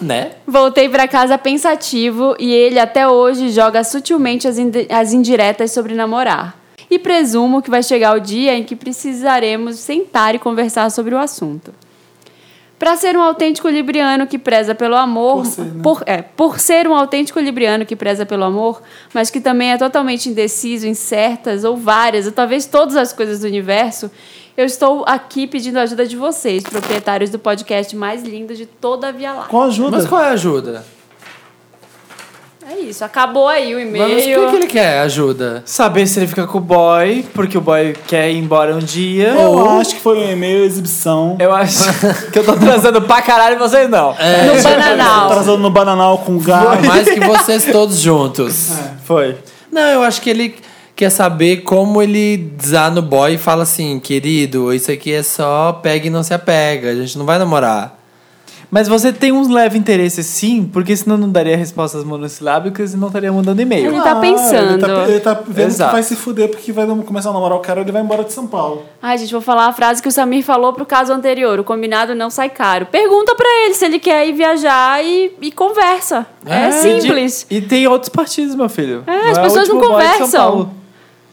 S2: né?
S3: Voltei pra casa pensativo e ele até hoje joga sutilmente as, indi- as indiretas sobre namorar. E presumo que vai chegar o dia em que precisaremos sentar e conversar sobre o assunto. Pra ser um autêntico libriano que preza pelo amor,
S1: Por ser, né?
S3: por- é, por ser um autêntico libriano que preza pelo amor, mas que também é totalmente indeciso em certas ou várias, ou talvez todas as coisas do universo, eu estou aqui pedindo a ajuda de vocês, proprietários do podcast mais lindo de toda a Via Láctea.
S1: Com ajuda.
S2: Mas qual é a ajuda?
S3: É isso, acabou aí o
S2: Mas o que, que
S3: e-mail.
S2: ele quer? Ajuda.
S5: Saber se ele fica com o boy, porque o boy quer ir embora um dia.
S1: Eu acho que foi um e-mail exibição.
S5: Eu acho que eu tô transando pra caralho e vocês não.
S2: É.
S3: No Bananal.
S1: Atrasando no bananal com gás.
S2: Ah, Mais que vocês todos juntos.
S5: Foi.
S2: Não, eu acho que ele quer saber como ele dá no boy e fala assim, querido, isso aqui é só pega e não se apega, a gente não vai namorar.
S5: Mas você tem um leve interesse sim, porque senão não daria respostas monossilábicas e não estaria
S3: Ele
S5: mandando e-mail.
S3: tá pensando.
S1: Ele tá, ele tá vendo
S5: Exato.
S1: que vai se fuder porque vai começar a namorar o cara ele vai embora de São Paulo.
S3: Ai, gente, vou falar a frase que o Samir falou pro caso anterior: o combinado não sai caro. Pergunta pra ele se ele quer ir viajar e, e conversa. É, simples.
S5: Ah, E tem outros partidos, meu filho.
S3: É, as
S5: o
S3: pessoas não
S5: último boy de São
S3: conversam.
S5: Paulo.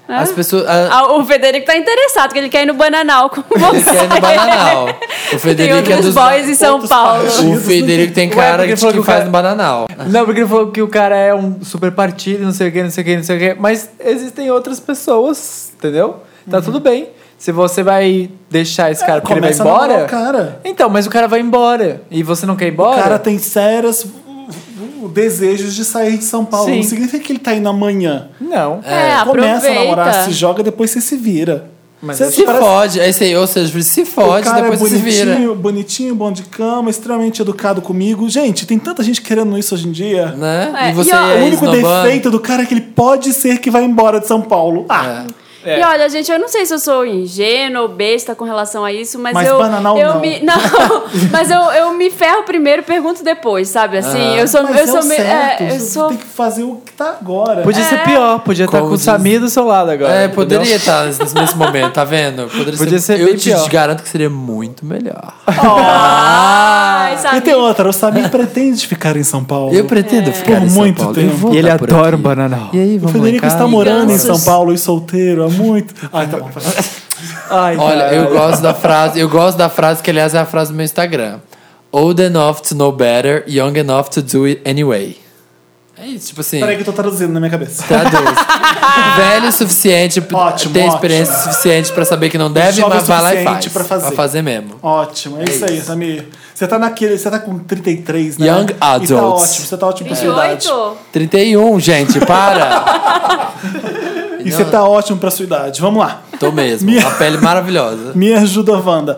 S3: É.
S2: As pessoas. a-
S3: Ah, o Federico tá interessado, que ele quer ir no Bananal com você.
S2: ele quer ir no Bananal. O
S3: Tem
S2: Federico é
S3: outros
S2: dos.
S3: boys em São
S1: outros
S3: Paulo.
S1: partidos.
S2: O Federico tem
S5: Ué,
S2: cara
S5: porque
S2: de
S5: falou
S2: que
S5: que o
S2: faz
S5: cara-
S2: no Bananal.
S5: Não, porque ele falou que o cara é um super partido, não sei o que, não sei o que, não sei o que. Mas existem outras pessoas, entendeu? Tá tudo bem. Se você vai deixar esse cara porque ele vai
S1: É, Começa a namorar
S5: embora.
S1: o cara.
S5: Então, mas o cara vai embora. E você não quer
S1: O
S5: ir embora?
S1: cara tem sérias uh, desejos de sair de São Paulo.
S5: Sim.
S1: Não significa que ele tá indo amanhã.
S5: Não.
S3: É, aproveita.
S1: Começa a namorar, assim, se joga, depois você se vira.
S5: Mas
S1: Você
S2: Se
S1: parece-
S2: fode, é isso aí, ou seja, se
S1: O
S2: fode,
S1: cara
S2: depois
S1: é
S2: você se vira.
S1: bonitinho, bonitinho, bom de cama, extremamente educado comigo. Gente, tem tanta gente querendo isso hoje em dia.
S2: Né?
S3: É,
S2: e você
S3: e ó,
S2: é
S1: O único
S2: esnobando.
S1: defeito do cara é que ele pode ser que vai embora de São Paulo. Ah,
S5: É.
S3: E olha, gente, eu não sei se eu sou ingênua ou besta com relação a isso, mas,
S1: Mas
S3: eu.
S1: bananal
S3: eu
S1: não.
S3: Me, não, mas eu, eu me ferro primeiro e pergunto depois, sabe? Assim,
S2: Ah.
S3: eu sou.
S1: mas
S3: eu
S1: é
S3: sou
S1: o
S3: meio-
S1: certo.
S3: é,
S1: Você
S3: eu sou.
S1: tem que fazer o que tá agora.
S5: Podia ser
S3: É.
S5: pior, podia estar
S2: Como
S5: com o
S2: diz-
S5: Samir do seu lado agora.
S2: É,
S5: entendeu?
S2: poderia estar nesse nesse momento, tá vendo? Poderia,
S5: Podia ser
S2: Eu
S5: bem
S2: te
S5: pior.
S2: garanto que seria muito melhor. Ah,
S3: Ai,
S1: E
S3: sabe?
S1: tem outra, o Samir pretende ficar em São Paulo.
S2: Eu pretendo ficar
S1: Por
S2: em São
S1: muito
S2: Paulo.
S1: tempo.
S2: Eu vou
S5: E ele
S2: andar por
S5: adora
S2: aqui.
S5: um bananal.
S2: E aí,
S1: O
S2: vamos
S1: Frederico
S2: lá em casa?
S1: está morando em
S3: Gansos.
S1: São Paulo e solteiro há muito. Ai, tá bom.
S5: Ai,
S2: Olha,
S5: cara.
S2: eu gosto da frase, eu gosto da frase que aliás é a frase do meu Instagram. Old enough to know better, young enough to do it anyway. É isso, tipo assim.
S1: Peraí que eu tô traduzindo na minha cabeça.
S2: Traduz. Velho o suficiente, pra
S1: Ótimo,
S2: ter
S1: ótimo.
S2: experiência suficiente pra saber que não deve,
S1: Jovem
S2: mas vai lá e
S1: suficiente
S2: faz.
S1: pra fazer.
S2: Pra fazer mesmo.
S1: Ótimo, é, isso aí, Samir. Você tá naquele, você tá com 33, né?
S2: Young
S1: E tá
S2: adults.
S1: ótimo, você tá ótimo pra sua idade.
S3: 28?
S2: 31, gente, para!
S1: E você tá ótimo pra sua idade. Vamos lá.
S2: Tô mesmo.
S1: Minha-
S2: A pele maravilhosa.
S1: Me ajuda, Wanda.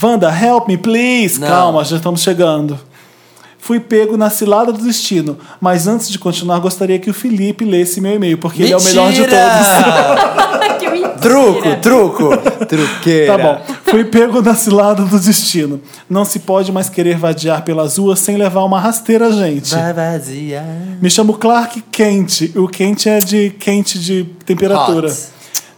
S1: Wanda, help me, please.
S2: Não.
S1: Calma, já estamos chegando. Fui pego na cilada do destino, mas antes de continuar, gostaria que o Felipe lesse meu e-mail, porque ele é o melhor de todos.
S3: que mentira.
S2: Truco, truco.
S5: Truqueira.
S1: Tá bom. Fui pego na cilada do destino. Não se pode mais querer vadiar pelas ruas sem levar uma rasteira, gente.
S2: Vai vazia.
S1: Me chamo Clark Quente. O quente é de quente de temperatura.
S2: Hot.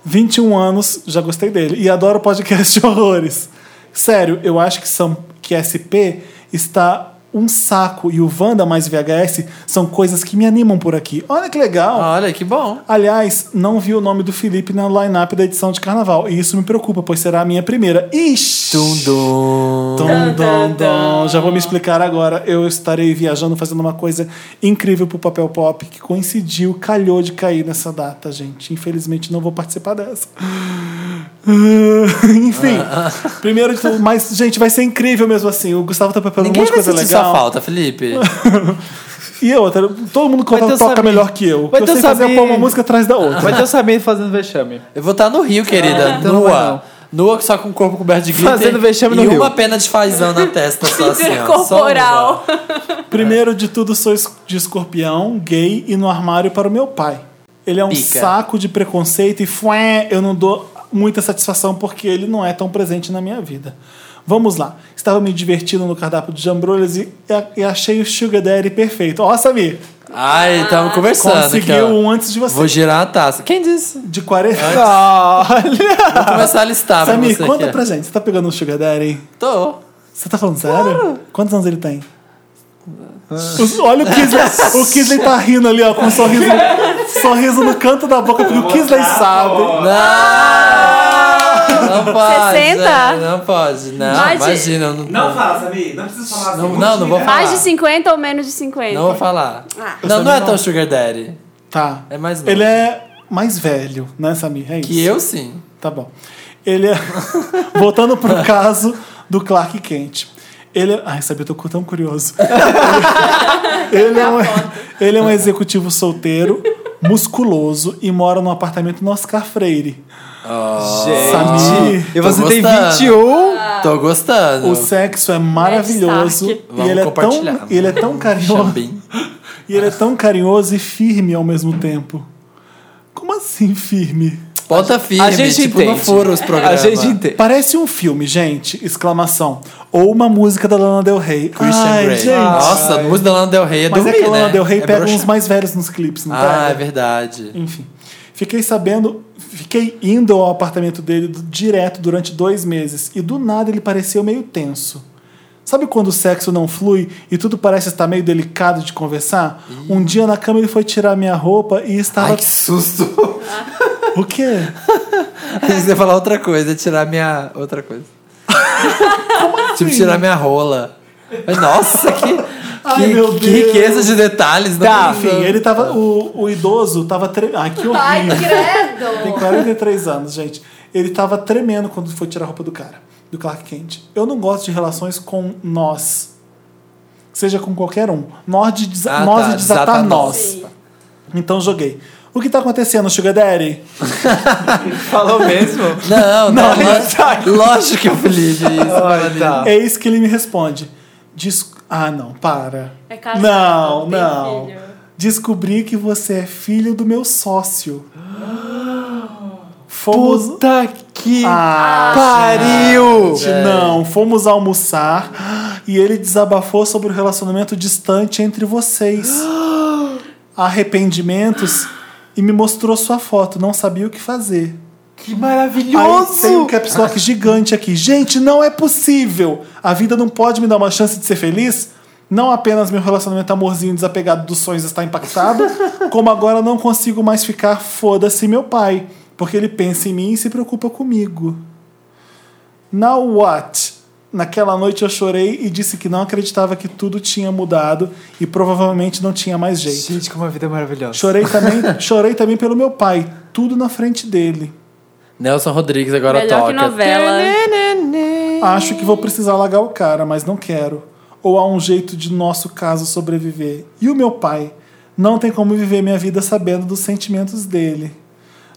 S1: 21 anos, já gostei dele. E adoro podcast de horrores. Sério, eu acho que, são, que SP está um saco e o Wanda mais VHS são coisas que me animam por aqui. Olha que legal.
S2: Olha, que bom.
S1: Aliás, não vi o nome do Felipe na line-up da edição de carnaval. E isso me preocupa, pois será a minha primeira. Ixi!
S2: Dum, dum.
S1: Dum, dum, dum. Já vou me explicar agora. Eu estarei viajando fazendo uma coisa incrível pro papel pop que coincidiu, calhou de cair nessa data, gente. Infelizmente não vou participar dessa. Enfim,
S2: Ah,
S1: primeiro de tudo, mas, gente, vai ser incrível mesmo assim. O Gustavo tá preparando um
S2: Ninguém
S1: monte de
S2: vai
S1: coisa
S2: sentir
S1: legal.
S2: sua falta, Felipe.
S1: E outra, todo mundo
S5: Vai ter
S1: canta,
S5: o
S1: toca
S5: Samir.
S1: melhor que eu. O que
S5: Vai
S1: eu
S5: ter o
S1: sei fazer é
S5: Samir.
S1: pôr uma música atrás da outra.
S5: Vai ter o Samir fazendo vexame.
S2: Eu vou estar no Rio, querida.
S5: então não vai não.
S2: nua. Nua só com o corpo coberto de glitter.
S5: Fazendo vexame no
S2: e
S5: Rio.
S2: uma pena de fazão na testa, só assim, ó. Só
S3: corporal.
S2: uma.
S1: Primeiro de tudo, sou es- de escorpião, gay e no armário para o meu pai. Ele é um
S2: Pica.
S1: saco de preconceito e fué, eu não dou muita satisfação porque ele não é tão presente na minha vida. Vamos lá. Estava me divertindo no cardápio de jambrolhas e, e achei o Sugar Daddy perfeito. Ó, Samir,
S2: Ai,
S3: Ah.
S2: tamo conversando aqui,
S1: conseguiu
S2: ó.
S1: um antes de você.
S2: Vou girar a taça. Quem disse?
S1: De 40.
S5: Ah.
S2: Vou começar a listar pra
S1: Samir,
S2: você
S1: conta
S2: aqui.
S1: pra gente. Você tá pegando o Sugar Daddy?
S2: Tô.
S1: Você tá falando sério? Quantos anos ele tem?
S2: Ah.
S1: Os- olha o Kisley. o Kisley tá rindo ali, ó, com um sorriso, sorriso no canto da boca, porque o Kisley sabe.
S2: Não! Não pode.
S3: 60?
S2: é, Não pode. Não,
S3: Mais de-
S2: imagina. eu Não,
S4: Não fala, Samir. Não precisa falar assim.
S2: Não,
S4: muito
S2: não, não vou
S4: de-
S2: falar.
S3: Mais de 50 ou menos de 50?
S2: Tá. não vou falar.
S3: Ah.
S2: Não, não é tão sugar daddy.
S1: Tá.
S2: É mais novo.
S1: Ele é mais velho, né, Samir? É isso.
S2: Que eu sim.
S1: Tá bom. Ele é. Voltando pro caso do Clark Kent. Ele é. Ai, sabe, eu tô tão curioso. ele, é um... ele é um executivo solteiro, musculoso e mora num apartamento no Oscar Freire. Samir.
S5: E um? você
S2: Tô
S5: tem
S2: gostando.
S5: 21?
S3: Ah.
S2: Tô gostando.
S1: O sexo é maravilhoso
S3: Ned Stark.
S2: Ah.
S1: e ele é,
S2: Vamos
S1: tão,
S2: compartilhar.
S1: e ele é tão carinhoso
S2: Xambim.
S1: e ele é tão carinhoso e firme ao mesmo tempo. Como assim firme?
S2: Bota firme,
S5: a gente
S2: tipo, não
S5: entende.
S2: fura os
S5: A
S2: programas.
S5: gente entende.
S1: Parece um filme, gente! Exclamação. Ou uma música da Lana Del Rey.
S2: Christian
S1: Ai,
S2: Grey.
S1: gente.
S2: Nossa, a música da Lana Del Rey é
S1: Mas
S2: dormir,
S1: é que a Lana
S2: né?
S1: Del Rey
S2: É
S1: pega
S2: broxar.
S1: uns né? mais velhos nos clipes, não
S2: Ah, é
S1: pega?
S2: verdade.
S1: Enfim. Fiquei sabendo, fiquei indo ao apartamento dele do- direto durante dois meses e do nada ele pareceu meio tenso. Sabe quando o sexo não flui e tudo parece estar meio delicado de conversar? Um dia na cama ele foi tirar minha roupa e estava.
S2: Ai, que susto.
S1: O quê?
S2: A gente ia falar outra coisa, ia tirar minha... Outra coisa.
S1: assim?
S2: tipo, tirar minha rola. Mas, Nossa, que...
S1: Ai,
S2: que-
S1: meu
S2: que
S1: Deus.
S2: riqueza de detalhes. Ah, não
S5: Tá,
S2: tem
S1: Enfim,
S2: noção.
S1: ele tava. O, o idoso tava. Tre... Ai, que horrível.
S3: Ai,
S1: Tem
S3: credo!
S1: 43 anos, gente. Ele tava tremendo quando foi tirar a roupa do cara, do Clark Kent. Eu não gosto de relações com nós. seja com qualquer um. Nós de, desa
S2: Ah,
S1: nós
S2: tá,
S1: de desatar
S2: desatar
S1: nós.
S3: Sim.
S1: Então joguei. O que tá acontecendo, Sugar Daddy?
S5: Falou mesmo?
S2: Não, não,
S1: Não, tá
S2: lo- lógico que eu Felipe.
S5: Ah, tá.
S1: Eis É que ele me responde. Dis- Ah, não, para.
S3: É casado,
S1: não,
S3: tem
S1: não.
S3: filho.
S1: Descobri que você é filho do meu sócio. Fomos.
S5: Puta que
S1: Ah,
S5: pariu!
S1: gente, não. Fomos almoçar e ele desabafou sobre o relacionamento distante entre vocês. Arrependimentos e me mostrou sua foto. Não sabia o que fazer.
S5: Que
S1: Aí tem um
S5: maravilhoso!
S1: caps lock gigante aqui. Gente, não é possível. A vida não pode me dar uma chance de ser feliz. Não apenas meu relacionamento amorzinho desapegado dos sonhos está impactado, como agora não consigo mais ficar foda-se meu pai, porque ele pensa em mim e se preocupa comigo. Now what? Naquela noite eu chorei e disse que não acreditava que tudo tinha mudado e provavelmente não tinha mais jeito.
S5: Gente, como a vida é maravilhosa.
S1: Chorei também, chorei também pelo meu pai, tudo na frente dele.
S2: Nelson Rodrigues agora
S3: Melhor que
S2: toca.
S3: novela.
S1: Acho que vou precisar largar o cara, mas não quero. Ou há um jeito de nosso caso sobreviver. E o meu pai? Não tem como viver minha vida sabendo dos sentimentos dele.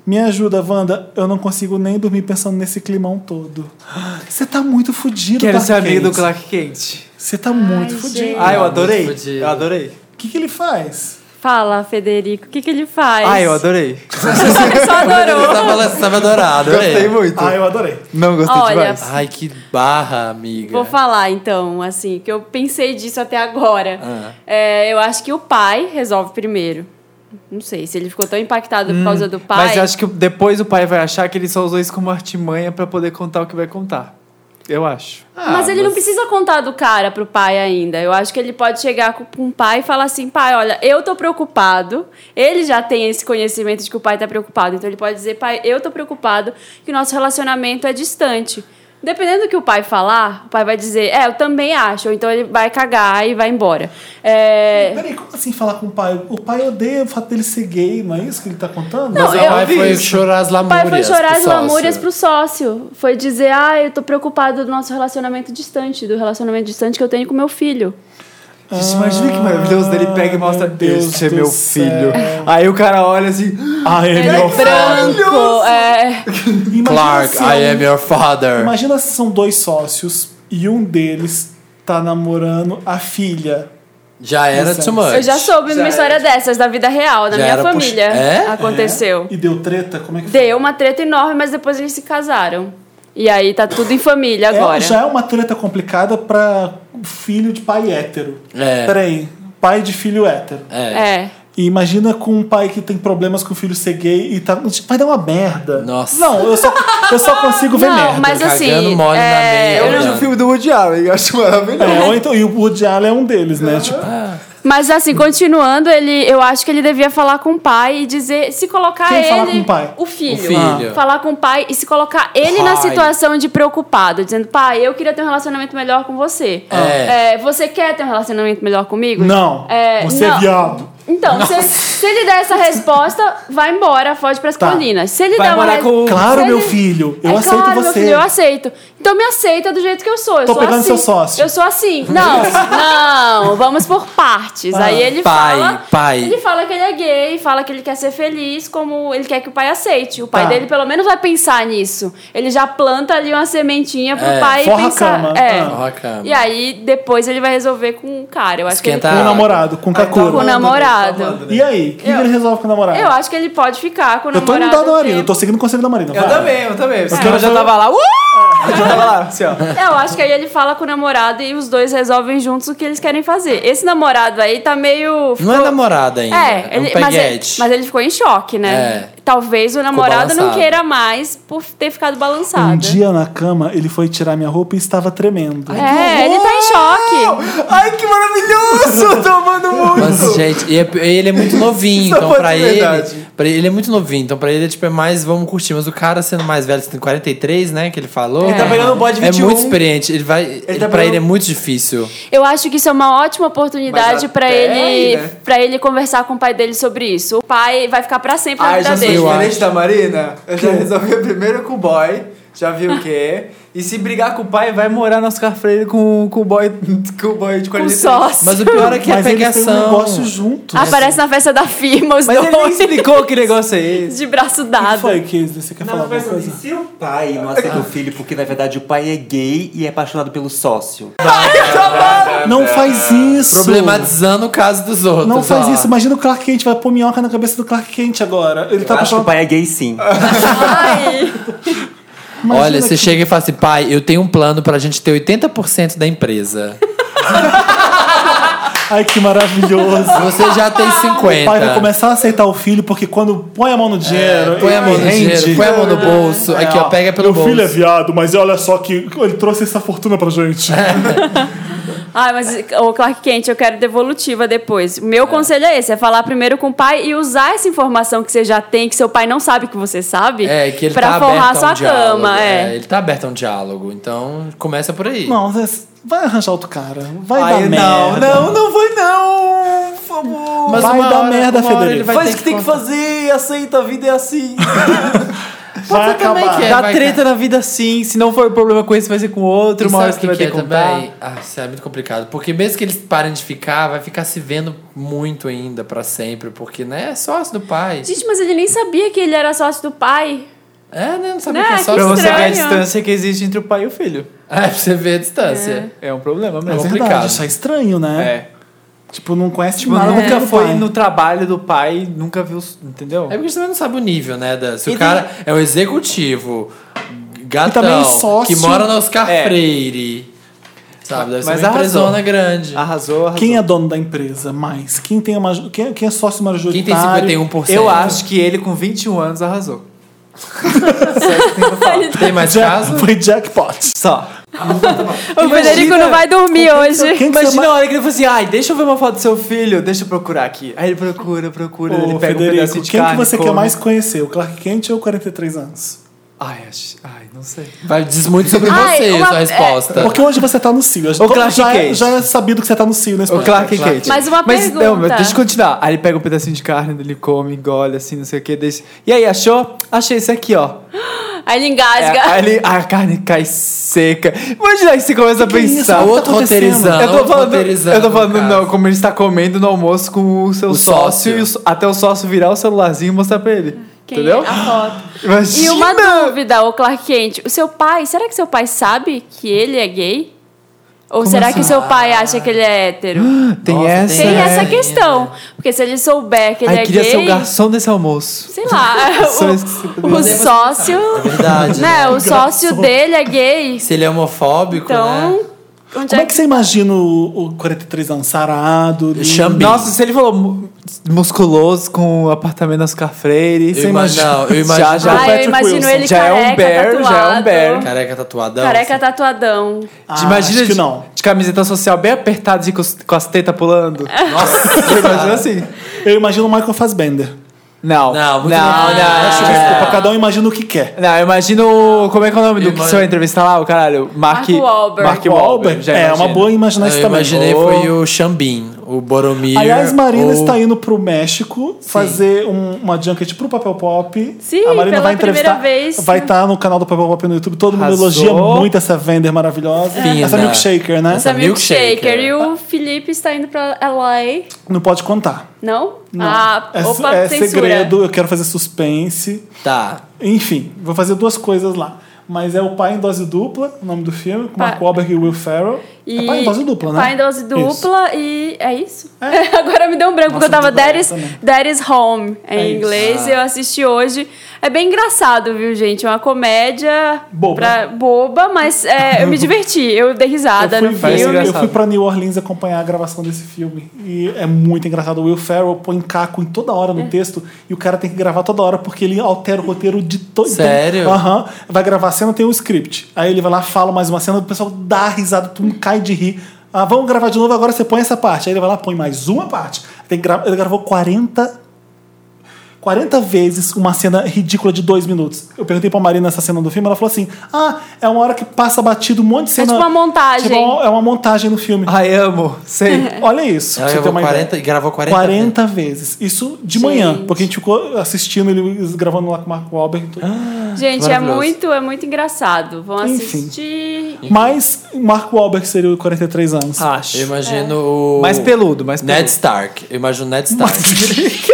S1: Me ajuda, Wanda. Eu não consigo nem dormir pensando nesse climão todo. Você tá muito fudido,
S5: Quero
S1: Clark
S5: ser amigo do
S1: Kent.
S5: Clark Kent.
S1: Você tá muito
S3: Ai,
S1: fudido.
S3: gente.
S5: Ah, eu adorei.
S2: muito fodido.
S5: Eu adorei.
S1: O que, que ele faz?
S3: Fala, Federico, o que, que ele faz?
S5: Ah, eu adorei.
S3: Ele só
S2: Você
S3: adorou.
S2: tava, você tava adorado,
S5: Gostei
S2: hein?
S5: muito.
S1: Ah, eu adorei.
S5: Não gostei
S3: Olha,
S5: demais.
S2: Ai, que barra, amiga.
S3: Vou falar então, assim, que eu pensei disso até agora.
S2: Ah.
S3: É, eu acho que o pai resolve primeiro. Não sei se ele ficou tão impactado por causa do pai.
S5: Mas eu acho que depois o pai vai achar que ele só usou isso como artimanha pra poder contar o que vai contar. Eu acho.
S3: Mas
S2: Ah,
S3: ele não
S2: você-
S3: precisa contar do cara pro pai ainda. Eu acho que ele pode chegar com com o pai e falar assim: pai, olha, eu tô preocupado. Ele já tem esse conhecimento de que o pai tá preocupado. Então ele pode dizer: pai, eu tô preocupado que o nosso relacionamento é distante. Dependendo do que o pai falar, o pai vai dizer: é, eu também acho. Ou então ele vai cagar e vai embora. É.
S1: Peraí, como assim falar com o pai? O pai odeia o fato dele ser gay, não é isso que ele tá contando?
S3: Não,
S2: Mas
S5: Então,
S3: eu-
S2: o pai foi
S5: Isso.
S2: chorar as
S3: O
S2: lamúrias.
S3: pai foi chorar
S2: pro
S3: as
S2: sócio.
S3: lamúrias pro sócio. Foi dizer, ah, eu tô preocupado do nosso relacionamento distante, do relacionamento distante que eu tenho com meu filho.
S5: Gente, imagina que maravilhoso dele pega e mostra
S1: meu Deus
S5: Este é
S1: do
S5: Ah, meu
S1: céu."
S5: filho. Aí o cara olha assim.
S1: Ah, é,
S3: Ele é
S1: meu
S3: branco, é...
S1: Imagina
S2: Clark,
S1: se é
S2: I
S1: um-
S2: am your father.
S1: Imagina se são dois sócios e um deles tá namorando a filha. né?
S2: Já era
S1: Exato.
S2: too much.
S3: Eu já soube
S5: Já
S3: uma história dessas, da vida real, da
S2: Já
S3: minha
S2: era pux-
S3: família.
S2: É?
S3: Aconteceu.
S1: E deu treta? Como é que
S3: Deu uma treta enorme, mas depois eles se casaram. E aí tá tudo em família
S1: foi? É,
S3: agora.
S1: já é uma treta complicada pra filho de pai hétero.
S2: É.
S1: Peraí, pai de filho hétero.
S2: É.
S3: É.
S1: E imagina com um pai que tem problemas com o filho ser gay e tá. Vai dar uma merda.
S2: Nossa.
S1: Não, eu só, eu só consigo ver merda.
S3: Não, mas assim.
S2: Cagando mole na
S3: é,
S2: meia.
S5: Eu vejo o filme do Woody Allen, eu acho maravilhoso.
S1: É, ou então, e o Woody Allen é um deles, né? Tipo,
S3: Mas assim, continuando, ele, eu acho que ele devia falar com o pai e dizer, se colocar
S1: Quem
S3: ele,
S1: falar com o pai?
S3: o filho,
S2: O filho.
S3: Ah. falar com o pai e se colocar ele na
S2: Pai.
S3: situação de preocupado, dizendo, pai, eu queria ter um relacionamento melhor com você.
S2: É.
S3: É, você quer ter um relacionamento melhor comigo?
S1: não,
S3: É,
S1: você é
S3: não.
S1: viado.
S3: Então, se, se ele der essa resposta, vai embora, foge pras
S1: Tá.
S3: colinas. Se ele
S5: Vai
S3: der uma
S5: morar
S3: res-
S5: com o-
S1: Claro,
S3: se
S1: meu filho, eu
S3: É
S1: aceito
S3: claro, Meu
S1: você.
S3: filho, eu aceito. Então me aceita do jeito que eu sou. Eu
S1: Tô
S3: sou
S1: pegando
S3: assim.
S1: seu sócio.
S3: Eu sou assim. Não, não. Vamos por partes. Aí ele
S2: Pai,
S3: fala.
S2: pai.
S3: Ele fala que ele é gay, fala que ele quer ser feliz, como ele quer que o pai aceite. O pai
S1: Tá.
S3: dele pelo menos vai pensar nisso. Ele já planta ali uma sementinha pro
S2: É,
S3: pai
S1: forra a
S3: pensar.
S1: cama.
S3: É.
S1: Ah.
S2: Forra a cama.
S3: E aí depois ele vai resolver com o cara. Eu acho
S2: Esquenta
S1: Com
S3: que
S1: o
S3: ele...
S2: Ah.
S1: namorado, com o
S3: Então, Com o
S1: Kakura.
S3: namorado.
S1: E aí, o que, que
S3: Eu-
S1: ele resolve com o namorado?
S3: Eu acho que ele pode ficar com o
S1: Eu tô
S3: namorado.
S1: indo da
S3: um
S1: Marina, eu
S3: tempo.
S1: tô seguindo o conselho da Marina.
S5: Eu
S1: vai.
S5: também, eu também. Porque
S1: quero
S5: eu já
S1: ver-
S5: tava lá. Uh! Eu já tava lá, assim, ó.
S3: É, Eu acho que aí ele fala com o namorado e os dois resolvem juntos o que eles querem fazer. Esse namorado aí tá meio.
S2: Não é namorada ainda.
S3: É,
S2: É,
S3: ele,
S2: um
S3: mas, ele,
S2: peguete.
S3: mas ele ficou em choque, né?
S2: É.
S3: Talvez o namorado não
S2: balançado.
S3: queira mais por ter ficado balançado.
S1: Um dia na cama, ele foi tirar minha roupa e estava tremendo.
S3: É, ele tá em choque.
S5: Ai, que maravilhoso! Eu tô amando muito!
S2: Mas, gente, e é- e ele é muito novinho,
S5: Isso
S2: então
S5: foi
S2: pra
S5: de
S2: ele,
S5: verdade.
S2: pra ele. ele é muito novinho, então pra ele é tipo, é mais vamos curtir. Mas o cara sendo mais velho, tem 43, né? Que ele falou.
S5: Ele tá pegando o bode 21.
S2: É muito experiente. Ele vai. Ele
S5: tá
S2: pra
S5: pegando-
S2: ele é muito difícil.
S3: Eu acho que isso é uma ótima oportunidade
S5: Mas
S3: pra
S5: até aí,
S3: ele
S5: né?
S3: pra ele conversar com o pai dele sobre isso. O pai vai ficar pra sempre na
S5: Ai,
S3: vida
S5: já sou
S3: dele.
S2: eu acho.
S5: diferente da Marina. Eu já resolvi primeiro com o boy. já viu o que é. E se brigar com o pai, vai morar no Oscar Freire com, com, o, boy, com o boy de
S3: Com
S5: 43.
S3: sócio.
S2: Mas o pior é que é
S1: Mas eles têm um
S2: pegação. Ah,
S1: negócio junto.
S3: Aparece
S2: assim.
S3: na festa da firma os
S5: Mas ele nem
S3: dois.
S5: explicou que negócio é esse.
S3: De braço
S1: O que
S3: dado.
S1: foi, Kisley? Você quer
S4: Não,
S1: falar
S4: mas
S1: alguma coisa?
S4: e se o pai não aceita
S2: Ah.
S4: o filho porque, na verdade, o pai é gay e é apaixonado pelo sócio?
S2: Tá
S1: Não faz
S2: É,
S1: isso.
S2: Problematizando o caso dos outros.
S1: Não faz
S2: ó.
S1: isso. Imagina o Clark Kent vai pôr minhoca na cabeça do Clark Kent agora. Ele tá
S4: Eu acho que o
S1: apaixonado-
S4: pai é gay, sim.
S3: Ai.
S1: Imagina
S2: Olha, você
S1: que-
S2: chega e fala assim, pai, eu tenho um plano pra gente ter 80% da empresa.
S1: Ai, que maravilhoso.
S2: Você já tem 50%.
S1: O pai vai começar a aceitar o filho, porque quando põe a mão no dinheiro.
S2: É, Põe a mão no
S1: ele rende. É.
S2: dinheiro, põe a mão no
S4: É.
S2: bolso. Aqui, ó, pega pelo
S1: Meu
S2: bolso.
S1: filho é viado, mas olha só que ele trouxe essa fortuna pra gente.
S3: Ai, Ah, mas o Clark Kent, eu quero devolutiva depois. O meu conselho é esse: é falar primeiro com o pai e usar essa informação que você já tem, que seu pai não sabe que você sabe,
S2: É, que ele
S3: pra
S2: tá
S3: forrar
S2: aberto a um
S3: sua
S2: diálogo,
S3: cama. É.
S2: Ele tá aberto a um diálogo, então começa por aí.
S1: Não, Zé, vai arranjar outro cara. Vai
S5: Ai,
S1: dar
S5: não,
S1: merda.
S5: não, não vai não, por favor.
S2: Mas
S1: vai
S2: uma
S1: dar
S2: hora-
S1: merda,
S2: uma hora
S1: Federico.
S2: ele vai
S5: Faz
S2: ter
S5: o que tem que fazer, aceita, a vida é assim.
S1: Vai
S2: também
S1: acabar.
S2: que É,
S5: Dá
S2: vai-
S5: treta na vida assim, se não for problema com esse, vai ser com outro,
S2: E
S5: uma
S2: sabe
S5: hora
S2: o
S5: você
S2: que
S5: vai
S2: que
S5: ter
S2: é
S5: que contar.
S2: também? Ah, isso é muito complicado. Porque mesmo que eles parem de ficar, vai ficar se vendo muito ainda pra sempre. Porque, né, é sócio do pai.
S3: Gente, mas ele nem sabia que ele era sócio do pai.
S2: É, né? Não sabia
S3: Né,
S2: que é
S3: que
S5: Pra
S2: sócio do
S5: você
S2: pai.
S5: ver a
S3: Estranho.
S5: distância que existe entre o pai e o filho.
S2: É, pra você ver a distância.
S5: É um problema
S1: É
S5: mesmo.
S1: verdade,
S2: complicado.
S1: isso é estranho, né?
S5: É.
S1: Tipo, não conhece
S5: Tipo,
S1: nada do
S5: nunca
S1: cara
S5: foi
S1: pai.
S5: no trabalho do pai, nunca viu, entendeu?
S2: É porque você também não sabe o nível, né? da- se
S5: E
S2: o cara é um executivo, gatão,
S1: também sócio.
S2: que mora no Oscar
S5: É.
S2: Freire, sabe? Deve
S5: Mas
S2: ser uma
S5: arrasou.
S2: empresona grande.
S5: Arrasou, arrasou.
S1: Quem é dono da empresa mais? Quem, tem a maju- quem, quem é sócio
S2: Quem é tem
S1: majoritário?
S2: 51%?
S5: Eu acho que ele com 21 anos arrasou. Só isso que tem pra falar.
S2: Tem mais
S1: Jack-
S2: caso?
S1: Foi jackpot.
S5: Só.
S3: O
S5: Imagina-
S3: Federico não vai dormir hoje.
S1: Quem que você
S5: Imagina
S1: ama-
S5: a hora que é ele falou assim: ai, deixa eu ver uma foto do seu filho, deixa eu procurar aqui. Aí ele procura, procura, ele
S1: Ô,
S5: pega um
S1: Federico,
S5: pedacinho de
S1: quem é
S5: carne.
S1: que você
S5: come.
S1: quer mais conhecer? O Clark Kent ou 43 anos?
S5: Ai, acho- ai, não sei.
S2: Vai, diz muito sobre
S3: Ai,
S2: você
S3: uma- É.
S2: sua resposta.
S1: Porque hoje você tá no Cio.
S5: O Clark
S1: já, é,
S5: Kent.
S1: já é sabido que você tá no Cio nesse
S5: O é Clark
S2: Clark.
S5: Kent.
S3: Mas uma
S5: Não,
S3: pergunta.
S5: deixa eu continuar. Aí ele pega um pedacinho de carne, ele come, engole, assim, não sei o que. Deixa... E aí, achou? Achei esse aqui, ó.
S3: Aí ele
S5: É,
S3: engasga.
S5: aí ele- a carne cai seca. Imagina aí que você começa
S1: Que
S5: a
S1: que é isso?
S5: pensar.
S1: O
S2: outro
S1: tá acontecendo?
S2: roteirizando.
S5: Eu tô
S2: outro
S5: falando,
S2: roteirizando,
S5: eu tô falando
S2: no caso.
S5: não, como ele está comendo no almoço com o seu
S2: O
S5: sócio,
S2: sócio.
S5: e o so- até o sócio virar o celularzinho e mostrar pra ele.
S3: Quem
S5: entendeu?
S3: é? A foto.
S5: Imagina!
S3: E uma dúvida, o Clark Kent. O seu pai, será que seu pai sabe que ele é gay? Ou será que seu pai acha que ele é hétero?
S5: Tem
S2: Nossa,
S5: essa.
S3: Tem
S2: Sim,
S3: essa
S2: é.
S3: questão. Porque se ele souber que ele
S5: Ai,
S3: é
S5: queria
S3: gay.
S5: ser o garçom desse almoço.
S3: Sei lá.
S5: Só isso que você
S3: o, o
S5: poderia fazer.
S3: sócio.
S1: tá,
S2: Verdade.
S3: Né, o
S1: Garçom.
S3: sócio dele é gay.
S2: Se ele é homofóbico,
S3: Então.
S2: né?
S3: Onde
S1: Como é que você imagina o, o 43 anos? Sarado? lindo?
S2: Chambi.
S5: Nossa, se ele falou mu- musculoso com o apartamento na Oscar Freire,
S2: Eu imagino, não, eu imagino.
S5: Já, já.
S3: Ah, eu
S1: Patrick
S3: imagino
S1: Wilson.
S3: ele
S5: Já é um
S3: careca,
S5: bear, já é um
S3: tatuado.
S5: bear.
S2: Careca
S1: é
S2: tatuadão.
S3: Careca tá
S2: assim.
S3: tatuadão.
S1: Ah,
S5: Te imagina
S1: acho que
S5: de,
S1: não.
S5: de camiseta social bem apertada assim, com, os- com as tetas pulando. Nossa, imagina assim.
S1: Eu imagino o Michael Fassbender.
S2: Não,
S5: Não, não, não.
S2: muito não. Acho que
S5: não.
S1: Desculpa, cada um imagina o que quer.
S5: Não, eu imagino. Como é que é o nome do
S2: Imagino-
S5: que você vai entrevistar lá, o caralho? Mark,
S3: Mark Wahlberg.
S5: Mark
S1: Wahlberg,
S5: Wahlberg. já
S1: é uma
S5: imagino.
S1: boa imaginar isso
S2: Eu
S1: também.
S2: imaginei
S5: Oh.
S2: foi o Xambim, o Boromir.
S1: Aliás, Marina
S2: ou-
S1: está indo pro México fazer um- uma junket pro Papel Pop.
S3: Sim,
S1: a Marina
S3: pela
S1: vai entrevistar.
S3: primeira vez.
S1: Vai estar no canal do Papel Pop no YouTube. Todo mundo
S5: Arrasou.
S1: elogia muito essa vender maravilhosa.
S2: Fina.
S1: Essa é. milkshaker, né?
S3: Essa
S2: milkshaker.
S3: milkshaker. E o Felipe está indo pra LA.
S1: Não pode contar.
S3: Não? Ah,
S1: é
S3: opa,
S1: é
S3: censura.
S1: segredo, eu quero fazer suspense.
S2: Tá.
S1: Enfim, vou fazer duas coisas lá. Mas é o Pai em Dose Dupla, o nome do filme, com
S3: Pa-
S1: Mark Wahlberg e Will Ferrell. É Pai em Dose Dupla, né?
S3: Pai tá em dose dupla e. É isso? Agora me deu um branco,
S1: Nossa,
S3: porque eu tava
S1: muito bom
S3: That is,
S1: também.
S3: That is Home em
S1: É isso.
S3: inglês. Eu assisti hoje. É bem engraçado, viu, gente? É uma comédia
S1: Boba.
S3: pra- boba mas é, eu me diverti. Eu dei risada
S1: Eu
S3: no
S1: fui,
S5: Parece
S3: filme.
S1: eu
S5: engraçado.
S1: fui pra New Orleans acompanhar a gravação desse filme. E é muito engraçado. O Will Ferrell põe caco em toda hora no
S3: É.
S1: texto e o cara tem que gravar toda hora porque ele altera o roteiro de todo.
S2: Sério?
S1: Aham. Vai gravar a cena, tem um script. Aí ele vai lá, fala mais uma cena, o pessoal dá risada, todo mundo cai de rir. Ah, vamos gravar de novo, agora você põe essa parte. Aí ele vai lá, põe mais uma parte. Tem que gra- Ele gravou 40 40 vezes uma cena ridícula de dois minutos. Eu perguntei pra Marina essa cena do filme, ela falou assim: Ah, é uma hora que passa batido um monte de cena.
S3: tipo uma montagem.
S1: Tipo, é uma- é uma montagem no filme.
S2: Ah,
S5: Ai, amo. Sei.
S1: Olha isso. pra
S2: Ela
S1: você ter
S2: gravou
S1: uma
S2: 40,
S1: ideia.
S2: e gravou né? 40.
S1: 40 vezes. Isso de manhã, porque a gente ficou assistindo ele gravando lá com o Marco Wahlberg. e tudo.
S3: Gente, é
S2: Maravilhoso.
S3: muito, é muito engraçado. Vão
S1: Enfim.
S3: assistir.
S1: Mas o Marco Wahlberg seria o 43 anos.
S2: Ah,
S5: Acho.
S2: Eu imagino
S3: É.
S2: o.
S5: Mais peludo, mais peludo.
S2: Ned Stark. Eu imagino o Ned Stark.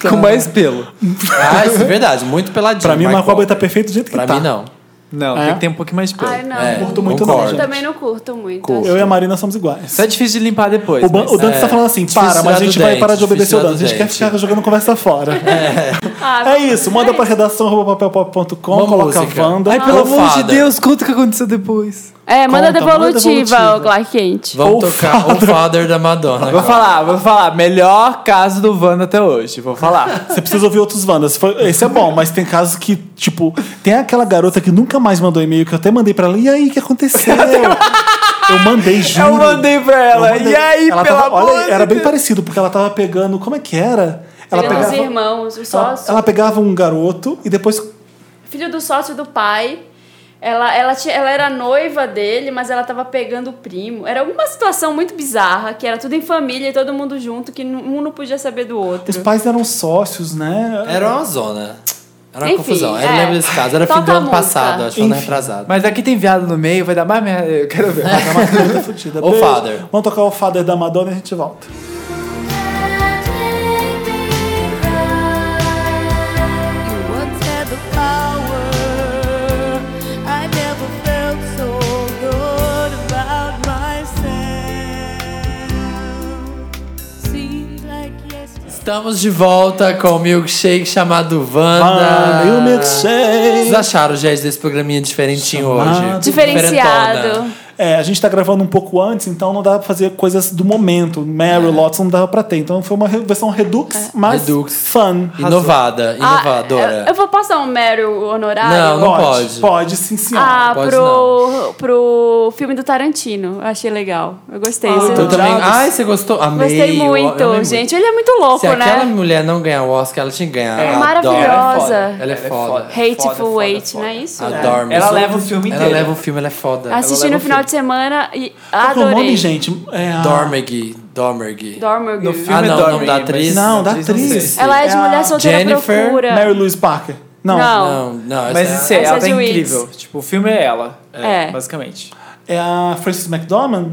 S1: Tá.
S5: Com mais pelo.
S2: ah, isso é verdade. Muito peladinho.
S1: Pra mim, o
S2: Mark
S1: Marco Wahlberg tá
S2: Wahlberg.
S1: perfeito do jeito que
S2: Pra
S1: tá.
S2: mim, não.
S5: Não,
S1: É?
S5: tem que ter um pouquinho mais de pelo.
S3: Ai, não.
S2: É,
S1: Curto muito não,
S3: Eu
S2: concordo.
S1: gente.
S3: também não curto muito.
S2: Curto.
S1: Eu e a Marina somos iguais.
S5: Isso é difícil de limpar depois.
S1: O, Ban-
S5: mas-
S1: o Dante
S2: é,
S1: tá falando assim,
S2: difícil
S1: para, mas a
S2: tirar
S1: gente
S2: do
S1: vai parar de
S2: dente,
S1: obedecer
S2: difícil
S1: o
S2: tirar do
S1: Dante. A gente quer
S2: dente.
S1: ficar jogando conversa fora.
S3: Ah,
S1: É isso, manda pra redação arroba papelpop.com,
S2: Uma
S1: coloca
S2: música.
S1: Wanda.
S5: Ai, pelo amor de
S2: Fada.
S5: Deus, conta o que aconteceu depois.
S3: É, manda
S1: Conta, manda devolutiva.
S3: devolutiva, ô Clark Kent.
S2: Vamos
S1: Ou
S2: tocar o Father da Madonna.
S5: Vou falar, vou falar. Melhor caso do Wanda até hoje. Vou falar.
S1: Você precisa ouvir outros Wandas. Foi- Esse é bom, mas tem casos que, tipo, tem aquela garota que nunca mais mandou e-mail, que eu até mandei pra ela. E aí, o que aconteceu? eu mandei, juro.
S5: Eu mandei pra ela.
S1: Eu mandei.
S5: E aí,
S1: Ela
S5: pelo
S1: tava-
S5: amor
S1: Olha,
S5: de
S1: era bem
S5: Deus.
S1: parecido, porque ela tava pegando... Como é que era? Ela
S3: Filho dos
S1: pegava,
S3: irmãos, o
S1: ela,
S3: sócio.
S1: ela pegava um garoto e depois...
S3: Filho do sócio do pai. Ela, ela, tinha- ela era noiva dele, mas ela tava pegando o primo. Era alguma situação muito bizarra, que era tudo em família e todo mundo junto, que n- um não podia saber do
S1: Os
S5: Uhum.
S3: outro.
S1: pais eram sócios, né?
S2: Era uma zona. Era uma
S3: É. Enfim,
S2: confusão. Eu
S3: é.
S2: lembro desse caso. Era
S3: Toca
S2: fim do
S3: a
S2: ano
S3: música.
S2: passado, acho que foi ano
S1: Enfim.
S2: retrasado.
S5: Mas aqui tem viado no meio, vai dar mais merda. Eu quero ver.
S1: Tá uma coisa fodida.
S2: O
S1: Beijo.
S2: Father.
S1: Vamos tocar o Father da Madonna e a gente volta.
S6: You once had the power. I never felt so good about myself. Seems like yesterday.
S2: Estamos de volta com o milkshake chamado Wanda.
S1: Ah, e o milkshake.
S2: Vocês acharam, gente, desse programinha diferentinho hoje?
S3: Diferenciado.
S2: Diferentona.
S1: É, a gente tá gravando um pouco antes, então não dá pra fazer coisas do momento. Mary,
S3: É.
S1: Lotson não dava pra ter. Então foi uma re- versão Redux, mas
S2: Redux.
S1: fun.
S2: Inovada,
S3: Ah,
S2: inovadora.
S3: eu, eu vou passar um Meryl honorário.
S2: Não, não
S1: Pode,
S2: pode.
S1: pode, sim, senhora.
S3: Ah,
S2: Pode
S3: pro, pro filme do Tarantino. Eu achei legal. Eu gostei.
S1: Ah,
S3: Você-
S1: então
S2: Eu também.
S1: Jobs.
S2: Ai, você gostou? Amei.
S3: Gostei
S2: eu- eu amei
S3: muito, gente. Ele é muito louco,
S2: Se
S3: né?
S2: aquela mulher não ganhar o Oscar, ela tinha que ganhar.
S3: É
S2: Eu adoro.
S3: maravilhosa.
S2: Ela é foda.
S3: Hateful Eight, não é isso?
S2: Adoro.
S5: Ela leva o filme
S2: Ela
S5: inteiro.
S2: leva o filme, ela Tá é foda.
S3: Assisti no final de semana e
S1: Qual que
S2: um
S1: é
S3: adorei.
S1: o nome, gente? É a-
S2: Dormig. Dormig.
S3: Dormergy.
S5: No
S2: Ah,
S5: filme
S2: não,
S5: é
S2: o nome
S5: Dormig,
S2: da
S5: mas-
S2: atriz.
S1: Não, da
S5: Atriz, não
S1: atriz.
S5: sei.
S3: Ela é de
S1: a
S3: Mulher Solteira à
S2: Jennifer-
S3: Procura.
S1: Ah, Mary Louise Parker. Não.
S3: Não.
S2: Não, não. essa
S5: Mas
S2: é a-
S5: isso é,
S3: Essa
S5: ela
S3: é
S5: tá
S3: de Wigs.
S5: incrível. Tipo, o filme é ela.
S3: É.
S5: Basicamente.
S1: É a Frances McDormand?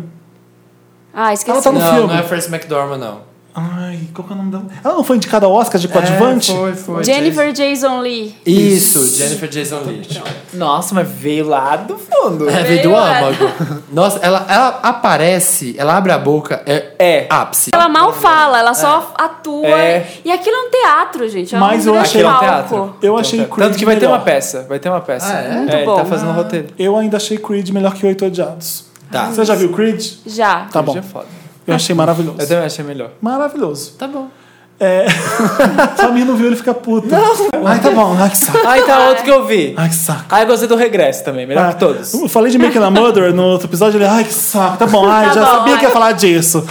S3: Ah, esqueci.
S1: Ela tá no
S2: não,
S1: filme.
S2: Não é Frances McDormand, não.
S1: Ai, qual que é o nome dela? Ela não foi indicada ao Oscar de coadjuvante?
S5: É, foi.
S3: Jennifer Jason Lee.
S2: Isso, Jennifer Jason Leigh.
S5: Nossa, mas veio lá do fundo.
S2: É, veio do âmago. Nossa, ela, ela aparece, ela abre a boca, é,
S5: É.
S2: ápice.
S3: Ela mal fala, ela só atua.
S5: É.
S3: E aquilo é um teatro, gente. Ela
S1: Mas
S3: não
S1: eu
S3: vira
S1: achei-
S5: Aquilo é um
S3: palco.
S5: teatro.
S1: Eu achei Creed
S5: Tanto que vai ter
S1: melhor.
S5: uma peça. Vai ter uma peça.
S2: Ah, é? Muito
S5: ele
S3: bom.
S5: tá fazendo um roteiro.
S1: Eu ainda achei Creed melhor que Oito Odiados.
S2: Tá.
S1: Você já viu Creed?
S3: Já.
S1: Tá bom.
S5: Hoje é foda.
S1: Eu achei maravilhoso.
S5: Eu também achei melhor.
S1: Maravilhoso.
S2: Tá bom.
S1: Se a minha não viu, ele fica puto. Não. Ai, tá bom. Ai, que saco.
S5: Ah, e tá outro que eu vi.
S1: Ai, que saco.
S5: Ah, eu gostei do regresso também. Melhor
S1: Ah,
S5: que todos.
S1: Eu falei de Making a Murderer no outro episódio. Ele, ai, que saco. Tá bom. Ai,
S3: Tá
S1: já
S3: bom,
S1: sabia
S3: ai.
S1: que ia falar disso.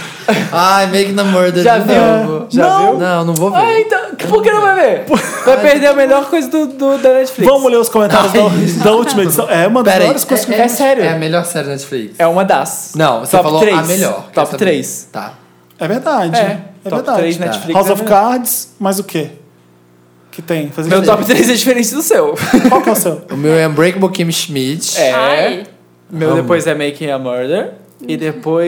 S2: Ai, Make the Murder
S5: Já
S2: de
S5: viu?
S2: novo.
S5: Já
S2: não.
S5: viu?
S2: Não, não vou ver.
S5: Ah, então. Por que não vai ver? Vai perder a melhor coisa do, do- da Netflix.
S1: Vamos ler os comentários da, da última edição. É uma das
S2: Pera aí.
S1: melhores coisas que
S5: É sério.
S2: É a melhor série da Netflix.
S5: É uma das.
S2: Não, você
S5: Top
S2: falou a
S5: três.
S2: melhor. Quero
S5: Top
S2: saber.
S5: 3.
S2: Tá.
S1: É verdade.
S5: É.
S1: É,
S5: Top
S1: verdade.
S5: três Netflix
S1: House
S5: é
S1: of
S5: melhor.
S1: Cards, mais o quê? Que tem? Fazer
S5: Meu
S1: que
S5: top 3 é diferente do seu.
S1: Qual que é o seu?
S2: O meu é Unbreakable Kim Schmidt.
S5: É.
S3: Ai.
S5: Meu depois é Making a Murder. E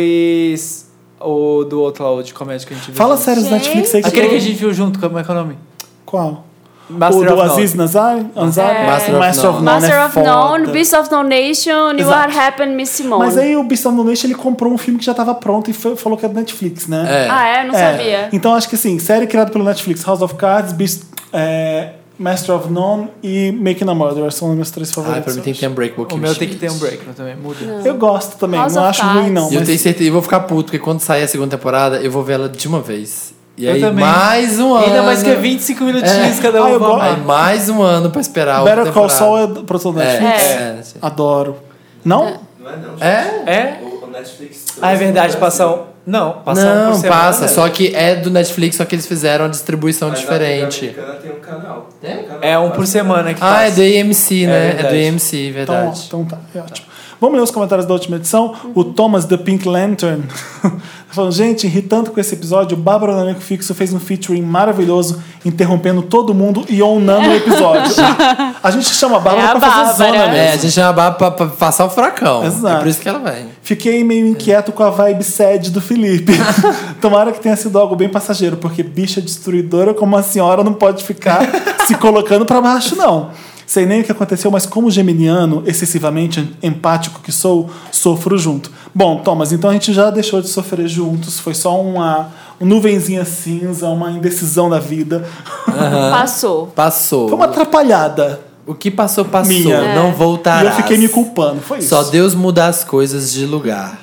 S5: depois o do outro lá, o de comédia que a gente viu.
S1: Fala
S5: junto.
S1: sério, os Netflix aí.
S5: Aquele que a
S1: tem.
S5: gente viu junto, como é que é o nome?
S1: Qual?
S5: Master
S1: o do
S5: of None.
S1: Aziz Nazari? Ansari?
S3: É.
S2: Master of None.
S3: Master
S1: é
S3: of None,
S1: foda.
S3: Beast of No Nation, You
S1: Exato.
S3: Are Happen, Miss Simone.
S1: Mas aí o Bissão do Neixo, ele comprou um filme que já tava pronto e foi- falou que é do Netflix, né?
S2: É.
S3: Ah, é? Eu não sabia.
S1: Então acho que assim, série criada pelo Netflix, House of Cards, Beast, é, Master of None e Making a Murderer são os meus três favoritos.
S2: Ai, Ah, pra mim tem que ter Unbreakable Kim
S5: O meu
S2: Schmidt.
S5: tem que ter um break não também, muda.
S1: Eu gosto também,
S3: House
S1: não
S3: of
S1: acho
S3: Cards.
S1: ruim não.
S2: E eu
S1: Mas
S2: tenho certeza, eu vou ficar puto, porque quando sair a segunda temporada, eu vou ver ela de uma vez. E
S5: Eu
S2: aí,
S5: também.
S2: mais um ano.
S5: Ainda mais que é 25 minutinhos
S2: É.
S5: cada
S1: Ah,
S5: um.
S1: eu
S5: vamos
S1: gosto.
S5: lá.
S2: Aí, mais um ano pra esperar a outra
S1: Better Call
S2: temporada.
S1: Saul é do- produção do Netflix.
S2: É.
S1: Adoro. Não?
S4: Não é não, gente.
S2: É?
S5: É?
S4: O o Netflix...
S5: Ah, é Ah, verdade, passar um. Não, passa um por
S2: Não,
S5: semana.
S2: passa. Só que é do Netflix, só que eles fizeram a distribuição
S7: Mas na
S2: diferente.
S7: Liga Americana tem um canal. Tem um canal
S5: É um por
S7: passa.
S5: semana que
S2: Ah, é
S5: passa.
S2: do IMC, né? É, do
S5: verdade.
S2: IMC,
S1: Então,
S2: verdade.
S1: ó, então tá, é ótimo. Vamos ler os comentários da última edição. O
S3: Uhum.
S1: Thomas The Pink Lantern tá falando, gente, irritando com esse episódio, o Bárbara do Elenco Fixo fez um featuring maravilhoso, interrompendo todo mundo e onando o episódio. a gente chama a Bárbara
S3: É a
S1: pra fazer
S3: Bárbara.
S1: zona
S2: É,
S1: mesmo.
S2: a gente chama a Bárbara pra, pra passar o furacão.
S1: Exato.
S2: É por isso que ela vem.
S1: Fiquei meio inquieto com a vibe sad do Felipe. Tomara que tenha sido algo bem passageiro, porque bicha destruidora como a senhora não pode ficar se colocando pra baixo, não. Sei nem o que aconteceu, mas como geminiano, excessivamente empático que sou, sofro junto. Bom, Thomas, então a gente já deixou de sofrer juntos, foi só uma, uma nuvenzinha cinza, uma indecisão da vida. Então,
S3: Passou.
S2: Passou.
S1: Foi uma atrapalhada.
S2: O que passou, passou.
S1: Minha. É.
S2: Não voltará.
S1: E eu fiquei me culpando, foi isso.
S2: Só Deus muda as coisas de lugar.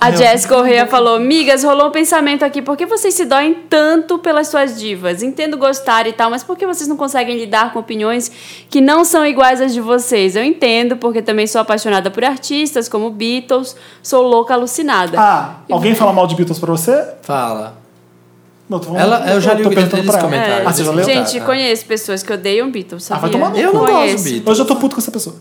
S3: A Jess Correia falou: Migas, rolou um pensamento aqui. Por que vocês se doem tanto pelas suas divas? Entendo gostar e tal, mas por que vocês não conseguem lidar com opiniões que não são iguais às de vocês? Eu entendo, porque também sou apaixonada por artistas como Beatles, sou louca alucinada.
S1: Ah, alguém fala mal de Beatles pra você?
S2: Fala.
S1: Não, tô falando-
S2: Ela, eu já li
S1: tô
S2: o
S1: perguntando
S2: eles
S1: pra ela.
S2: comentários.
S1: Ah, você já leu?
S3: É, Gente,
S2: Tá.
S3: conheço pessoas que odeiam Beatles,
S1: Ah,
S3: sabia?
S1: vai tomar no cu.
S2: Eu não gosto,
S3: conheço,
S2: Bito.
S1: Hoje eu tô puto com essa pessoa.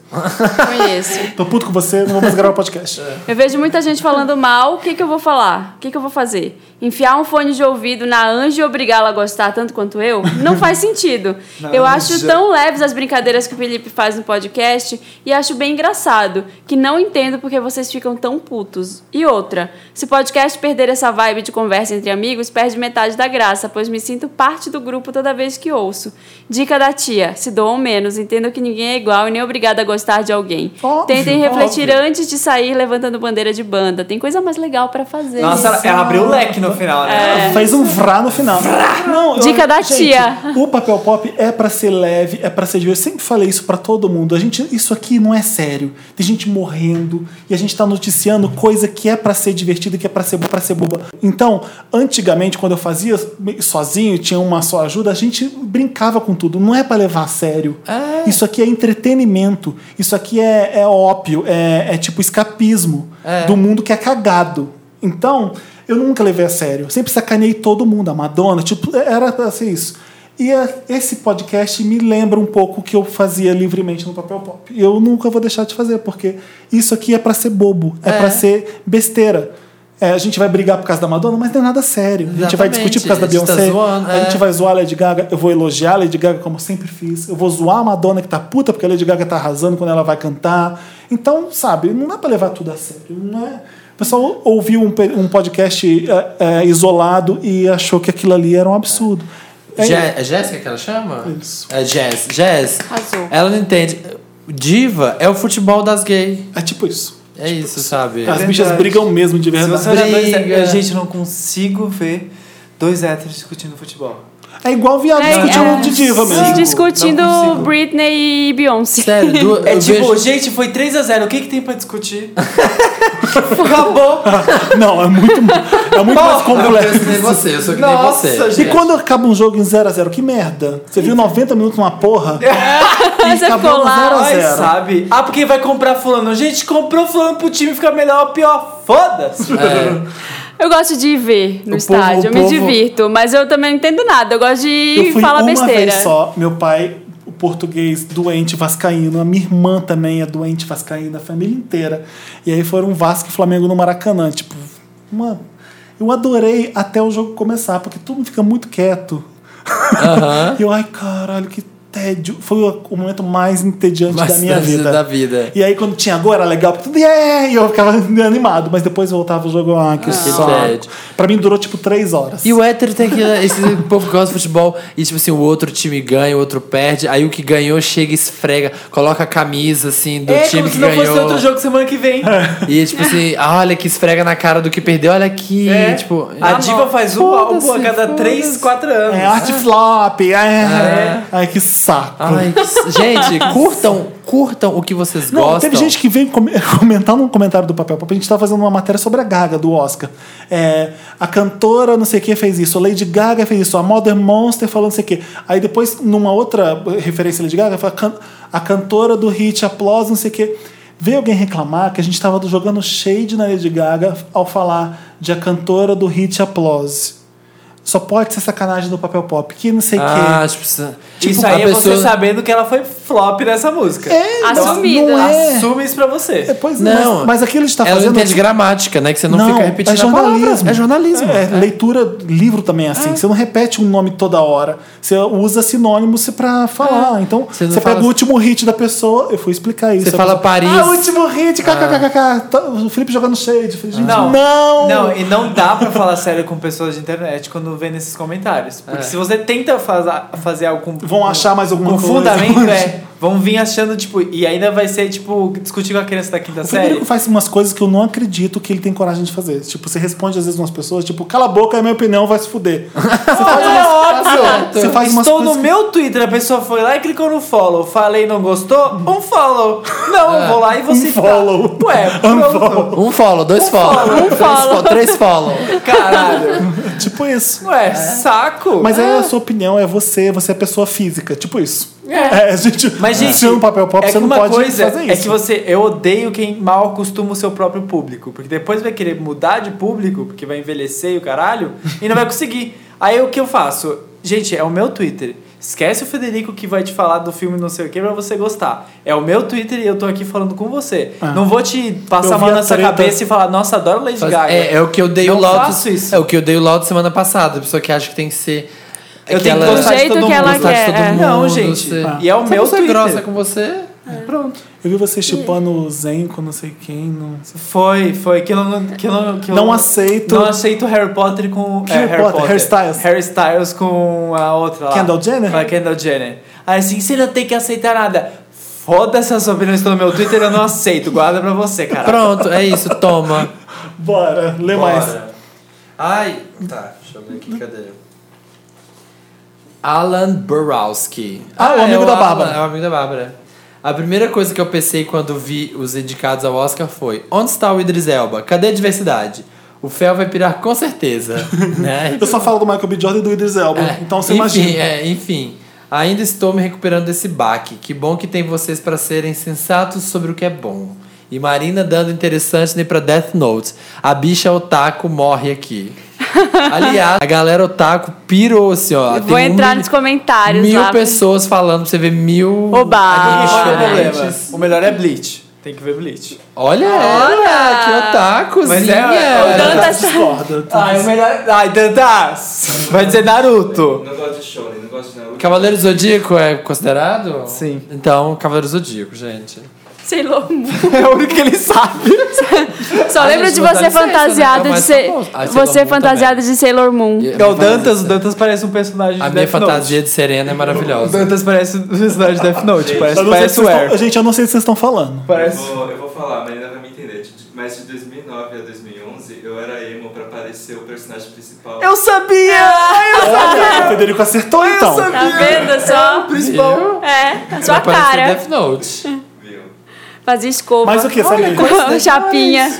S3: conheço.
S1: Tô puto com você, não vou mais gravar podcast.
S3: Eu vejo muita gente falando mal, o que, que eu vou falar? O que, que eu vou fazer? Enfiar um fone de ouvido na anja e obrigá-la a gostar tanto quanto eu? Não faz sentido. eu acho tão leves as brincadeiras que o Felipe faz no podcast e acho bem engraçado, que não entendo porque vocês ficam tão putos. E outra, se o podcast perder essa vibe de conversa entre amigos, perde metade da graça, pois me sinto parte do grupo toda vez que ouço. Dica da tia, se doam menos, entendam que ninguém é igual e nem obrigado a gostar de alguém.
S1: Óbvio,
S3: Tentem refletir
S1: óbvio.
S3: antes de sair levantando bandeira de banda. Tem coisa mais legal pra fazer.
S5: Nossa,
S2: é
S5: ela, ela abriu o leque no final, né?
S1: Ela Fez um vrá no final. Não, eu-
S3: Dica da
S1: gente,
S3: tia.
S1: O papel pop é pra ser leve, é pra ser divertido. Eu sempre falei isso pra todo mundo. A gente, isso aqui não é sério. Tem gente morrendo e a gente tá noticiando coisa que é pra ser divertida, que é pra ser para ser boba. Então, antigamente quando eu fazia sozinho, tinha uma só ajuda, a gente brincava com tudo. Não é pra levar a sério. Isso aqui é entretenimento. Isso aqui é, é ópio, é, é tipo escapismo do mundo que é cagado. Então, eu nunca levei a sério. Sempre sacanei todo mundo, a Madonna, tipo, era pra ser isso. E a- esse podcast me lembra um pouco o que eu fazia livremente no papel pop. E eu nunca vou deixar de fazer, porque isso aqui é pra ser bobo, é, pra ser besteira. É, a gente vai brigar por causa da Madonna, mas não é nada sério. A gente vai
S2: Exatamente,
S1: discutir por causa da
S2: a gente tá
S1: Beyoncé,
S2: zoando,
S1: a gente
S2: é.
S1: vai zoar a Lady Gaga, eu vou elogiar a Lady Gaga como eu sempre fiz. Eu vou zoar a Madonna que tá puta porque a Lady Gaga tá arrasando quando ela vai cantar. Então, sabe, não dá pra levar tudo a sério, não é? O pessoal ouviu um, pe- um podcast é, é, isolado e achou que aquilo ali era um absurdo. É
S2: Je- É Jéssica que ela chama?
S1: Isso.
S2: É Jess. Jess.
S3: Arrasou.
S2: Ela não entende. Diva é o futebol das gays.
S1: É tipo isso.
S2: É isso, sabe?
S1: As bichas brigam mesmo de
S5: Se
S1: verdade.
S5: você olhar dois
S2: Briga.
S5: héteros, gente, eu não consigo ver dois héteros discutindo futebol.
S1: É igual viado
S3: É,
S1: discutindo
S3: é.
S1: de diva mesmo.
S5: Sim.
S3: Discutindo
S5: Não consigo.
S3: Britney e Beyoncé.
S2: Sério, du-
S5: É
S2: eu
S5: tipo,
S2: vejo-
S5: gente, foi 3x0, o que, que tem pra discutir? Acabou!
S1: Não, é muito, é muito mais
S2: Eu
S1: complexo.
S2: penso nem você, eu sou que nem
S5: Nossa,
S2: você.
S1: E quando acaba um jogo em 0x0, que merda? Você viu 90 minutos numa porra?
S3: É. Você
S1: acabou
S3: ficou lá.
S1: zero a
S5: Ai,
S1: zero.
S5: sabe? Ah, porque vai comprar fulano. Gente, comprou fulano pro time ficar melhor ou pior. Foda-se!
S2: É.
S3: Eu gosto de ir ver no
S2: O
S3: estádio,
S2: povo-
S3: eu
S2: o
S3: me
S2: povo-
S3: divirto, mas eu também não entendo nada. Eu gosto de
S1: Eu
S3: ir
S1: fui
S3: falar
S1: uma
S3: besteira.
S1: vez só. Meu pai, o português doente vascaíno, a minha irmã também é doente vascaína, a família inteira. E aí foram um Vasco e Flamengo no Maracanã, tipo, uma eu adorei até o jogo começar, porque todo mundo fica muito quieto. E eu, ai, caralho, que tédio. Foi o o momento mais entediante
S2: Mas
S1: da minha
S2: da-
S1: vida.
S2: da vida.
S1: E aí, quando tinha gol, era legal, porque tudo, yeah! e eu ficava animado, mas depois voltava o jogo, ah, que saco.
S2: tédio.
S1: Pra mim, durou tipo três horas.
S2: E o hétero tem que. Esse povo que gosta de futebol. E tipo assim, o outro time ganha, o outro perde. Aí o que ganhou chega, e esfrega, coloca a camisa assim do
S5: é
S2: time
S5: como
S2: que
S5: se não
S2: ganhou.
S5: fosse outro jogo semana que vem.
S2: E tipo assim, ah, olha que esfrega na cara do que perdeu, olha aqui.
S5: É.
S2: Tipo,
S5: a diva faz um álbum a cada 3, 4 anos.
S1: É arte flop, é. Ai, que saco.
S2: Ai, que- gente, curtam, curtam o que vocês
S1: Não,
S2: gostam.
S1: teve gente que veio com- comentar num comentário do Papel Pop. A gente tava fazendo uma matéria sobre a Gaga, do Oscar. É, a cantora, não sei o que, fez isso. A Lady Gaga fez isso. A Modern Monster falou não sei o que. Aí depois, numa outra referência à Lady Gaga, foi a, can- a cantora do hit Applause, não sei o que. Veio alguém reclamar que a gente estava jogando shade na Lady Gaga ao falar de a cantora do hit Applause. Só pode ser sacanagem do papel pop, que não sei o
S2: Ah,
S1: quê.
S2: as pessoas-
S5: Isso
S2: tipo, a
S5: aí é
S2: pessoa-
S5: você sabendo que ela foi flop nessa música.
S1: É, não-
S3: Assumida.
S1: Não é.
S5: Assume isso pra você.
S1: É, Pois não,
S2: Não,
S1: mas, mas aquilo que a gente tá
S2: Ela
S1: fazendo.
S2: entende É gramática, né? Que você não, fica repetindo
S1: é jornalismo.
S2: a palavra. É jornalismo.
S1: É, leitura, livro também é assim. Você não repete um nome toda hora. Você usa sinônimos pra falar. Então,
S2: É. Você
S1: você,
S2: não
S1: pega
S2: fala-
S1: o último hit da pessoa. Eu fui explicar isso.
S2: Você
S1: A
S2: fala
S1: pessoa,
S2: Paris.
S1: Ah, último hit, kkkk. Tá, O Felipe jogando shade. Eu falei, gente,
S5: Não.
S1: não. Não.
S5: Não, e não dá pra falar sério com pessoas de internet quando vê nesses comentários. Porque
S2: É.
S5: se você tenta faza- fazer algo com.
S1: Vão achar mais alguma
S5: com
S1: coisa.
S5: fundamento, é. Vão vir achando, tipo. E ainda vai ser, tipo, discutir com a criança da quinta
S1: O
S5: série.
S1: Frederico faz umas coisas que eu não acredito que ele tem coragem de fazer. Tipo, você responde às vezes umas pessoas, tipo, cala a boca, é minha opinião, vai se fuder.
S5: É óbvio!
S1: Você faz umas
S5: Estou no
S1: coisas que-
S5: meu Twitter, a pessoa foi lá e clicou no follow. Falei, não gostou? Um follow. Não, eu vou lá e vou citar.
S1: É. Um follow.
S5: Ué, pronto.
S2: Um follow, dois follow.
S3: follow, um
S2: Dois
S3: follow.
S2: fo- Três follow.
S5: Caralho.
S1: Tipo isso.
S5: Ué, saco.
S1: Mas é a sua opinião, é você, você é pessoa física. Tipo isso. É, a gente.
S5: Mas, gente,
S1: se é um papel pop,
S5: é que
S1: você não
S5: uma
S1: pode
S5: coisa
S1: fazer
S5: É
S1: isso.
S5: que você. Eu odeio quem mal acostuma o seu próprio público. Porque depois vai querer mudar de público, porque vai envelhecer e o caralho, e não vai conseguir. Aí o que eu faço? Gente, é o meu Twitter. Esquece o Federico que vai te falar do filme não sei o que pra você gostar. É o meu Twitter e eu tô aqui falando com você. Não vou te
S1: Ah. Eu
S5: passar a mão
S1: vi a
S5: na sua
S1: treta.
S5: cabeça e falar, nossa, adoro Lady Gaga.
S2: É, é o que eu dei
S5: Não
S2: o laudo.
S5: faço isso.
S2: É o que eu dei o laudo semana passada. A pessoa que acha que tem que ser.
S5: Eu
S2: que
S5: tenho que
S2: ela-
S5: gostar
S3: Do
S5: de
S3: jeito
S5: todo
S3: que
S5: mundo.
S3: ela
S2: gostar de
S3: quer,
S2: todo
S3: é.
S2: mundo.
S5: Não, gente.
S2: ser-
S1: Ah.
S5: E é o
S2: Se a
S5: meu
S2: pessoa é
S5: Twitter.
S2: grossa com você.
S5: Pronto.
S1: Eu vi você chipando o Zen com não sei quem. Não,
S5: Foi, foi. Que eu não, que eu não, que eu
S1: não aceito.
S5: Não aceito Harry Potter com.
S1: Que Harry Potter? Harry Styles.
S5: Harry Styles com a outra lá.
S1: Kendall Jenner?
S5: Com a Kendall Jenner. Aí assim, você não tem que aceitar nada. Foda-se as opiniões estão no meu Twitter, eu não aceito. Guarda pra você, cara.
S2: Pronto, é isso, toma.
S1: Bora, lê é mais.
S2: Bora. Ai, tá, deixa eu ver aqui, cadê? Alan Borowski.
S1: Ah, o amigo
S2: é
S1: da
S2: Alan,
S1: Bárbara.
S2: É o amigo da Bárbara. A primeira coisa que eu pensei quando vi os indicados ao Oscar foi: onde está o Idris Elba? Cadê a diversidade? O Fel vai pirar com certeza. né?
S1: Eu só falo do Michael B. Jordan e do Idris Elba.
S2: É,
S1: Então você
S2: enfim,
S1: imagina.
S2: é, enfim, ainda estou me recuperando desse baque. Que bom que tem vocês para serem sensatos sobre o que é bom. E Marina dando interessante nem pra Death Note. A bicha otaku morre aqui. Aliás, a galera otaku pirou assim, ó. Tem
S3: Eu vou
S2: um
S3: entrar
S2: mil-
S3: nos comentários
S2: Mil
S3: lá. Ah,
S2: pessoas falando pra você ver mil.
S3: Oba!
S5: E
S2: animes
S5: qual é o
S2: diferentes.
S5: problema? O melhor é Bleach. Tem que ver Bleach.
S2: Olha ela, que otakuzinha.
S5: Mas é- é o
S2: Ela
S3: Dan
S2: tá-
S3: tá-
S1: Discorda.
S5: Ai, o melhor. Ai, Dantas! Vai dizer Naruto.
S7: Não gosto um de Shonen, não gosto de Naruto.
S2: Cavaleiro Zodíaco é considerado?
S5: Sim.
S2: Então, Cavaleiro Zodíaco, gente.
S3: Sei lá.
S5: É o único que ele sabe.
S3: Só
S2: Ah,
S3: lembro
S2: gente,
S3: de
S2: mas dá
S3: você
S2: licença, né?
S3: fantasiado
S2: Eu
S3: de
S2: mais
S3: ser.
S2: famoso. Ah, Sailor
S3: Você
S2: Moon
S3: fantasiado de Sailor Moon.
S5: É o Dantas. O Dantas parece um personagem de
S2: A minha
S5: Death Note.
S2: fantasia de Serena é
S5: O
S2: maravilhosa.
S5: Dantas parece um personagem de Death Note. Parece,
S1: Eu não sei se
S5: parece o
S1: vocês
S5: Air.
S1: estão, gente, eu não sei se vocês estão falando.
S7: Eu
S5: Parece.
S7: vou, eu vou falar, a Marina vai me entender. De- Mas de 2009 a 2011, eu era emo pra parecer o personagem principal.
S5: Eu sabia!
S1: Olha, o Federico acertou então.
S3: Tá vendo só?
S5: Principal.
S3: É, a sua
S2: Vai parecer
S3: cara.
S2: Death Note.
S7: Viu?
S3: Fazia escova.
S1: Mas o que, Sabrina?
S3: Chapinha.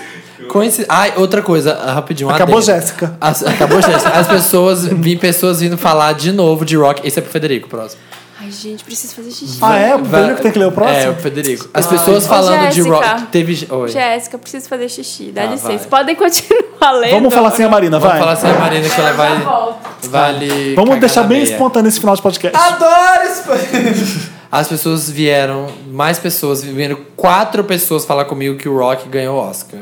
S2: Coinci... Ai, outra coisa, rapidinho. um
S1: Acabou
S2: adendo.
S1: Jéssica.
S2: As- acabou Jéssica. As pessoas, vi pessoas vindo falar de novo de rock. Esse é pro Federico, próximo.
S3: Ai, gente, preciso fazer xixi.
S1: Ah, é? O
S2: Vai-
S1: Federico tem que ler
S2: É,
S1: o
S2: o
S1: próximo?
S2: Federico. As pessoas
S3: Ô,
S2: falando de
S3: Jéssica.
S2: rock. Teve.
S1: é?
S2: Oi.
S3: Jéssica, preciso fazer xixi. Dá
S2: Tá,
S3: licença.
S2: vai.
S3: Podem continuar lendo.
S1: Vamos falar sem a Marina,
S2: Vamos
S1: vai.
S2: falar sem a Marina que ela vai.
S3: volto.
S2: Vale.
S1: Vamos
S2: cagar
S1: deixar
S2: na
S1: bem
S2: meia.
S1: espontâneo esse final de podcast.
S5: Adoro esse...
S2: As pessoas vieram, mais pessoas, vieram quatro pessoas falar comigo que o Rock ganhou o Oscar.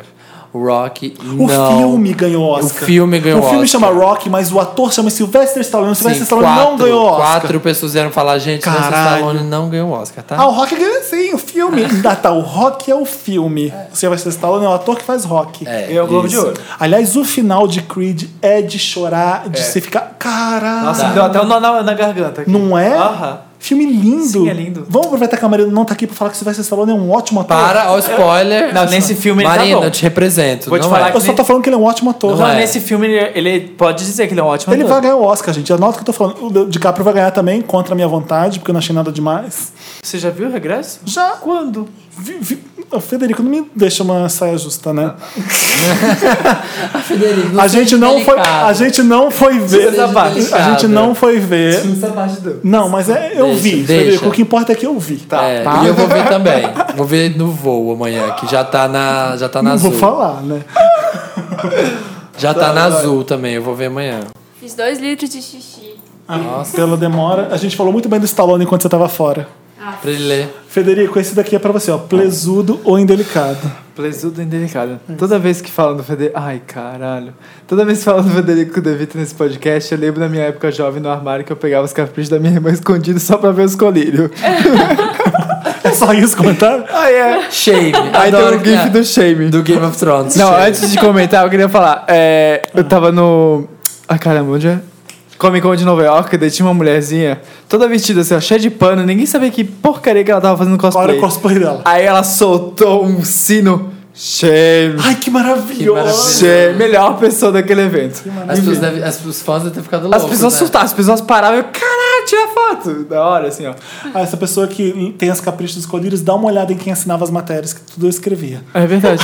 S2: O Rock
S1: O
S2: não.
S1: filme ganhou Oscar.
S2: O filme ganhou
S1: O filme
S2: Oscar.
S1: chama Rock, mas o ator chama Sylvester Stallone. O
S2: Sim,
S1: Sylvester Stallone não ganhou Oscar.
S2: Quatro pessoas vieram falar, gente, o
S1: Caralho.
S2: Stallone não ganhou o Oscar, tá?
S1: Ah, o Rock ganhou sim, o filme. ah, tá, o Rock é o filme. O Sylvester Stallone é o ator que faz Rock.
S2: É,
S5: Ganhou o Globo de
S2: isso.
S5: Ouro.
S1: Aliás, o final de Creed é de chorar, de você ficar... Caralho!
S5: Nossa, me deu até um nó na, na garganta. aqui.
S1: Não é?
S5: Aham.
S1: Filme lindo.
S5: Sim, é lindo.
S1: Vamos aproveitar que a Marina não tá aqui pra falar que o Sylvester Stallone é um ótimo ator.
S2: Para, ó, o spoiler.
S5: Não, nesse filme ele tá
S2: Marina,
S5: bom.
S2: eu te represento.
S5: Vou te
S2: não
S5: falar
S2: é.
S1: Eu só tô falando que ele é um ótimo ator.
S5: Não,
S2: é.
S5: Nesse filme, ele, ele pode dizer que ele é um ótimo
S1: Ele vai
S5: ator.
S1: ganhar o Oscar, gente. Anota o que eu tô falando. O DiCaprio vai ganhar também, contra a minha vontade, porque eu não achei nada demais.
S5: Você já viu o regresso?
S1: Já.
S5: Quando?
S1: Vi- vi- O Federico não me deixa uma saia justa, né?
S2: Federico,
S1: a gente não foi, a gente não foi ver,
S2: seja
S1: a gente
S2: delicado.
S1: não foi ver.
S5: Essa parte do.
S1: Não, mas é, eu
S2: Deixa,
S1: vi,
S2: deixa.
S1: Federico. O que importa é que eu vi. Tá.
S2: É, E eu vou ver também. Vou ver no voo amanhã, que já tá na, já tá na
S1: Não
S2: azul.
S1: vou falar, né?
S2: Já tá na azul também, eu vou ver amanhã.
S3: Fiz dois litros de xixi.
S1: Pela demora. A gente falou muito bem do Stallone enquanto você tava fora.
S2: Pra ele ler.
S1: Federico, esse daqui é pra você, ó. Plesudo ou indelicado?
S5: Plesudo indelicado. Toda vez que falam do Federico. Ai, caralho. Toda vez que falam do Federico De Vito nesse podcast, eu lembro da minha época jovem no armário que eu pegava os caprichos da minha irmã escondidos só pra ver os colírios.
S1: É só isso comentar?
S5: Ah, é.
S2: Shame.
S5: Aí tem
S2: Adoro
S5: o GIF
S2: né?
S5: do Shame.
S2: do Game of Thrones.
S5: Não,
S1: é
S2: Shame.
S5: antes de comentar, eu queria falar. É, eu tava no. Ai, caramba, onde é? Comic Con de Nova York, daí tinha uma mulherzinha toda vestida assim, ó, cheia de pano, ninguém sabia que porcaria que ela tava fazendo
S1: Qual era
S5: cosplay.
S1: o cosplay dela?
S5: Aí ela soltou um sino. Shame.
S1: Ai, que
S2: Que
S1: maravilhoso!
S2: maravilha.
S5: Shame. Melhor pessoa daquele evento.
S2: As pessoas devem, as, os fãs devem ter ficado loucos.
S5: As pessoas
S2: né?
S5: surtaram, as pessoas paravam e eu, caralho, tira foto. Da hora, assim, ó.
S1: Ah, essa pessoa que tem as caprichos dos colírios, dá uma olhada em quem assinava as matérias, que tudo eu escrevia.
S5: É verdade.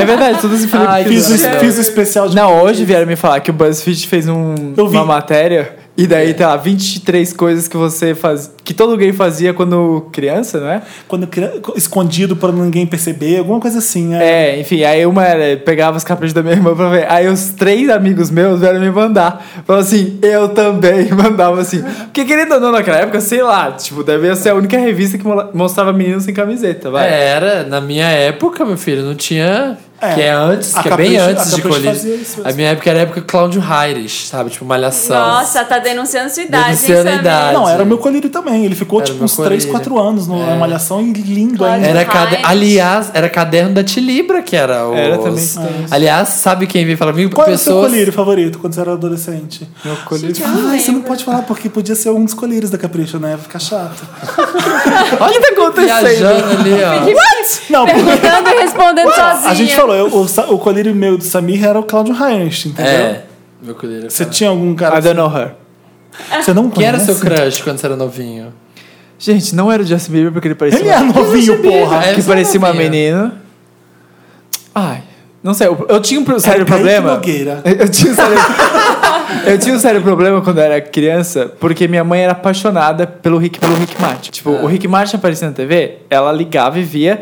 S5: é verdade, tudo se Felipe
S2: Ai,
S1: Fiz o,
S2: Não.
S1: fiz o especial de.
S5: Não, hoje vieram me falar que o BuzzFeed fez um-
S1: Eu vi.
S5: uma matéria e
S2: É.
S5: daí tá lá 23 coisas que você faz, que todo gay fazia quando criança, não é?
S1: Quando cri- escondido pra ninguém perceber, alguma coisa assim. É.
S5: É, enfim, aí uma era, pegava os caprichos da minha irmã pra ver. Aí os três amigos meus vieram me mandar. Falaram assim, eu também mandava assim. Porque querendo ou não, naquela época, sei lá, tipo, devia ser a única revista que mo- mostrava meninos sem camiseta, vai.
S2: Era, na minha época, meu filho, não tinha.
S1: É.
S2: É, Que é antes,
S1: A
S2: que é bem
S1: Capricho-
S2: antes
S1: a
S2: de
S1: Capricho
S2: colher.
S1: fazia isso
S2: A minha época era a época Cláudio Raires, sabe? Tipo, malhação.
S3: Nossa, tá denunciando sua idade,
S2: Denunciando a
S3: hein, Samir?
S2: idade.
S1: Não, era o meu colírio também. Ele ficou
S2: É, Era o
S1: tipo
S2: meu
S1: uns 3,
S2: colírio. É.
S1: 4 anos no- na malhação e lindo
S3: Claro.
S1: ainda.
S2: Era
S3: Raires.
S2: cade... Aliás, era caderno da Tilibra que era o.
S5: Era também.
S2: Aliás, sabe quem veio falar comigo?
S1: Qual era o seu
S2: Pessoas.
S1: colírio favorito quando você era adolescente?
S5: Meu colírio.
S3: Gente, eu não
S1: Ah, você não
S3: lembro.
S1: pode falar, porque podia ser um dos colírios da Capricho, né? Fica chato.
S5: Olha o que tá acontecendo.
S1: né?
S2: Viajando ali, ó.
S1: Não, porque
S3: Perguntando e respondendo sozinha.
S1: a gente falou, eu- o, sa- o colírio meu do Samir era o Claudio Heinrich, entendeu?
S2: É. Meu colírio.
S1: Você
S2: cara.
S1: tinha algum cara. assim?
S5: I don't know her.
S1: Você não
S2: Quem era
S1: conhece?
S2: seu crush quando você era novinho?
S5: Gente, não era o Justin Bieber porque ele parecia
S1: Ele
S5: uma-
S1: é novinho, porra.
S2: É,
S5: Ah, que
S2: só
S5: parecia uma
S2: novinha.
S5: menina. Ai, não sei, eu, eu tinha um pro- sério
S1: Kaique
S5: problema.
S1: Nogueira.
S5: Eu, eu tinha um sério, eu tinha um sério problema quando eu era criança, porque minha mãe era apaixonada pelo Rick, pelo Rick Martin. Tipo,
S2: Ah.
S5: o Rick Martin aparecia na TV, ela ligava e via,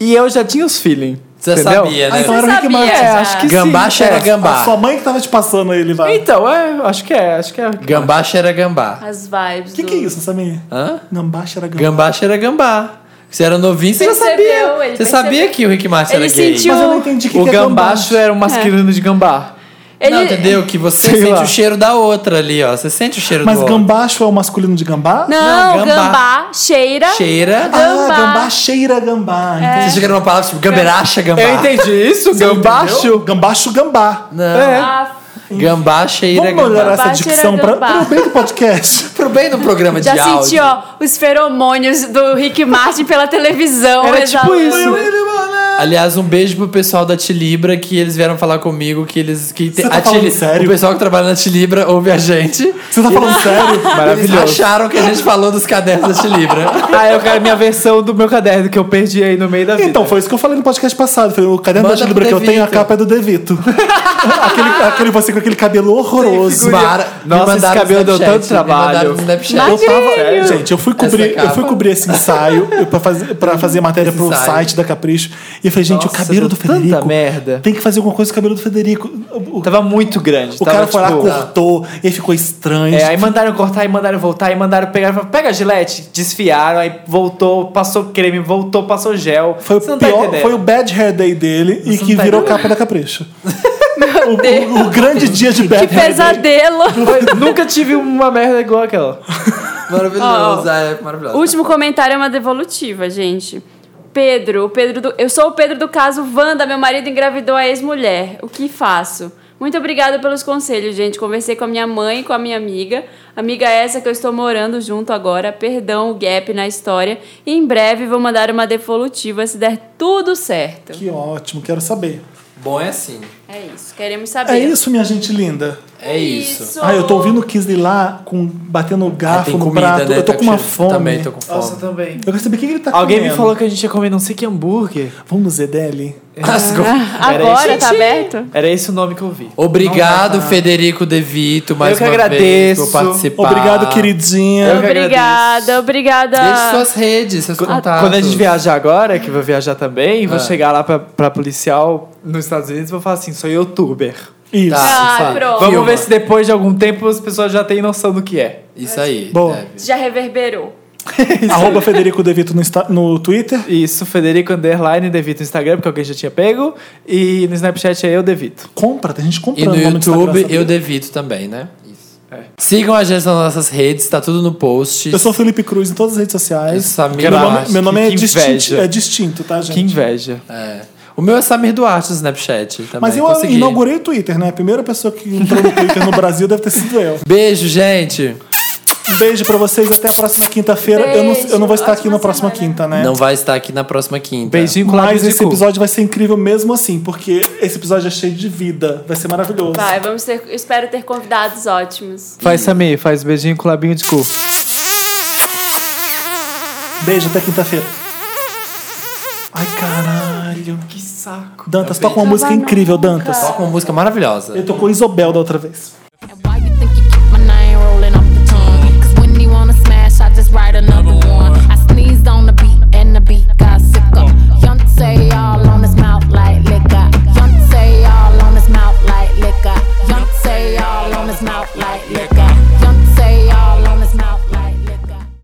S5: e eu já tinha os feeling.
S2: Você
S5: entendeu?
S2: sabia, né?
S1: Ah, então
S3: Você
S1: era o Rick
S3: sabia,
S1: Martin.
S5: É,
S3: já.
S5: acho que
S2: Gambá
S5: sim.
S2: cheira
S5: é.
S2: gambá.
S1: A sua mãe que tava te passando ele
S2: né?
S1: lá. O
S5: Então, é, acho que é, acho que é.
S2: Gambá cheira gambá.
S3: As vibes.
S1: que,
S3: do-
S1: que é isso, Samir?
S2: Hã?
S1: Gambacha era gambá.
S2: Gambá cheira gambá. Você era novinho, você já
S3: Percebeu, ele
S2: sabia. Você
S3: percebeu.
S2: sabia que o Rick Martin
S3: Ele
S2: era gay.
S3: sentiu-
S1: Mas eu não entendi o que,
S5: o
S1: que é
S5: gambacho
S1: gambacho.
S5: era um masculino de gambá.
S3: Ele...
S2: Não, entendeu? Que você
S5: Sei
S2: sente
S5: lá.
S2: o cheiro da outra ali, ó. Você sente o cheiro
S1: Mas
S2: do outro.
S1: gambacho é o masculino de gambá?
S3: Não,
S2: Não,
S3: gambá.
S2: gambá.
S3: cheira.
S2: Cheira.
S1: Ah,
S3: Gambá. É.
S1: gambá cheira gambá.
S2: Você
S1: entendi.
S2: chega numa palavra tipo gamberacha, gambá.
S5: Eu entendi isso,
S1: Entendeu?
S5: gambacho.
S1: Gambacho gambá.
S2: Não.
S5: É.
S3: Ah,
S2: Gambá cheira
S1: Vamos melhorar
S2: gambá.
S1: essa
S3: Gambá cheira
S1: dicção pra,
S3: gambá.
S1: pro bem do podcast.
S2: Pro bem do programa de
S3: já
S2: áudio.
S3: senti, ó, os feromônios do Rick Martin pela televisão.
S5: Era tipo
S3: exalando.
S5: isso.
S2: Aliás, um beijo pro pessoal da Tilibra que eles vieram falar comigo que eles que
S1: Você tá falando sério?
S2: o pessoal que trabalha na Tilibra ouve a gente.
S1: Você tá falando sério?
S5: Maravilhoso.
S2: Eles acharam que a gente falou dos cadernos da Tilibra.
S5: Ah, eu quero minha versão do meu caderno que eu perdi aí no meio da vida.
S1: Então, foi isso que eu falei no podcast passado. Falei, o caderno
S2: Manda
S1: da Libra
S2: pro
S1: que eu
S2: De Vito.
S1: tenho, a capa é do Devito. aquele, aquele você com aquele cabelo horroroso.
S2: Mara- me
S5: Nossa, esse
S2: mandaram
S5: cabelo deu
S2: Snapchat,
S5: tanto
S2: me
S5: trabalho.
S2: mandaram no Snapchat.
S1: Eu
S5: Sério?
S1: tava, gente, eu fui
S2: Essa
S1: cobrir, eu
S2: capa.
S1: fui cobrir esse ensaio eu- pra fazer, pra fazer matéria
S2: Esse
S1: pro
S2: ensaio.
S1: site da Capricho. E eu falei, gente,
S5: Nossa,
S1: o cabelo do
S5: deu tanta
S1: Federico.
S5: merda.
S1: Tem que fazer alguma coisa com o cabelo do Federico. O, o-
S5: Tava muito grande.
S1: o
S5: tava,
S1: cara foi lá,
S5: tipo,
S1: cortou, e ficou estranho.
S5: É, aí mandaram cortar, aí mandaram voltar, aí mandaram pegar. falaram, Pega a gilete, desfiaram, aí voltou, passou creme, voltou, passou gel.
S1: Foi
S5: Você não
S1: o
S5: tá
S1: pior,
S5: entendendo.
S1: foi o Bad Hair Day dele e que
S5: tá
S1: virou
S5: entendendo.
S1: capa da Capricho. o, o- o grande dia de Bad Hair Day.
S3: Pesadelo.
S5: Foi- Nunca tive uma merda igual aquela.
S2: Maravilhoso, é maravilhoso.
S3: Último comentário é uma devolutiva, gente. Pedro, o Pedro do- eu sou o Pedro do caso Wanda, meu marido engravidou a ex-mulher. O que faço? Muito obrigada pelos conselhos, gente. Conversei com a minha mãe e com a minha amiga. Amiga essa que eu estou morando junto agora. Perdão o gap na história. E em breve vou mandar uma devolutiva se der tudo certo.
S1: Que ótimo, quero saber.
S2: Bom é assim.
S3: É isso. Queremos saber.
S1: É isso, minha gente linda.
S2: É isso.
S1: Ah, eu tô ouvindo o Kisley lá com, batendo o
S2: Ah,
S1: garfo
S2: tem
S1: no
S2: comida,
S1: prato.
S2: né?
S1: Eu tô com uma fome.
S2: Também tô com fome.
S8: Nossa, também.
S1: Eu quero saber o que que ele tá
S5: Alguém
S1: comendo.
S5: me falou que a gente ia comer não sei que hambúrguer.
S1: Vamos no Zedeli?
S5: Era
S3: Agora
S5: esse-
S3: tá aberto?
S5: Era esse o nome que eu vi.
S2: Obrigado, Federico De Vito, mais
S5: Eu que
S2: uma
S5: agradeço.
S2: vez por participar.
S1: Obrigado, queridinha.
S5: Eu que
S3: Obrigada,
S5: agradeço.
S3: obrigada.
S2: Deixe suas redes, seus contatos.
S5: Quando a gente viajar agora, que eu vou viajar também, vou chegar lá pra, pra policial nos Estados Unidos e vou falar assim, sou youtuber.
S1: Isso.
S3: Ah,
S2: Fala.
S3: pronto.
S5: Vamos
S2: Tá. Filma.
S5: ver se depois de algum tempo as pessoas já têm noção do que é.
S2: Isso aí.
S1: Bom.
S2: deve.
S3: Já reverberou.
S1: Arroba Federico Devito no, Insta- no Twitter.
S5: Isso, Federico Underline Devito no Instagram, porque alguém já tinha pego. E no Snapchat é eu, Devito.
S1: Compra, tem gente
S2: E
S1: comprando.
S2: no
S1: o nome do Instagram,
S2: YouTube,
S1: sabia?
S2: eu devito também, né? Isso.
S5: É.
S2: Sigam a gente nas nossas redes, tá tudo no post.
S1: Eu sou o Felipe Cruz em todas as redes sociais.
S2: Eu sou a
S1: meu
S2: Mila
S1: nome,
S2: Duarte.
S1: meu nome é,
S5: Que
S1: distinto,
S5: inveja.
S1: é distinto, tá, gente?
S5: Que inveja.
S2: É. O meu é Samir Duarte no Snapchat. Também.
S1: Mas eu
S2: Consegui.
S1: inaugurei o Twitter, né? A primeira pessoa que entrou no Twitter no Brasil deve ter sido eu. Um
S2: Beijo, gente.
S1: Beijo pra vocês, até a próxima quinta-feira. Eu não, eu não vou estar aqui na próxima quinta, né?
S2: Não vai estar aqui na próxima quinta.
S5: É. Beijinho com lábios
S1: Mas
S5: de
S1: esse
S5: cu.
S1: episódio vai ser incrível mesmo assim, porque esse episódio é cheio de vida. Vai ser maravilhoso.
S3: Vai, vamos ter. Espero ter convidados ótimos.
S5: Faz, Samir, faz beijinho com labinho de cu.
S1: Beijo, até quinta-feira. Ai, caralho.
S5: Que saco. Tá
S1: Dantas, toca uma música incrível, Dantas.
S2: Toca uma música maravilhosa.
S1: Ele tocou Isobel da outra vez.